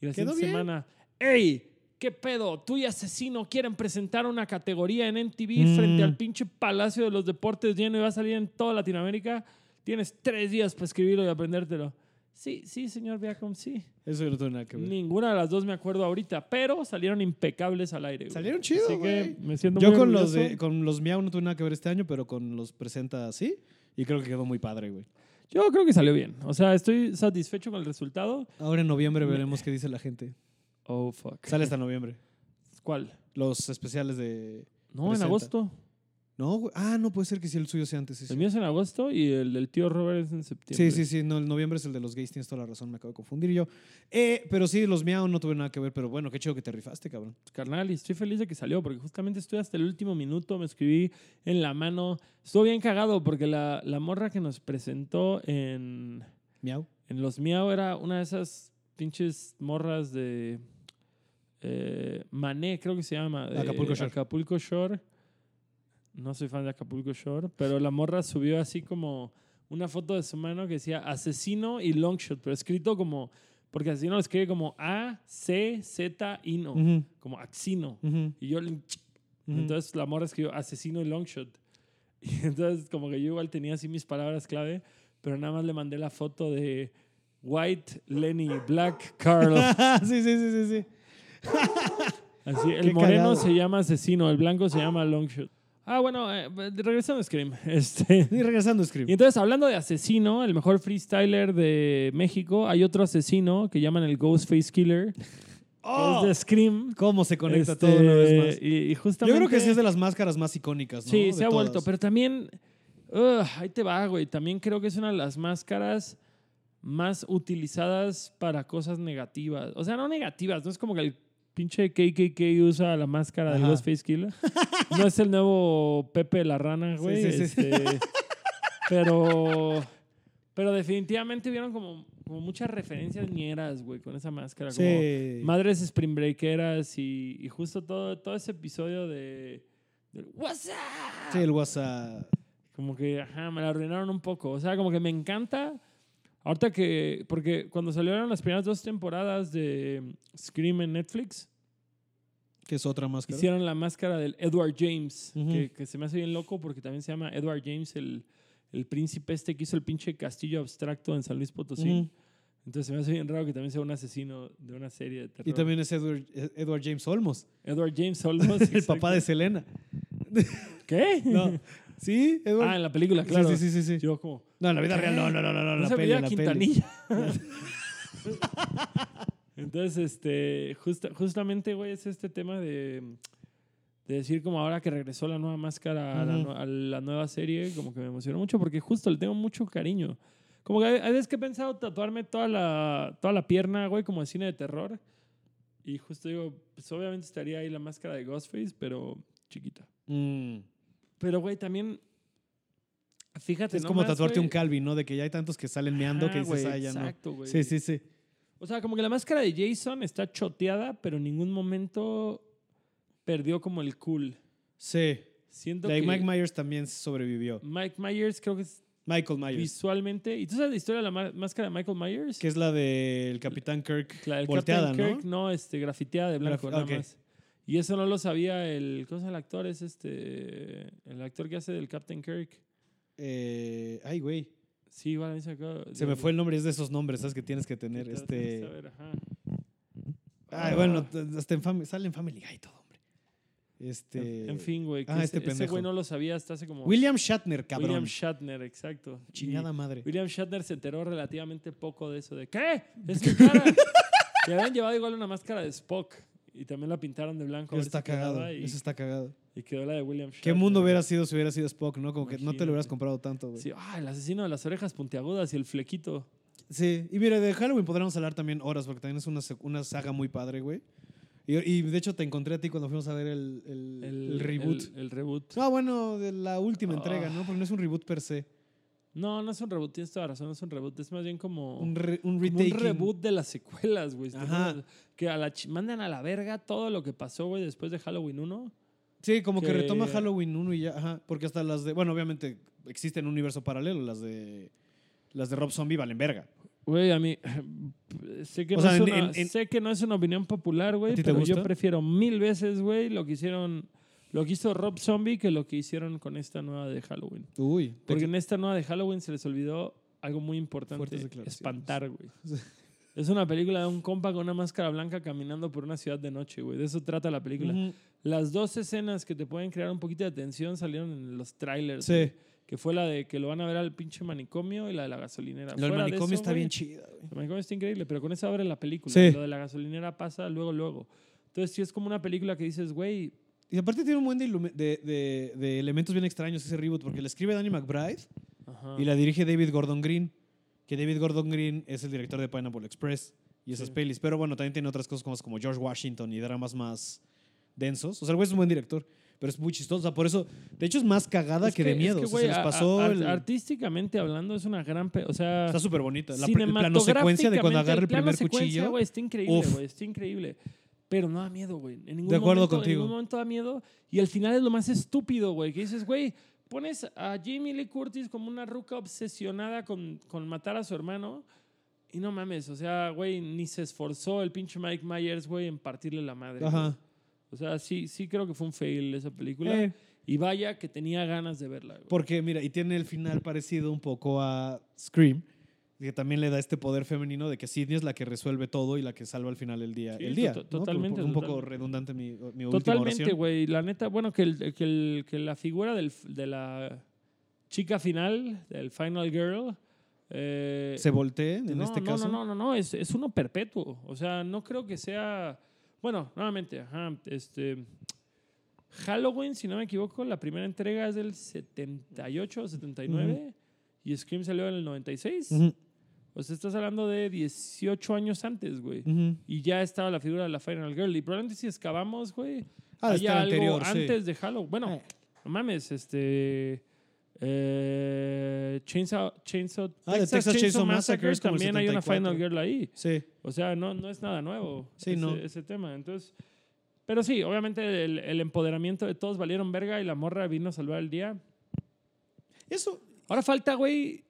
[SPEAKER 2] Y la
[SPEAKER 1] Quedó
[SPEAKER 2] siguiente
[SPEAKER 1] bien.
[SPEAKER 2] semana, ¡Ey! ¿Qué pedo? Tú y Asesino quieren presentar una categoría en MTV
[SPEAKER 1] Mm.
[SPEAKER 2] frente al pinche Palacio de los Deportes lleno y va a salir en toda Latinoamérica. Tienes tres días para escribirlo y aprendértelo. Sí, sí, señor Viacom, sí.
[SPEAKER 1] Eso yo no tengo nada que ver.
[SPEAKER 2] Ninguna de las dos me acuerdo ahorita, pero salieron impecables al aire. güey.
[SPEAKER 1] Salieron chido,
[SPEAKER 2] Así
[SPEAKER 1] güey.
[SPEAKER 2] que me siento
[SPEAKER 1] Yo
[SPEAKER 2] muy
[SPEAKER 1] con los,
[SPEAKER 2] orgulloso.
[SPEAKER 1] de- con los Miau no tuve nada que ver este año, pero con los presenta así. Y creo que quedó muy padre, güey.
[SPEAKER 2] Yo creo que salió bien. O sea, estoy satisfecho con el resultado.
[SPEAKER 1] Ahora en noviembre veremos qué dice la gente.
[SPEAKER 2] Oh, fuck.
[SPEAKER 1] Sale hasta noviembre.
[SPEAKER 2] ¿Cuál?
[SPEAKER 1] Los especiales de...
[SPEAKER 2] No,
[SPEAKER 1] Presenta.
[SPEAKER 2] en agosto.
[SPEAKER 1] No, güey. Ah, no, puede ser que sí, el suyo sea antes. Sí,
[SPEAKER 2] El
[SPEAKER 1] sí.
[SPEAKER 2] mío es en agosto y el del tío Robert es en septiembre.
[SPEAKER 1] Sí, sí, sí, no, el noviembre es el de los gays, tienes toda la razón, me acabo de confundir yo. Eh, pero sí, los miau no tuve nada que ver, pero bueno, qué chido que te rifaste, cabrón.
[SPEAKER 2] Carnal, y estoy feliz de que salió porque justamente estoy hasta el último minuto, me escribí en la mano. Estuvo bien cagado porque la, la morra que nos presentó en,
[SPEAKER 1] Miau.
[SPEAKER 2] en Los Miau era una de esas pinches morras de eh, Mané, creo que se llama. de
[SPEAKER 1] Acapulco Shore.
[SPEAKER 2] Acapulco Shore. No soy fan de Acapulco Shore, pero la morra subió así como una foto de su mano que decía asesino y longshot, pero escrito como, porque asesino lo escribe como A, C, Z, I, no,
[SPEAKER 1] Ujú,
[SPEAKER 2] como axino.
[SPEAKER 1] ujú, ujú.
[SPEAKER 2] Y yo, le- entonces la morra escribió asesino y longshot. Y entonces como que yo igual tenía así mis palabras clave, pero nada más le mandé la foto de White, Lenny, Black, Carl.
[SPEAKER 1] sí, sí, sí, sí, sí.
[SPEAKER 2] Así, el
[SPEAKER 1] Qué
[SPEAKER 2] moreno
[SPEAKER 1] cagado.
[SPEAKER 2] se llama asesino, el blanco se llama longshot. Ah, bueno, eh, regresando a Scream. Este,
[SPEAKER 1] Y regresando, Scream.
[SPEAKER 2] y entonces hablando de asesino, el mejor freestyler de México, hay otro asesino que llaman el Ghostface Killer. que
[SPEAKER 1] ¡Oh!
[SPEAKER 2] Es de Scream.
[SPEAKER 1] ¿Cómo se conecta
[SPEAKER 2] Este,
[SPEAKER 1] todo una vez más?
[SPEAKER 2] Y, y
[SPEAKER 1] Yo
[SPEAKER 2] justamente,
[SPEAKER 1] creo que sí es de las máscaras más icónicas, ¿no?
[SPEAKER 2] Sí,
[SPEAKER 1] De
[SPEAKER 2] se ha vuelto,
[SPEAKER 1] todas.
[SPEAKER 2] pero también. ugh, ahí te va, güey. También creo que es una de las máscaras más utilizadas para cosas negativas. O sea, no negativas, no es como que el pinche KKK usa la máscara del
[SPEAKER 1] Ajá.
[SPEAKER 2] Ghostface Killer. No es el nuevo Pepe la Rana,
[SPEAKER 1] Sí,
[SPEAKER 2] güey.
[SPEAKER 1] sí, sí, sí.
[SPEAKER 2] este, Pero. Pero definitivamente vieron como, como muchas referencias ñeras, güey, con esa máscara. como-
[SPEAKER 1] Sí.
[SPEAKER 2] Madres Spring Breakeras y, y justo todo, todo ese episodio de, del What's up?".
[SPEAKER 1] Sí, el WhatsApp.
[SPEAKER 2] Como que, ajá, me la arruinaron un poco. O sea, como que me encanta. Ahorita que, porque cuando salieron las primeras dos temporadas de Scream en Netflix,
[SPEAKER 1] Que es otra máscara.
[SPEAKER 2] hicieron la máscara del Edward James,
[SPEAKER 1] Ujú.
[SPEAKER 2] que, que se me hace bien loco porque también se llama Edward James, el, el príncipe este que hizo el pinche castillo abstracto en San Luis Potosí.
[SPEAKER 1] Ujú.
[SPEAKER 2] Entonces se me hace bien raro que también sea un asesino de una serie de terror.
[SPEAKER 1] Y también es Edward, Edward James Olmos,
[SPEAKER 2] Edward James Olmos.
[SPEAKER 1] el papá de Selena.
[SPEAKER 2] ¿Qué?
[SPEAKER 1] No. ¿Sí? Edward.
[SPEAKER 2] Ah, en la película, claro.
[SPEAKER 1] Sí, sí, sí. sí, sí.
[SPEAKER 2] Yo como...
[SPEAKER 1] No, en la vida
[SPEAKER 2] ¿Qué?
[SPEAKER 1] real, no, no, no, no, no,
[SPEAKER 2] No
[SPEAKER 1] la
[SPEAKER 2] se
[SPEAKER 1] peli,
[SPEAKER 2] veía
[SPEAKER 1] en la peli.
[SPEAKER 2] Quintanilla. Entonces, este, justa- justamente, güey, es este tema de, de decir como ahora que regresó la nueva máscara a, la,
[SPEAKER 1] Ujú.
[SPEAKER 2] nu- a la nueva serie, como que me emocionó mucho porque justo le tengo mucho cariño. Como que hay hay veces que he pensado tatuarme toda la, toda la pierna, güey, como de cine de terror. Y justo digo, pues obviamente estaría ahí la máscara de Ghostface, pero chiquita.
[SPEAKER 1] Mm.
[SPEAKER 2] Pero, güey, también, fíjate,
[SPEAKER 1] Es como
[SPEAKER 2] nomás,
[SPEAKER 1] tatuarte
[SPEAKER 2] güey.
[SPEAKER 1] un Calvin, ¿no? De que ya hay tantos que salen meando que
[SPEAKER 2] Ajá,
[SPEAKER 1] dices,
[SPEAKER 2] güey,
[SPEAKER 1] ah, ya no.
[SPEAKER 2] exacto, güey.
[SPEAKER 1] Sí, sí, sí.
[SPEAKER 2] O sea, como que la máscara de Jason está choteada, pero en ningún momento perdió como el cool.
[SPEAKER 1] Sí.
[SPEAKER 2] Siento
[SPEAKER 1] Like
[SPEAKER 2] que
[SPEAKER 1] Mike Myers también sobrevivió.
[SPEAKER 2] Mike Myers creo que es
[SPEAKER 1] Michael Myers,
[SPEAKER 2] visualmente... ¿Y tú sabes la historia de la ma- máscara de Michael Myers?
[SPEAKER 1] que es la del Capitán Kirk
[SPEAKER 2] La del
[SPEAKER 1] volteada,
[SPEAKER 2] Captain
[SPEAKER 1] ¿no?
[SPEAKER 2] Kirk, no, este, grafiteada de blanco,
[SPEAKER 1] Graf-
[SPEAKER 2] nada
[SPEAKER 1] ok.
[SPEAKER 2] más. Y eso no lo sabía el... ¿Cómo se llama el actor? Es este... El actor que hace del Captain Kirk.
[SPEAKER 1] Eh, ay, güey.
[SPEAKER 2] Sí, igual a mí se me acaba-
[SPEAKER 1] Se me fue el nombre, es de esos nombres, ¿sabes? Que tienes que tener
[SPEAKER 2] Que te- tienes que
[SPEAKER 1] este...
[SPEAKER 2] saber, Ah. ajá.
[SPEAKER 1] Ay, bueno, t- hasta en fam- sale en Family Guy todo, hombre. Este...
[SPEAKER 2] En, en fin, güey. que
[SPEAKER 1] ah,
[SPEAKER 2] ese-
[SPEAKER 1] este
[SPEAKER 2] ese güey
[SPEAKER 1] pendejo.
[SPEAKER 2] no lo sabía hasta hace como...
[SPEAKER 1] William Shatner, cabrón.
[SPEAKER 2] William Shatner, exacto. Y-
[SPEAKER 1] Chingada madre.
[SPEAKER 2] William Shatner se enteró relativamente poco de eso, de ¿qué? Es mi cara. Le habían llevado igual una máscara de Spock y también la pintaron de blanco. a ver
[SPEAKER 1] está
[SPEAKER 2] si quedaba,
[SPEAKER 1] cagado,
[SPEAKER 2] Y,
[SPEAKER 1] eso está cagado.
[SPEAKER 2] y quedó la de William Shatner.
[SPEAKER 1] ¿Qué mundo hubiera sido si hubiera sido Spock, no? Como que no te lo hubieras
[SPEAKER 2] Imagínate.
[SPEAKER 1] comprado tanto, güey.
[SPEAKER 2] Sí, ah, el asesino de las orejas puntiagudas y el flequito.
[SPEAKER 1] Sí, y mira, de Halloween podríamos hablar también horas, porque también es una, sec- una saga muy padre, güey. Y, y de hecho te encontré a ti cuando fuimos a ver el, el- el reboot.
[SPEAKER 2] El, el reboot.
[SPEAKER 1] Ah, bueno, de la última
[SPEAKER 2] Ah.
[SPEAKER 1] entrega, ¿no? Porque no es un reboot per se.
[SPEAKER 2] No, no es un reboot, tienes toda la razón, no es un reboot. Es más bien como
[SPEAKER 1] Un, re- un
[SPEAKER 2] como un
[SPEAKER 1] retaking.
[SPEAKER 2] reboot de las secuelas, güey. ¿te
[SPEAKER 1] Ajá.
[SPEAKER 2] acuerdas? Que a la ch- mandan a la verga todo lo que pasó, güey, después de Halloween 1.
[SPEAKER 1] Sí, como que,
[SPEAKER 2] que-
[SPEAKER 1] retoma Halloween 1 y ya, ajá. Porque hasta las de. Bueno, obviamente existen un universo paralelo, las de. Las de Rob Zombie valen verga.
[SPEAKER 2] Güey, a mí. Sé que,
[SPEAKER 1] O
[SPEAKER 2] no
[SPEAKER 1] sea, en-
[SPEAKER 2] es una,
[SPEAKER 1] en- en-
[SPEAKER 2] sé que no es una opinión popular, güey,
[SPEAKER 1] ¿A ti te
[SPEAKER 2] pero yo
[SPEAKER 1] gusta?
[SPEAKER 2] prefiero mil veces, güey, lo que hicieron. Lo que hizo Rob Zombie que lo que hicieron con esta nueva de Halloween.
[SPEAKER 1] Uy.
[SPEAKER 2] Porque en esta nueva de Halloween se les olvidó algo muy importante:
[SPEAKER 1] Fuertes declaraciones.
[SPEAKER 2] espantar, güey. Es una película de un compa con una máscara blanca caminando por una ciudad de noche, güey. De eso trata la película.
[SPEAKER 1] Ujú.
[SPEAKER 2] Las dos escenas que te pueden crear un poquito de tensión salieron en los trailers.
[SPEAKER 1] Sí.
[SPEAKER 2] güey, Que fue la de que lo van a ver al pinche manicomio y la de la gasolinera.
[SPEAKER 1] Lo del
[SPEAKER 2] Fuera de
[SPEAKER 1] manicomio
[SPEAKER 2] eso,
[SPEAKER 1] está
[SPEAKER 2] güey,
[SPEAKER 1] bien chida, güey.
[SPEAKER 2] el manicomio está increíble, pero con eso abre la película.
[SPEAKER 1] Sí.
[SPEAKER 2] Lo de la gasolinera pasa luego, luego. Entonces, sí es como una película que dices, güey,
[SPEAKER 1] Y aparte tiene un buen de, ilume- de- de- de elementos bien extraños ese reboot, porque le escribe Danny McBride
[SPEAKER 2] ajá,
[SPEAKER 1] y la dirige David Gordon Green, que David Gordon Green es el director de Pineapple Express y esas
[SPEAKER 2] Sí.
[SPEAKER 1] pelis. Pero bueno, también tiene otras cosas como, como George Washington y dramas más densos. O sea, el güey es un buen director, pero es muy chistoso. O sea, por eso, de hecho, es más cagada
[SPEAKER 2] Es
[SPEAKER 1] que, de
[SPEAKER 2] es
[SPEAKER 1] miedo. O sea,
[SPEAKER 2] güey,
[SPEAKER 1] se les
[SPEAKER 2] a- a-
[SPEAKER 1] pasó.
[SPEAKER 2] art-
[SPEAKER 1] el-
[SPEAKER 2] Artísticamente hablando, es una gran. pe- O sea,
[SPEAKER 1] está súper bonita. La pr- el plano secuencia de cuando
[SPEAKER 2] cinematográficamente,
[SPEAKER 1] agarra el
[SPEAKER 2] plano
[SPEAKER 1] primer
[SPEAKER 2] secuencia,
[SPEAKER 1] cuchillo.
[SPEAKER 2] güey, está increíble,
[SPEAKER 1] Uf.
[SPEAKER 2] güey, está increíble. Pero no da miedo, güey. En ningún
[SPEAKER 1] De acuerdo
[SPEAKER 2] momento,
[SPEAKER 1] contigo.
[SPEAKER 2] En ningún momento da miedo. Y al final es lo más estúpido, güey. Que dices, güey, pones a Jamie Lee Curtis como una ruca obsesionada con, con matar a su hermano. Y no mames, o sea, güey, ni se esforzó el pinche Mike Myers, güey, en partirle la madre. güey.
[SPEAKER 1] Ajá.
[SPEAKER 2] O sea, sí, sí creo que fue un fail esa película.
[SPEAKER 1] Eh,
[SPEAKER 2] Y vaya que tenía ganas de verla, güey.
[SPEAKER 1] porque, mira, y tiene el final parecido un poco a Scream. Que también le da este poder femenino de que Sidney es la que resuelve todo y la que salva al final el día.
[SPEAKER 2] Sí,
[SPEAKER 1] el día.
[SPEAKER 2] to-
[SPEAKER 1] ¿no? Por-
[SPEAKER 2] totalmente,
[SPEAKER 1] por un poco
[SPEAKER 2] totalmente.
[SPEAKER 1] redundante mi, mi última oración.
[SPEAKER 2] Totalmente, güey. La neta, bueno, que, el- que el- que la figura del, de la chica final, del Final Girl. eh,
[SPEAKER 1] se voltee en
[SPEAKER 2] no,
[SPEAKER 1] este
[SPEAKER 2] no,
[SPEAKER 1] caso.
[SPEAKER 2] No, no, no, no, es, es uno perpetuo. O sea, no creo que sea. Bueno, nuevamente, ajá, este. Halloween, si no me equivoco, la primera entrega es del 78 o 79 y Scream salió en el 96.
[SPEAKER 1] Ujú,
[SPEAKER 2] O sea, estás hablando de 18 años antes, güey.
[SPEAKER 1] ujú.
[SPEAKER 2] Y ya estaba la figura de la Final Girl. Y probablemente si excavamos, güey,
[SPEAKER 1] Ha de
[SPEAKER 2] haya
[SPEAKER 1] estar
[SPEAKER 2] algo
[SPEAKER 1] anterior, sí.
[SPEAKER 2] antes de Halloween. Bueno,
[SPEAKER 1] Eh.
[SPEAKER 2] no mames, este. eh, Chainsaw, Chainsaw,
[SPEAKER 1] Ah, de Texas Chainsaw Massacre es como el
[SPEAKER 2] también hay una
[SPEAKER 1] 74.
[SPEAKER 2] Final Girl ahí.
[SPEAKER 1] Sí.
[SPEAKER 2] O sea, no, no es nada nuevo
[SPEAKER 1] Sí,
[SPEAKER 2] ese,
[SPEAKER 1] no.
[SPEAKER 2] ese tema. Entonces, pero sí, obviamente el, el empoderamiento de todos valieron verga y la morra vino a salvar el día.
[SPEAKER 1] Eso
[SPEAKER 2] Ahora falta, güey,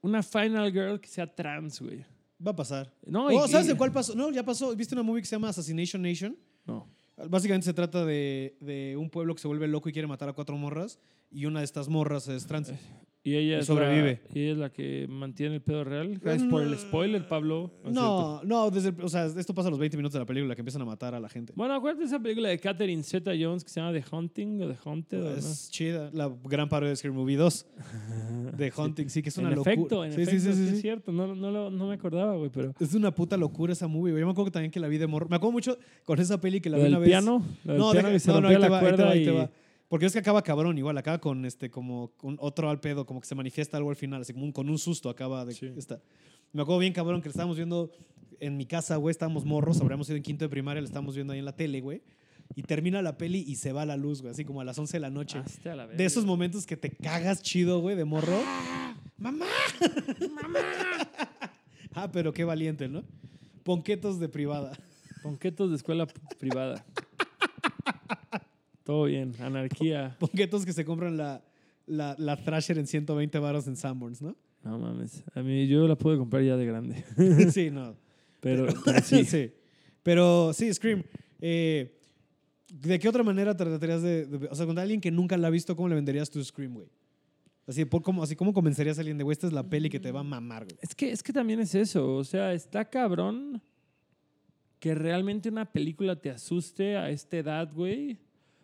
[SPEAKER 2] una Final Girl que sea trans, güey.
[SPEAKER 1] va a pasar.
[SPEAKER 2] No,
[SPEAKER 1] Oh,
[SPEAKER 2] y-
[SPEAKER 1] ¿Sabes
[SPEAKER 2] y-
[SPEAKER 1] de cuál pasó? No, ya pasó. ¿Viste una movie que se llama Assassination Nation?
[SPEAKER 2] No.
[SPEAKER 1] Básicamente se trata
[SPEAKER 2] Eh,
[SPEAKER 1] de, de un pueblo que se vuelve loco y quiere matar a cuatro morras. Y una de estas morras es trans.
[SPEAKER 2] Y ella es
[SPEAKER 1] Sobrevive.
[SPEAKER 2] La, y ella es la que mantiene el pedo real. Gracias por el spoiler, Pablo. es cierto.
[SPEAKER 1] No, no, desde el- o sea, esto pasa a los 20 minutos de la película que empiezan a matar a la gente.
[SPEAKER 2] Bueno, acuérdate de esa película de Catherine Zeta Jones que se llama The Hunting o The Haunted. o
[SPEAKER 1] Es chida, la gran parodia de Scary Movie 2
[SPEAKER 2] no?
[SPEAKER 1] de Hunting, sí, que es una
[SPEAKER 2] en
[SPEAKER 1] locura.
[SPEAKER 2] efecto, en
[SPEAKER 1] sí,
[SPEAKER 2] efecto,
[SPEAKER 1] sí, sí, sí,
[SPEAKER 2] es
[SPEAKER 1] sí.
[SPEAKER 2] cierto. No, no, lo- no me acordaba, güey, pero.
[SPEAKER 1] Es una puta locura esa movie. güey. Yo me acuerdo que también que la vi de morro. Me acuerdo mucho con esa peli que la
[SPEAKER 2] ¿Lo
[SPEAKER 1] vi una
[SPEAKER 2] del
[SPEAKER 1] vez.
[SPEAKER 2] piano? ¿Lo del
[SPEAKER 1] No,
[SPEAKER 2] piano
[SPEAKER 1] deja-
[SPEAKER 2] que se
[SPEAKER 1] no, no,
[SPEAKER 2] rompía
[SPEAKER 1] ahí
[SPEAKER 2] la
[SPEAKER 1] te va, ahí te
[SPEAKER 2] cuerda
[SPEAKER 1] va, ahí te
[SPEAKER 2] y-
[SPEAKER 1] va. Porque es que acaba cabrón igual, acaba con este como con otro al pedo, como que se manifiesta algo al final, así como un- con un susto acaba de
[SPEAKER 2] Sí.
[SPEAKER 1] esta. Me acuerdo bien cabrón que la estábamos viendo en mi casa, güey, estábamos morros, habríamos ido en quinto de primaria, la estábamos viendo ahí en la tele, güey. Y termina la peli y se va la luz, güey, así como a las 11 de la noche.
[SPEAKER 2] Hasta la verga.
[SPEAKER 1] de esos momentos que te cagas chido, güey, de morro. ¡Mamá! ¡Mamá! ah, pero qué valiente, ¿no? Ponquetos de privada.
[SPEAKER 2] Ponquetos de escuela p- privada. Todo bien, anarquía.
[SPEAKER 1] Ponquetos que se compran la, la, la Thrasher en 120 baros en Sanborns, ¿no?
[SPEAKER 2] No mames. A mí yo la pude comprar ya de grande.
[SPEAKER 1] sí, no.
[SPEAKER 2] Pero, pero sí.
[SPEAKER 1] Pero sí, Scream. eh, ¿De qué otra manera tratarías de, de- O sea, con alguien que nunca la ha visto, ¿cómo le venderías tu Scream, güey? Así, por, como, así como convencerías a alguien de, güey, esta es la peli que te va a mamar, güey.
[SPEAKER 2] Es que, es que también es eso. O sea, está cabrón que realmente una película te asuste a esta edad, güey.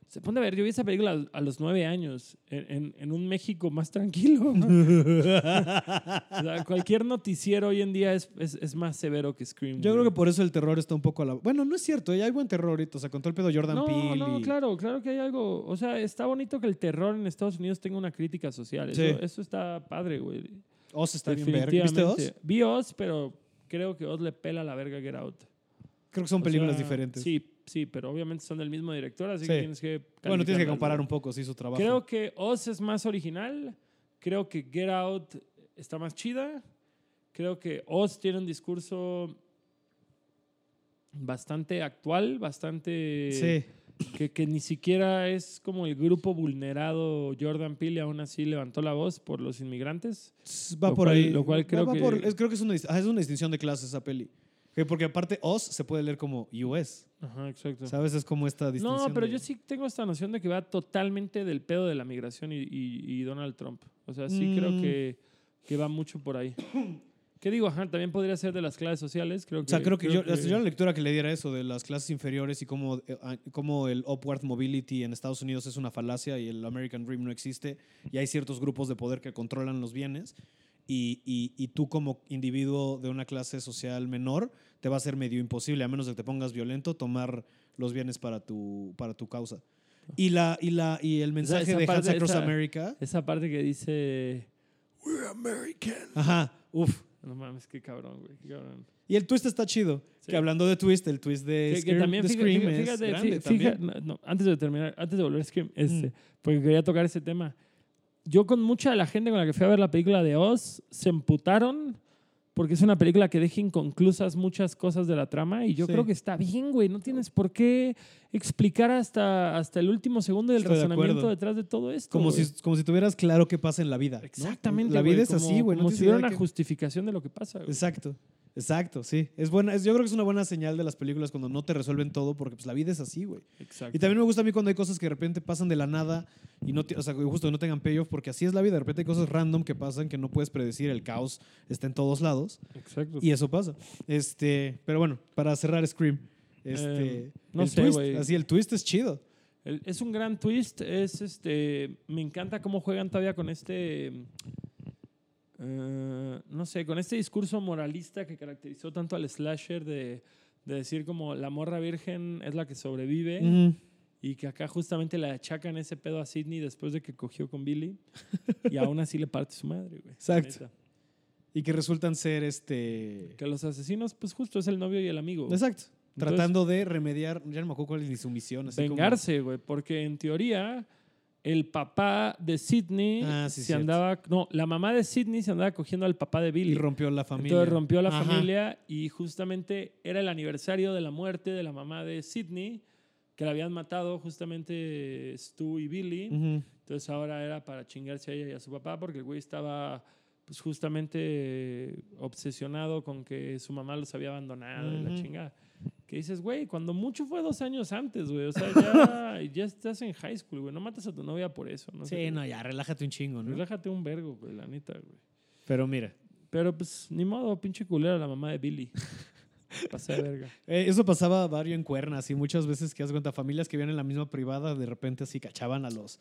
[SPEAKER 2] Se pone a ver, yo vi esa película al- a los nueve años, en, en- en un México más tranquilo. O sea, cualquier noticiero hoy en día es, es- es más severo que Scream.
[SPEAKER 1] Yo creo
[SPEAKER 2] güey.
[SPEAKER 1] que por eso el terror está un poco a la. Bueno, no es cierto, ya hay buen terror ahorita. O sea, con todo el pedo Jordan
[SPEAKER 2] no,
[SPEAKER 1] Peele.
[SPEAKER 2] No,
[SPEAKER 1] y-
[SPEAKER 2] claro, claro que hay algo. O sea, está bonito que el terror en Estados Unidos tenga una crítica social.
[SPEAKER 1] Sí.
[SPEAKER 2] Eso, eso está padre, güey.
[SPEAKER 1] Oz está bien verga. ¿Viste Oz?
[SPEAKER 2] Definitivamente. Vi Oz, pero creo que Oz le pela la verga Get Out.
[SPEAKER 1] Creo que son
[SPEAKER 2] O
[SPEAKER 1] películas
[SPEAKER 2] sea,
[SPEAKER 1] diferentes.
[SPEAKER 2] Sí, sí, pero obviamente son del mismo director, así
[SPEAKER 1] Sí.
[SPEAKER 2] que tienes que.
[SPEAKER 1] Bueno, tienes que
[SPEAKER 2] calificarlas,
[SPEAKER 1] comparar
[SPEAKER 2] güey.
[SPEAKER 1] un poco, sí, su trabajo.
[SPEAKER 2] Creo que Oz es más original. Creo que Get Out está más chida. Creo que Oz tiene un discurso bastante actual, bastante
[SPEAKER 1] Sí.
[SPEAKER 2] que, que ni siquiera es como el grupo vulnerado. Jordan Peele aún así levantó la voz por los inmigrantes.
[SPEAKER 1] S- Va
[SPEAKER 2] lo
[SPEAKER 1] por
[SPEAKER 2] cual-
[SPEAKER 1] ahí.
[SPEAKER 2] lo cual
[SPEAKER 1] Va-
[SPEAKER 2] creo
[SPEAKER 1] va
[SPEAKER 2] que-
[SPEAKER 1] por- es, creo que es una, dis- ah, es una distinción de clase esa peli. Que Porque aparte Oz se puede leer como US.
[SPEAKER 2] Ajá, exacto.
[SPEAKER 1] ¿Sabes? Es como esta distinción.
[SPEAKER 2] No, pero
[SPEAKER 1] de-
[SPEAKER 2] yo sí tengo esta noción de que va totalmente del pedo de la migración y, y- y Donald Trump. O sea, sí
[SPEAKER 1] Mm.
[SPEAKER 2] creo que, que va mucho por ahí. ¿Qué digo? Ajá, también podría ser de las clases sociales. Creo
[SPEAKER 1] O
[SPEAKER 2] que,
[SPEAKER 1] sea, creo que, yo, hasta yo la lectura que le diera eso de las clases inferiores y cómo, eh, ah, cómo el upward mobility en Estados Unidos es una falacia y el American Dream no existe y hay ciertos grupos de poder que controlan los bienes y, y- y tú como individuo de una clase social menor te va a ser medio imposible, a menos de que te pongas violento, tomar los bienes para tu, para tu causa. Y, la, y, la, y el mensaje
[SPEAKER 2] esa
[SPEAKER 1] de Hands
[SPEAKER 2] parte-
[SPEAKER 1] Across
[SPEAKER 2] esa-
[SPEAKER 1] America.
[SPEAKER 2] Esa parte que dice... We're American.
[SPEAKER 1] Ajá, uff.
[SPEAKER 2] No mames, qué cabrón, güey. Qué cabrón.
[SPEAKER 1] Y el twist está chido.
[SPEAKER 2] Sí.
[SPEAKER 1] Que hablando de twist, el twist de
[SPEAKER 2] Que- que
[SPEAKER 1] Scream,
[SPEAKER 2] también
[SPEAKER 1] de
[SPEAKER 2] fíjate,
[SPEAKER 1] Scream
[SPEAKER 2] fíjate,
[SPEAKER 1] es
[SPEAKER 2] fíjate,
[SPEAKER 1] grande
[SPEAKER 2] fí- fija-
[SPEAKER 1] también. Mm.
[SPEAKER 2] no, no, antes de terminar, antes de volver a Scream, este, porque quería tocar ese tema. Yo con mucha de la gente con la que fui a ver la película de Oz se emputaron porque es una película que deja inconclusas muchas cosas de la trama y yo
[SPEAKER 1] Sí.
[SPEAKER 2] creo que está bien, güey. No tienes por qué explicar hasta, hasta el último segundo del
[SPEAKER 1] Estoy de
[SPEAKER 2] razonamiento
[SPEAKER 1] acuerdo.
[SPEAKER 2] detrás de todo esto.
[SPEAKER 1] Como
[SPEAKER 2] güey.
[SPEAKER 1] si, como si tuvieras claro qué pasa en la vida. ¿no?
[SPEAKER 2] Exactamente.
[SPEAKER 1] La
[SPEAKER 2] güey,
[SPEAKER 1] vida es
[SPEAKER 2] como-
[SPEAKER 1] así, güey. no
[SPEAKER 2] Como
[SPEAKER 1] tienes
[SPEAKER 2] si hubiera
[SPEAKER 1] idea
[SPEAKER 2] una
[SPEAKER 1] que-
[SPEAKER 2] justificación de lo que pasa, güey.
[SPEAKER 1] Exacto. Exacto, sí. Es buena, es- yo creo que es una buena señal de las películas cuando no te resuelven todo, porque pues la vida es así, güey.
[SPEAKER 2] Exacto.
[SPEAKER 1] Y también me gusta a mí cuando hay cosas que de repente pasan de la nada y no, ti- o sea, que justo no tengan payoff, porque así es la vida. De repente hay cosas random que pasan que no puedes predecir, el caos está en todos lados
[SPEAKER 2] Exacto.
[SPEAKER 1] y eso pasa. Este, pero bueno, para cerrar Scream, este,
[SPEAKER 2] Eh, no
[SPEAKER 1] el
[SPEAKER 2] sé,
[SPEAKER 1] twist,
[SPEAKER 2] güey.
[SPEAKER 1] así el twist es chido.
[SPEAKER 2] El- Es un gran twist. Es este. Me encanta cómo juegan todavía con este. eh, no sé, con este discurso moralista que caracterizó tanto al slasher de, de decir como la morra virgen es la que sobrevive
[SPEAKER 1] Ujú.
[SPEAKER 2] y que acá justamente le achacan ese pedo a Sidney después de que cogió con Billy y aún así le parte su madre, güey.
[SPEAKER 1] Exacto.
[SPEAKER 2] Neta.
[SPEAKER 1] Y que resultan ser este
[SPEAKER 2] Que los asesinos, pues justo es el novio y el amigo.
[SPEAKER 1] Exacto.
[SPEAKER 2] Entonces-
[SPEAKER 1] Tratando de remediar, ya no me acuerdo cuál es ni su misión. Así como-
[SPEAKER 2] vengarse, güey, porque en teoría el papá de Sidney
[SPEAKER 1] Ah, sí,
[SPEAKER 2] se
[SPEAKER 1] cierto.
[SPEAKER 2] andaba, no, la mamá de Sidney se andaba cogiendo al papá de
[SPEAKER 1] y
[SPEAKER 2] Billy.
[SPEAKER 1] rompió la familia.
[SPEAKER 2] Entonces rompió la
[SPEAKER 1] Ajá.
[SPEAKER 2] familia y justamente era el aniversario de la muerte de la mamá de Sidney, que la habían matado justamente Stu y Billy.
[SPEAKER 1] Ujú.
[SPEAKER 2] Entonces ahora era para chingarse a ella y a su papá porque el güey estaba pues justamente obsesionado con que su mamá los había abandonado y la
[SPEAKER 1] Ujú.
[SPEAKER 2] chingada. que dices, güey, cuando mucho fue dos años antes, güey. O sea, ya, ya estás en high school, güey. No matas a tu novia por eso, ¿no?
[SPEAKER 1] Sí,
[SPEAKER 2] sé,
[SPEAKER 1] no, ya, relájate un chingo, ¿no?
[SPEAKER 2] Relájate un vergo, güey, la neta, güey.
[SPEAKER 1] Pero mira,
[SPEAKER 2] Pero pues, ni modo, pinche culera la mamá de Billy. Pasé de verga.
[SPEAKER 1] eh, eso pasaba varios en cuernas y muchas veces que haz cuenta, familias que vivían en la misma privada, de repente así cachaban a los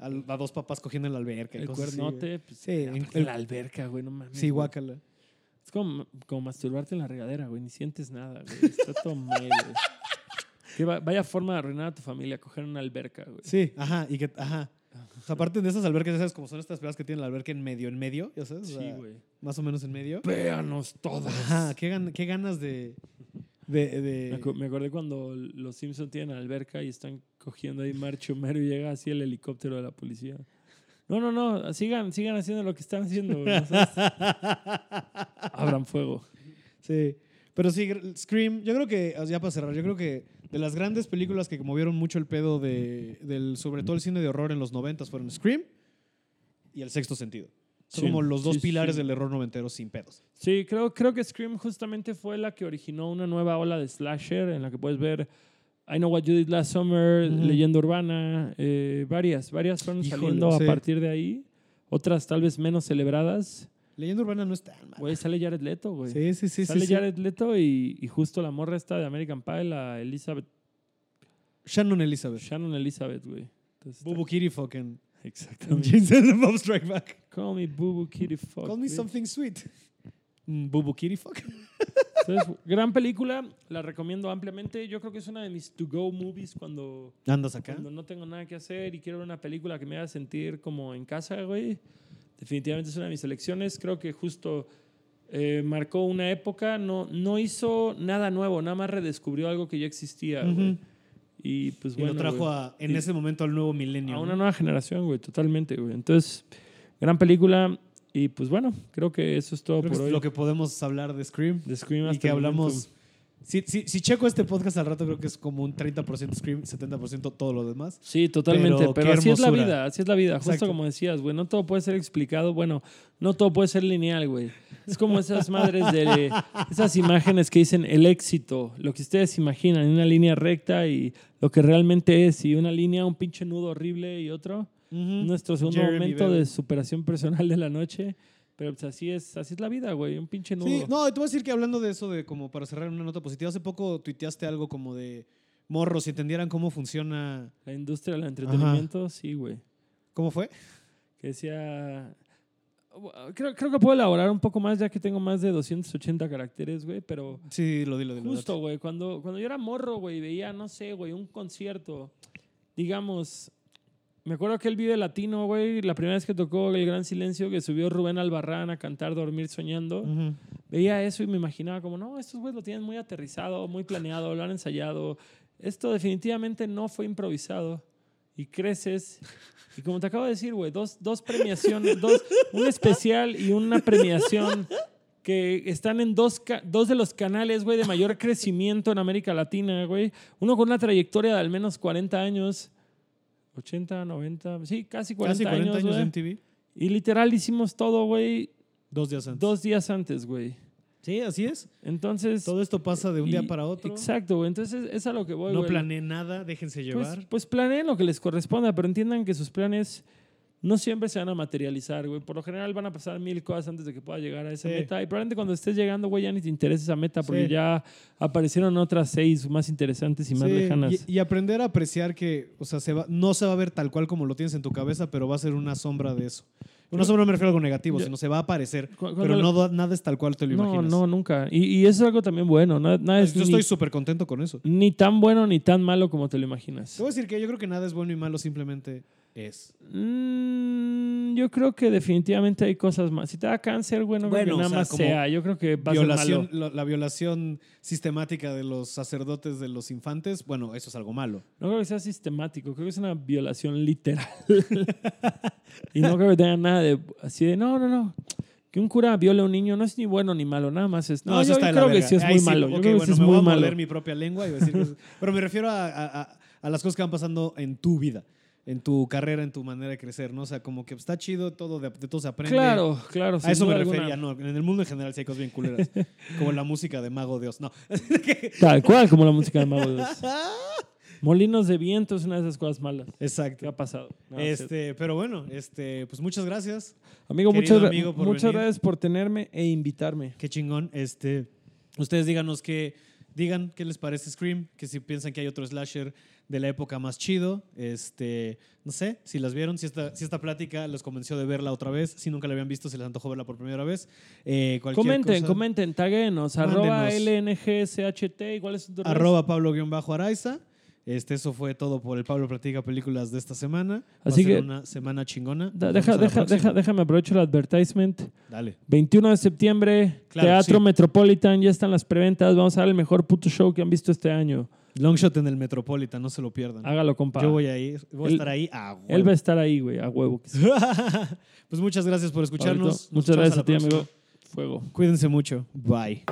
[SPEAKER 1] al- a, dos papás cogiendo en la alberca. y
[SPEAKER 2] El
[SPEAKER 1] cosas así, güey.
[SPEAKER 2] cuernote, pues,
[SPEAKER 1] Sí,
[SPEAKER 2] ya,
[SPEAKER 1] en-
[SPEAKER 2] aparte
[SPEAKER 1] el-
[SPEAKER 2] la alberca, güey, no mames.
[SPEAKER 1] Sí,
[SPEAKER 2] güey.
[SPEAKER 1] guácala.
[SPEAKER 2] Es como, como masturbarte en la regadera, güey. Ni sientes nada, güey. Está todo mal, güey. Que va- vaya forma de arruinar a tu familia, coger una alberca, güey.
[SPEAKER 1] Sí, ajá, y que, ajá. O sea, aparte de esas albercas, ya sabes, como son estas privadas que tienen la alberca en medio, en medio, ya sabes, o
[SPEAKER 2] Sí,
[SPEAKER 1] sea,
[SPEAKER 2] güey.
[SPEAKER 1] más o menos en medio.
[SPEAKER 2] Véanos todas.
[SPEAKER 1] Ajá, qué, gan- qué ganas de... de, de-
[SPEAKER 2] Me, acu- me acordé cuando los Simpsons tienen alberca y están cogiendo ahí Marcho Mero y llega así el helicóptero de la policía. No, no, no, sigan, sigan haciendo lo que están haciendo. güey, no seas- Abran fuego.
[SPEAKER 1] Sí. Pero sí, gr- Scream, yo creo que, ah, ya para cerrar, yo creo que de las grandes películas que movieron mucho el pedo de, del, sobre todo el cine de horror en los noventas, fueron Scream y El Sexto Sentido. Son
[SPEAKER 2] Sí,
[SPEAKER 1] como los dos
[SPEAKER 2] sí,
[SPEAKER 1] pilares
[SPEAKER 2] sí.
[SPEAKER 1] del error noventero sin pedos.
[SPEAKER 2] Sí, creo, creo que Scream justamente fue la que originó una nueva ola de slasher en la que puedes ver I Know What You Did Last Summer,
[SPEAKER 1] Ujú.
[SPEAKER 2] Leyenda Urbana, eh, varias, varias fueron
[SPEAKER 1] Híjole,
[SPEAKER 2] saliendo
[SPEAKER 1] sí.
[SPEAKER 2] a partir de ahí. Otras tal vez menos celebradas.
[SPEAKER 1] Leyenda Urbana no es tan mal.
[SPEAKER 2] Güey, sale Jared Leto, güey.
[SPEAKER 1] Sí, sí, sí.
[SPEAKER 2] sale
[SPEAKER 1] sí, sí.
[SPEAKER 2] Jared Leto y, y justo la morra esta de American Pie, la Elizabeth,
[SPEAKER 1] Shannon Elizabeth.
[SPEAKER 2] Shannon Elizabeth, güey. Entonces,
[SPEAKER 1] Bubu Kitty fucking.
[SPEAKER 2] Exactamente.
[SPEAKER 1] Jason Bob Strike Back.
[SPEAKER 2] Call me Bubu Kitty Fuck.
[SPEAKER 1] Call me
[SPEAKER 2] bitch.
[SPEAKER 1] something sweet. Mm, Bubu Kitty fuck.
[SPEAKER 2] Entonces, gran película, la recomiendo ampliamente. Yo creo que es una de mis to-go movies cuando,
[SPEAKER 1] Andas acá.
[SPEAKER 2] cuando no tengo nada que hacer y quiero ver una película que me haga sentir como en casa, güey. Definitivamente es una de mis elecciones. Creo que justo eh, marcó una época. No, no hizo nada nuevo, nada más redescubrió algo que ya existía, güey.
[SPEAKER 1] Ujú.
[SPEAKER 2] Y pues
[SPEAKER 1] Y
[SPEAKER 2] bueno.
[SPEAKER 1] lo trajo
[SPEAKER 2] güey.
[SPEAKER 1] a, en
[SPEAKER 2] Y-
[SPEAKER 1] ese momento al nuevo milenio.
[SPEAKER 2] A
[SPEAKER 1] ¿no?
[SPEAKER 2] una nueva generación, güey, totalmente, güey. Entonces, gran película. Y pues bueno, creo que eso es todo
[SPEAKER 1] Creo que
[SPEAKER 2] por
[SPEAKER 1] es
[SPEAKER 2] hoy.
[SPEAKER 1] lo que podemos hablar de Scream.
[SPEAKER 2] de Scream
[SPEAKER 1] Y
[SPEAKER 2] hasta
[SPEAKER 1] que
[SPEAKER 2] el
[SPEAKER 1] hablamos.
[SPEAKER 2] momento.
[SPEAKER 1] Si, si, si checo este podcast al rato, creo que es como un 30% Scream, 70% todo lo demás.
[SPEAKER 2] Sí, totalmente.
[SPEAKER 1] Pero qué
[SPEAKER 2] Pero, así es la
[SPEAKER 1] hermosura.
[SPEAKER 2] vida, así es la vida. Justo
[SPEAKER 1] Exacto.
[SPEAKER 2] como decías, güey, no todo puede ser explicado. Bueno, no todo puede ser lineal, güey. Es como esas madres de esas imágenes que dicen el éxito, lo que ustedes imaginan, en una línea recta y lo que realmente es, y una línea, un pinche nudo horrible y otro. nuestro segundo
[SPEAKER 1] Mm. Jeremy
[SPEAKER 2] momento
[SPEAKER 1] Bell.
[SPEAKER 2] de superación personal de la noche. Pero pues así es, así es la vida, güey. Un pinche nudo.
[SPEAKER 1] Sí, no, y te voy a decir que hablando de eso, de como para cerrar en una nota positiva, hace poco tuiteaste algo como de morros, si entendieran cómo funciona.
[SPEAKER 2] La industria del entretenimiento, sí, güey.
[SPEAKER 1] ¿Cómo fue?
[SPEAKER 2] Que decía... Creo, creo que puedo elaborar un poco más ya que tengo más de 280 caracteres, güey. Pero
[SPEAKER 1] Sí, lo dilo, dilo.
[SPEAKER 2] justo,
[SPEAKER 1] date.
[SPEAKER 2] güey, cuando, cuando yo era morro, güey, veía, no sé, güey, un concierto. Digamos, me acuerdo que el Vive Latino, güey, la primera vez que tocó El Gran Silencio, que subió Rubén Albarrán a cantar Dormir Soñando.
[SPEAKER 1] Ujú.
[SPEAKER 2] veía eso y me imaginaba como, no, estos güeyes lo tienen muy aterrizado, muy planeado, lo han ensayado. Esto definitivamente no fue improvisado. Y creces. Y como te acabo de decir, güey, dos, dos premiaciones, dos, un especial y una premiación que están en dos, ca- dos de los canales, güey, de mayor crecimiento en América Latina, güey. Uno con una trayectoria de al menos 40 años. 80, 90, sí, casi 40,
[SPEAKER 1] Casi 40 años,
[SPEAKER 2] años,
[SPEAKER 1] de
[SPEAKER 2] güey.
[SPEAKER 1] MTV.
[SPEAKER 2] Y literal hicimos todo, güey,
[SPEAKER 1] Dos días antes.
[SPEAKER 2] dos días antes, güey.
[SPEAKER 1] Sí, así es.
[SPEAKER 2] Entonces.
[SPEAKER 1] Todo esto pasa de un día
[SPEAKER 2] Y-
[SPEAKER 1] para otro.
[SPEAKER 2] Exacto, güey. Entonces es a lo que voy,
[SPEAKER 1] No
[SPEAKER 2] güey.
[SPEAKER 1] planeé nada, déjense llevar.
[SPEAKER 2] Pues, pues planeen lo que les corresponda, pero entiendan que sus planes no siempre se van a materializar, güey. Por lo general van a pasar mil cosas antes de que pueda llegar a esa
[SPEAKER 1] Sí.
[SPEAKER 2] meta. Y probablemente cuando estés llegando, güey, ya ni te interesa esa meta porque
[SPEAKER 1] Sí.
[SPEAKER 2] ya aparecieron otras seis más interesantes y más
[SPEAKER 1] Sí,
[SPEAKER 2] lejanas.
[SPEAKER 1] Y, y aprender a apreciar que, o sea, se va- no se va a ver tal cual como lo tienes en tu cabeza, pero va a ser una sombra de eso. Una
[SPEAKER 2] Yo-
[SPEAKER 1] sombra no me refiero a algo negativo,
[SPEAKER 2] yo-
[SPEAKER 1] sino se va a aparecer,
[SPEAKER 2] Cu- cuando
[SPEAKER 1] pero
[SPEAKER 2] lo-
[SPEAKER 1] no da- nada es tal cual te lo
[SPEAKER 2] no,
[SPEAKER 1] imaginas.
[SPEAKER 2] no, nunca. Y, y eso es algo también bueno. Nada, nada es
[SPEAKER 1] Yo
[SPEAKER 2] ni,
[SPEAKER 1] estoy súper contento con eso. Te
[SPEAKER 2] ni tan bueno ni tan malo como te lo imaginas.
[SPEAKER 1] voy a decir que yo creo que nada es bueno y malo, simplemente es.
[SPEAKER 2] Mm, yo creo que definitivamente hay cosas más. Si te da cáncer, bueno,
[SPEAKER 1] Bueno,
[SPEAKER 2] bueno
[SPEAKER 1] o
[SPEAKER 2] nada
[SPEAKER 1] sea,
[SPEAKER 2] más
[SPEAKER 1] como
[SPEAKER 2] sea. Yo creo que va a ser malo.
[SPEAKER 1] Violación, la, la violación sistemática de los sacerdotes de los infantes, bueno, eso es algo malo.
[SPEAKER 2] No creo que sea sistemático, creo que es una violación literal. y no creo que tenga nada de así de no, no, no. Que un cura viole a un niño no es ni bueno ni malo, nada más es. No, yo, yo
[SPEAKER 1] de la
[SPEAKER 2] creo que
[SPEAKER 1] verga.
[SPEAKER 2] sí es
[SPEAKER 1] Ahí
[SPEAKER 2] muy malo. Yo
[SPEAKER 1] ok,
[SPEAKER 2] creo que
[SPEAKER 1] bueno,
[SPEAKER 2] sí es
[SPEAKER 1] me
[SPEAKER 2] muy
[SPEAKER 1] voy a
[SPEAKER 2] malo.
[SPEAKER 1] moler mi propia lengua y voy a decir que es- pero me refiero a, a- a- a las cosas que van pasando en tu vida. en tu carrera, en tu manera de crecer, ¿no? O sea, como que está chido, todo de, de todo se aprende.
[SPEAKER 2] Claro, claro.
[SPEAKER 1] A
[SPEAKER 2] sin
[SPEAKER 1] eso me
[SPEAKER 2] duda alguna.
[SPEAKER 1] refería, no, en el mundo en general sí hay cosas bien culeras, como la música de Mago Dios, no.
[SPEAKER 2] Tal cual como la música de Mago Dios. Molinos de viento es una de esas cosas malas que
[SPEAKER 1] Exacto.
[SPEAKER 2] ha pasado. No, es cierto.
[SPEAKER 1] Este, pero bueno, este, pues muchas gracias.
[SPEAKER 2] amigo,
[SPEAKER 1] querido
[SPEAKER 2] muchas, gra-
[SPEAKER 1] amigo, por
[SPEAKER 2] muchas
[SPEAKER 1] venir.
[SPEAKER 2] gracias por tenerme e invitarme.
[SPEAKER 1] Qué chingón. Este, ustedes díganos qué, digan qué les parece Scream, que si piensan que hay otro slasher de la época más chido, este, no sé, si las vieron, si esta, si esta plática los convenció de verla otra vez, si nunca la habían visto, si les antojó verla por primera vez. Eh, cualquier
[SPEAKER 2] Comenten,
[SPEAKER 1] cosa,
[SPEAKER 2] comenten, taguenos, arroba
[SPEAKER 1] Mándenos.
[SPEAKER 2] LNGSHT, igual es tu red?
[SPEAKER 1] Arroba Pablo-Araiza. Este, eso fue todo por el Pablo Platica Películas de esta semana. Va a
[SPEAKER 2] Así
[SPEAKER 1] ser
[SPEAKER 2] que-
[SPEAKER 1] una semana chingona.
[SPEAKER 2] Da-
[SPEAKER 1] Nos
[SPEAKER 2] deja-
[SPEAKER 1] vemos a la
[SPEAKER 2] deja-
[SPEAKER 1] próxima.
[SPEAKER 2] deja- déjame aprovecho el advertisement.
[SPEAKER 1] Dale.
[SPEAKER 2] 21 de septiembre,
[SPEAKER 1] Claro,
[SPEAKER 2] Teatro
[SPEAKER 1] sí.
[SPEAKER 2] Metropolitan, ya están las preventas. Vamos a dar el mejor puto show que han visto este año.
[SPEAKER 1] Longshot en el Metropolitan, no se lo pierdan.
[SPEAKER 2] Hágalo, compa.
[SPEAKER 1] Yo voy a ir, voy a
[SPEAKER 2] Él-
[SPEAKER 1] estar ahí a huevo.
[SPEAKER 2] Él va a estar ahí, güey, a huevo. que sí.
[SPEAKER 1] pues muchas gracias por escucharnos.
[SPEAKER 2] Pablito, Muchas
[SPEAKER 1] Nos escuchamos
[SPEAKER 2] gracias
[SPEAKER 1] la
[SPEAKER 2] a ti,
[SPEAKER 1] próxima.
[SPEAKER 2] amigo. Fuego.
[SPEAKER 1] Cuídense mucho. Bye.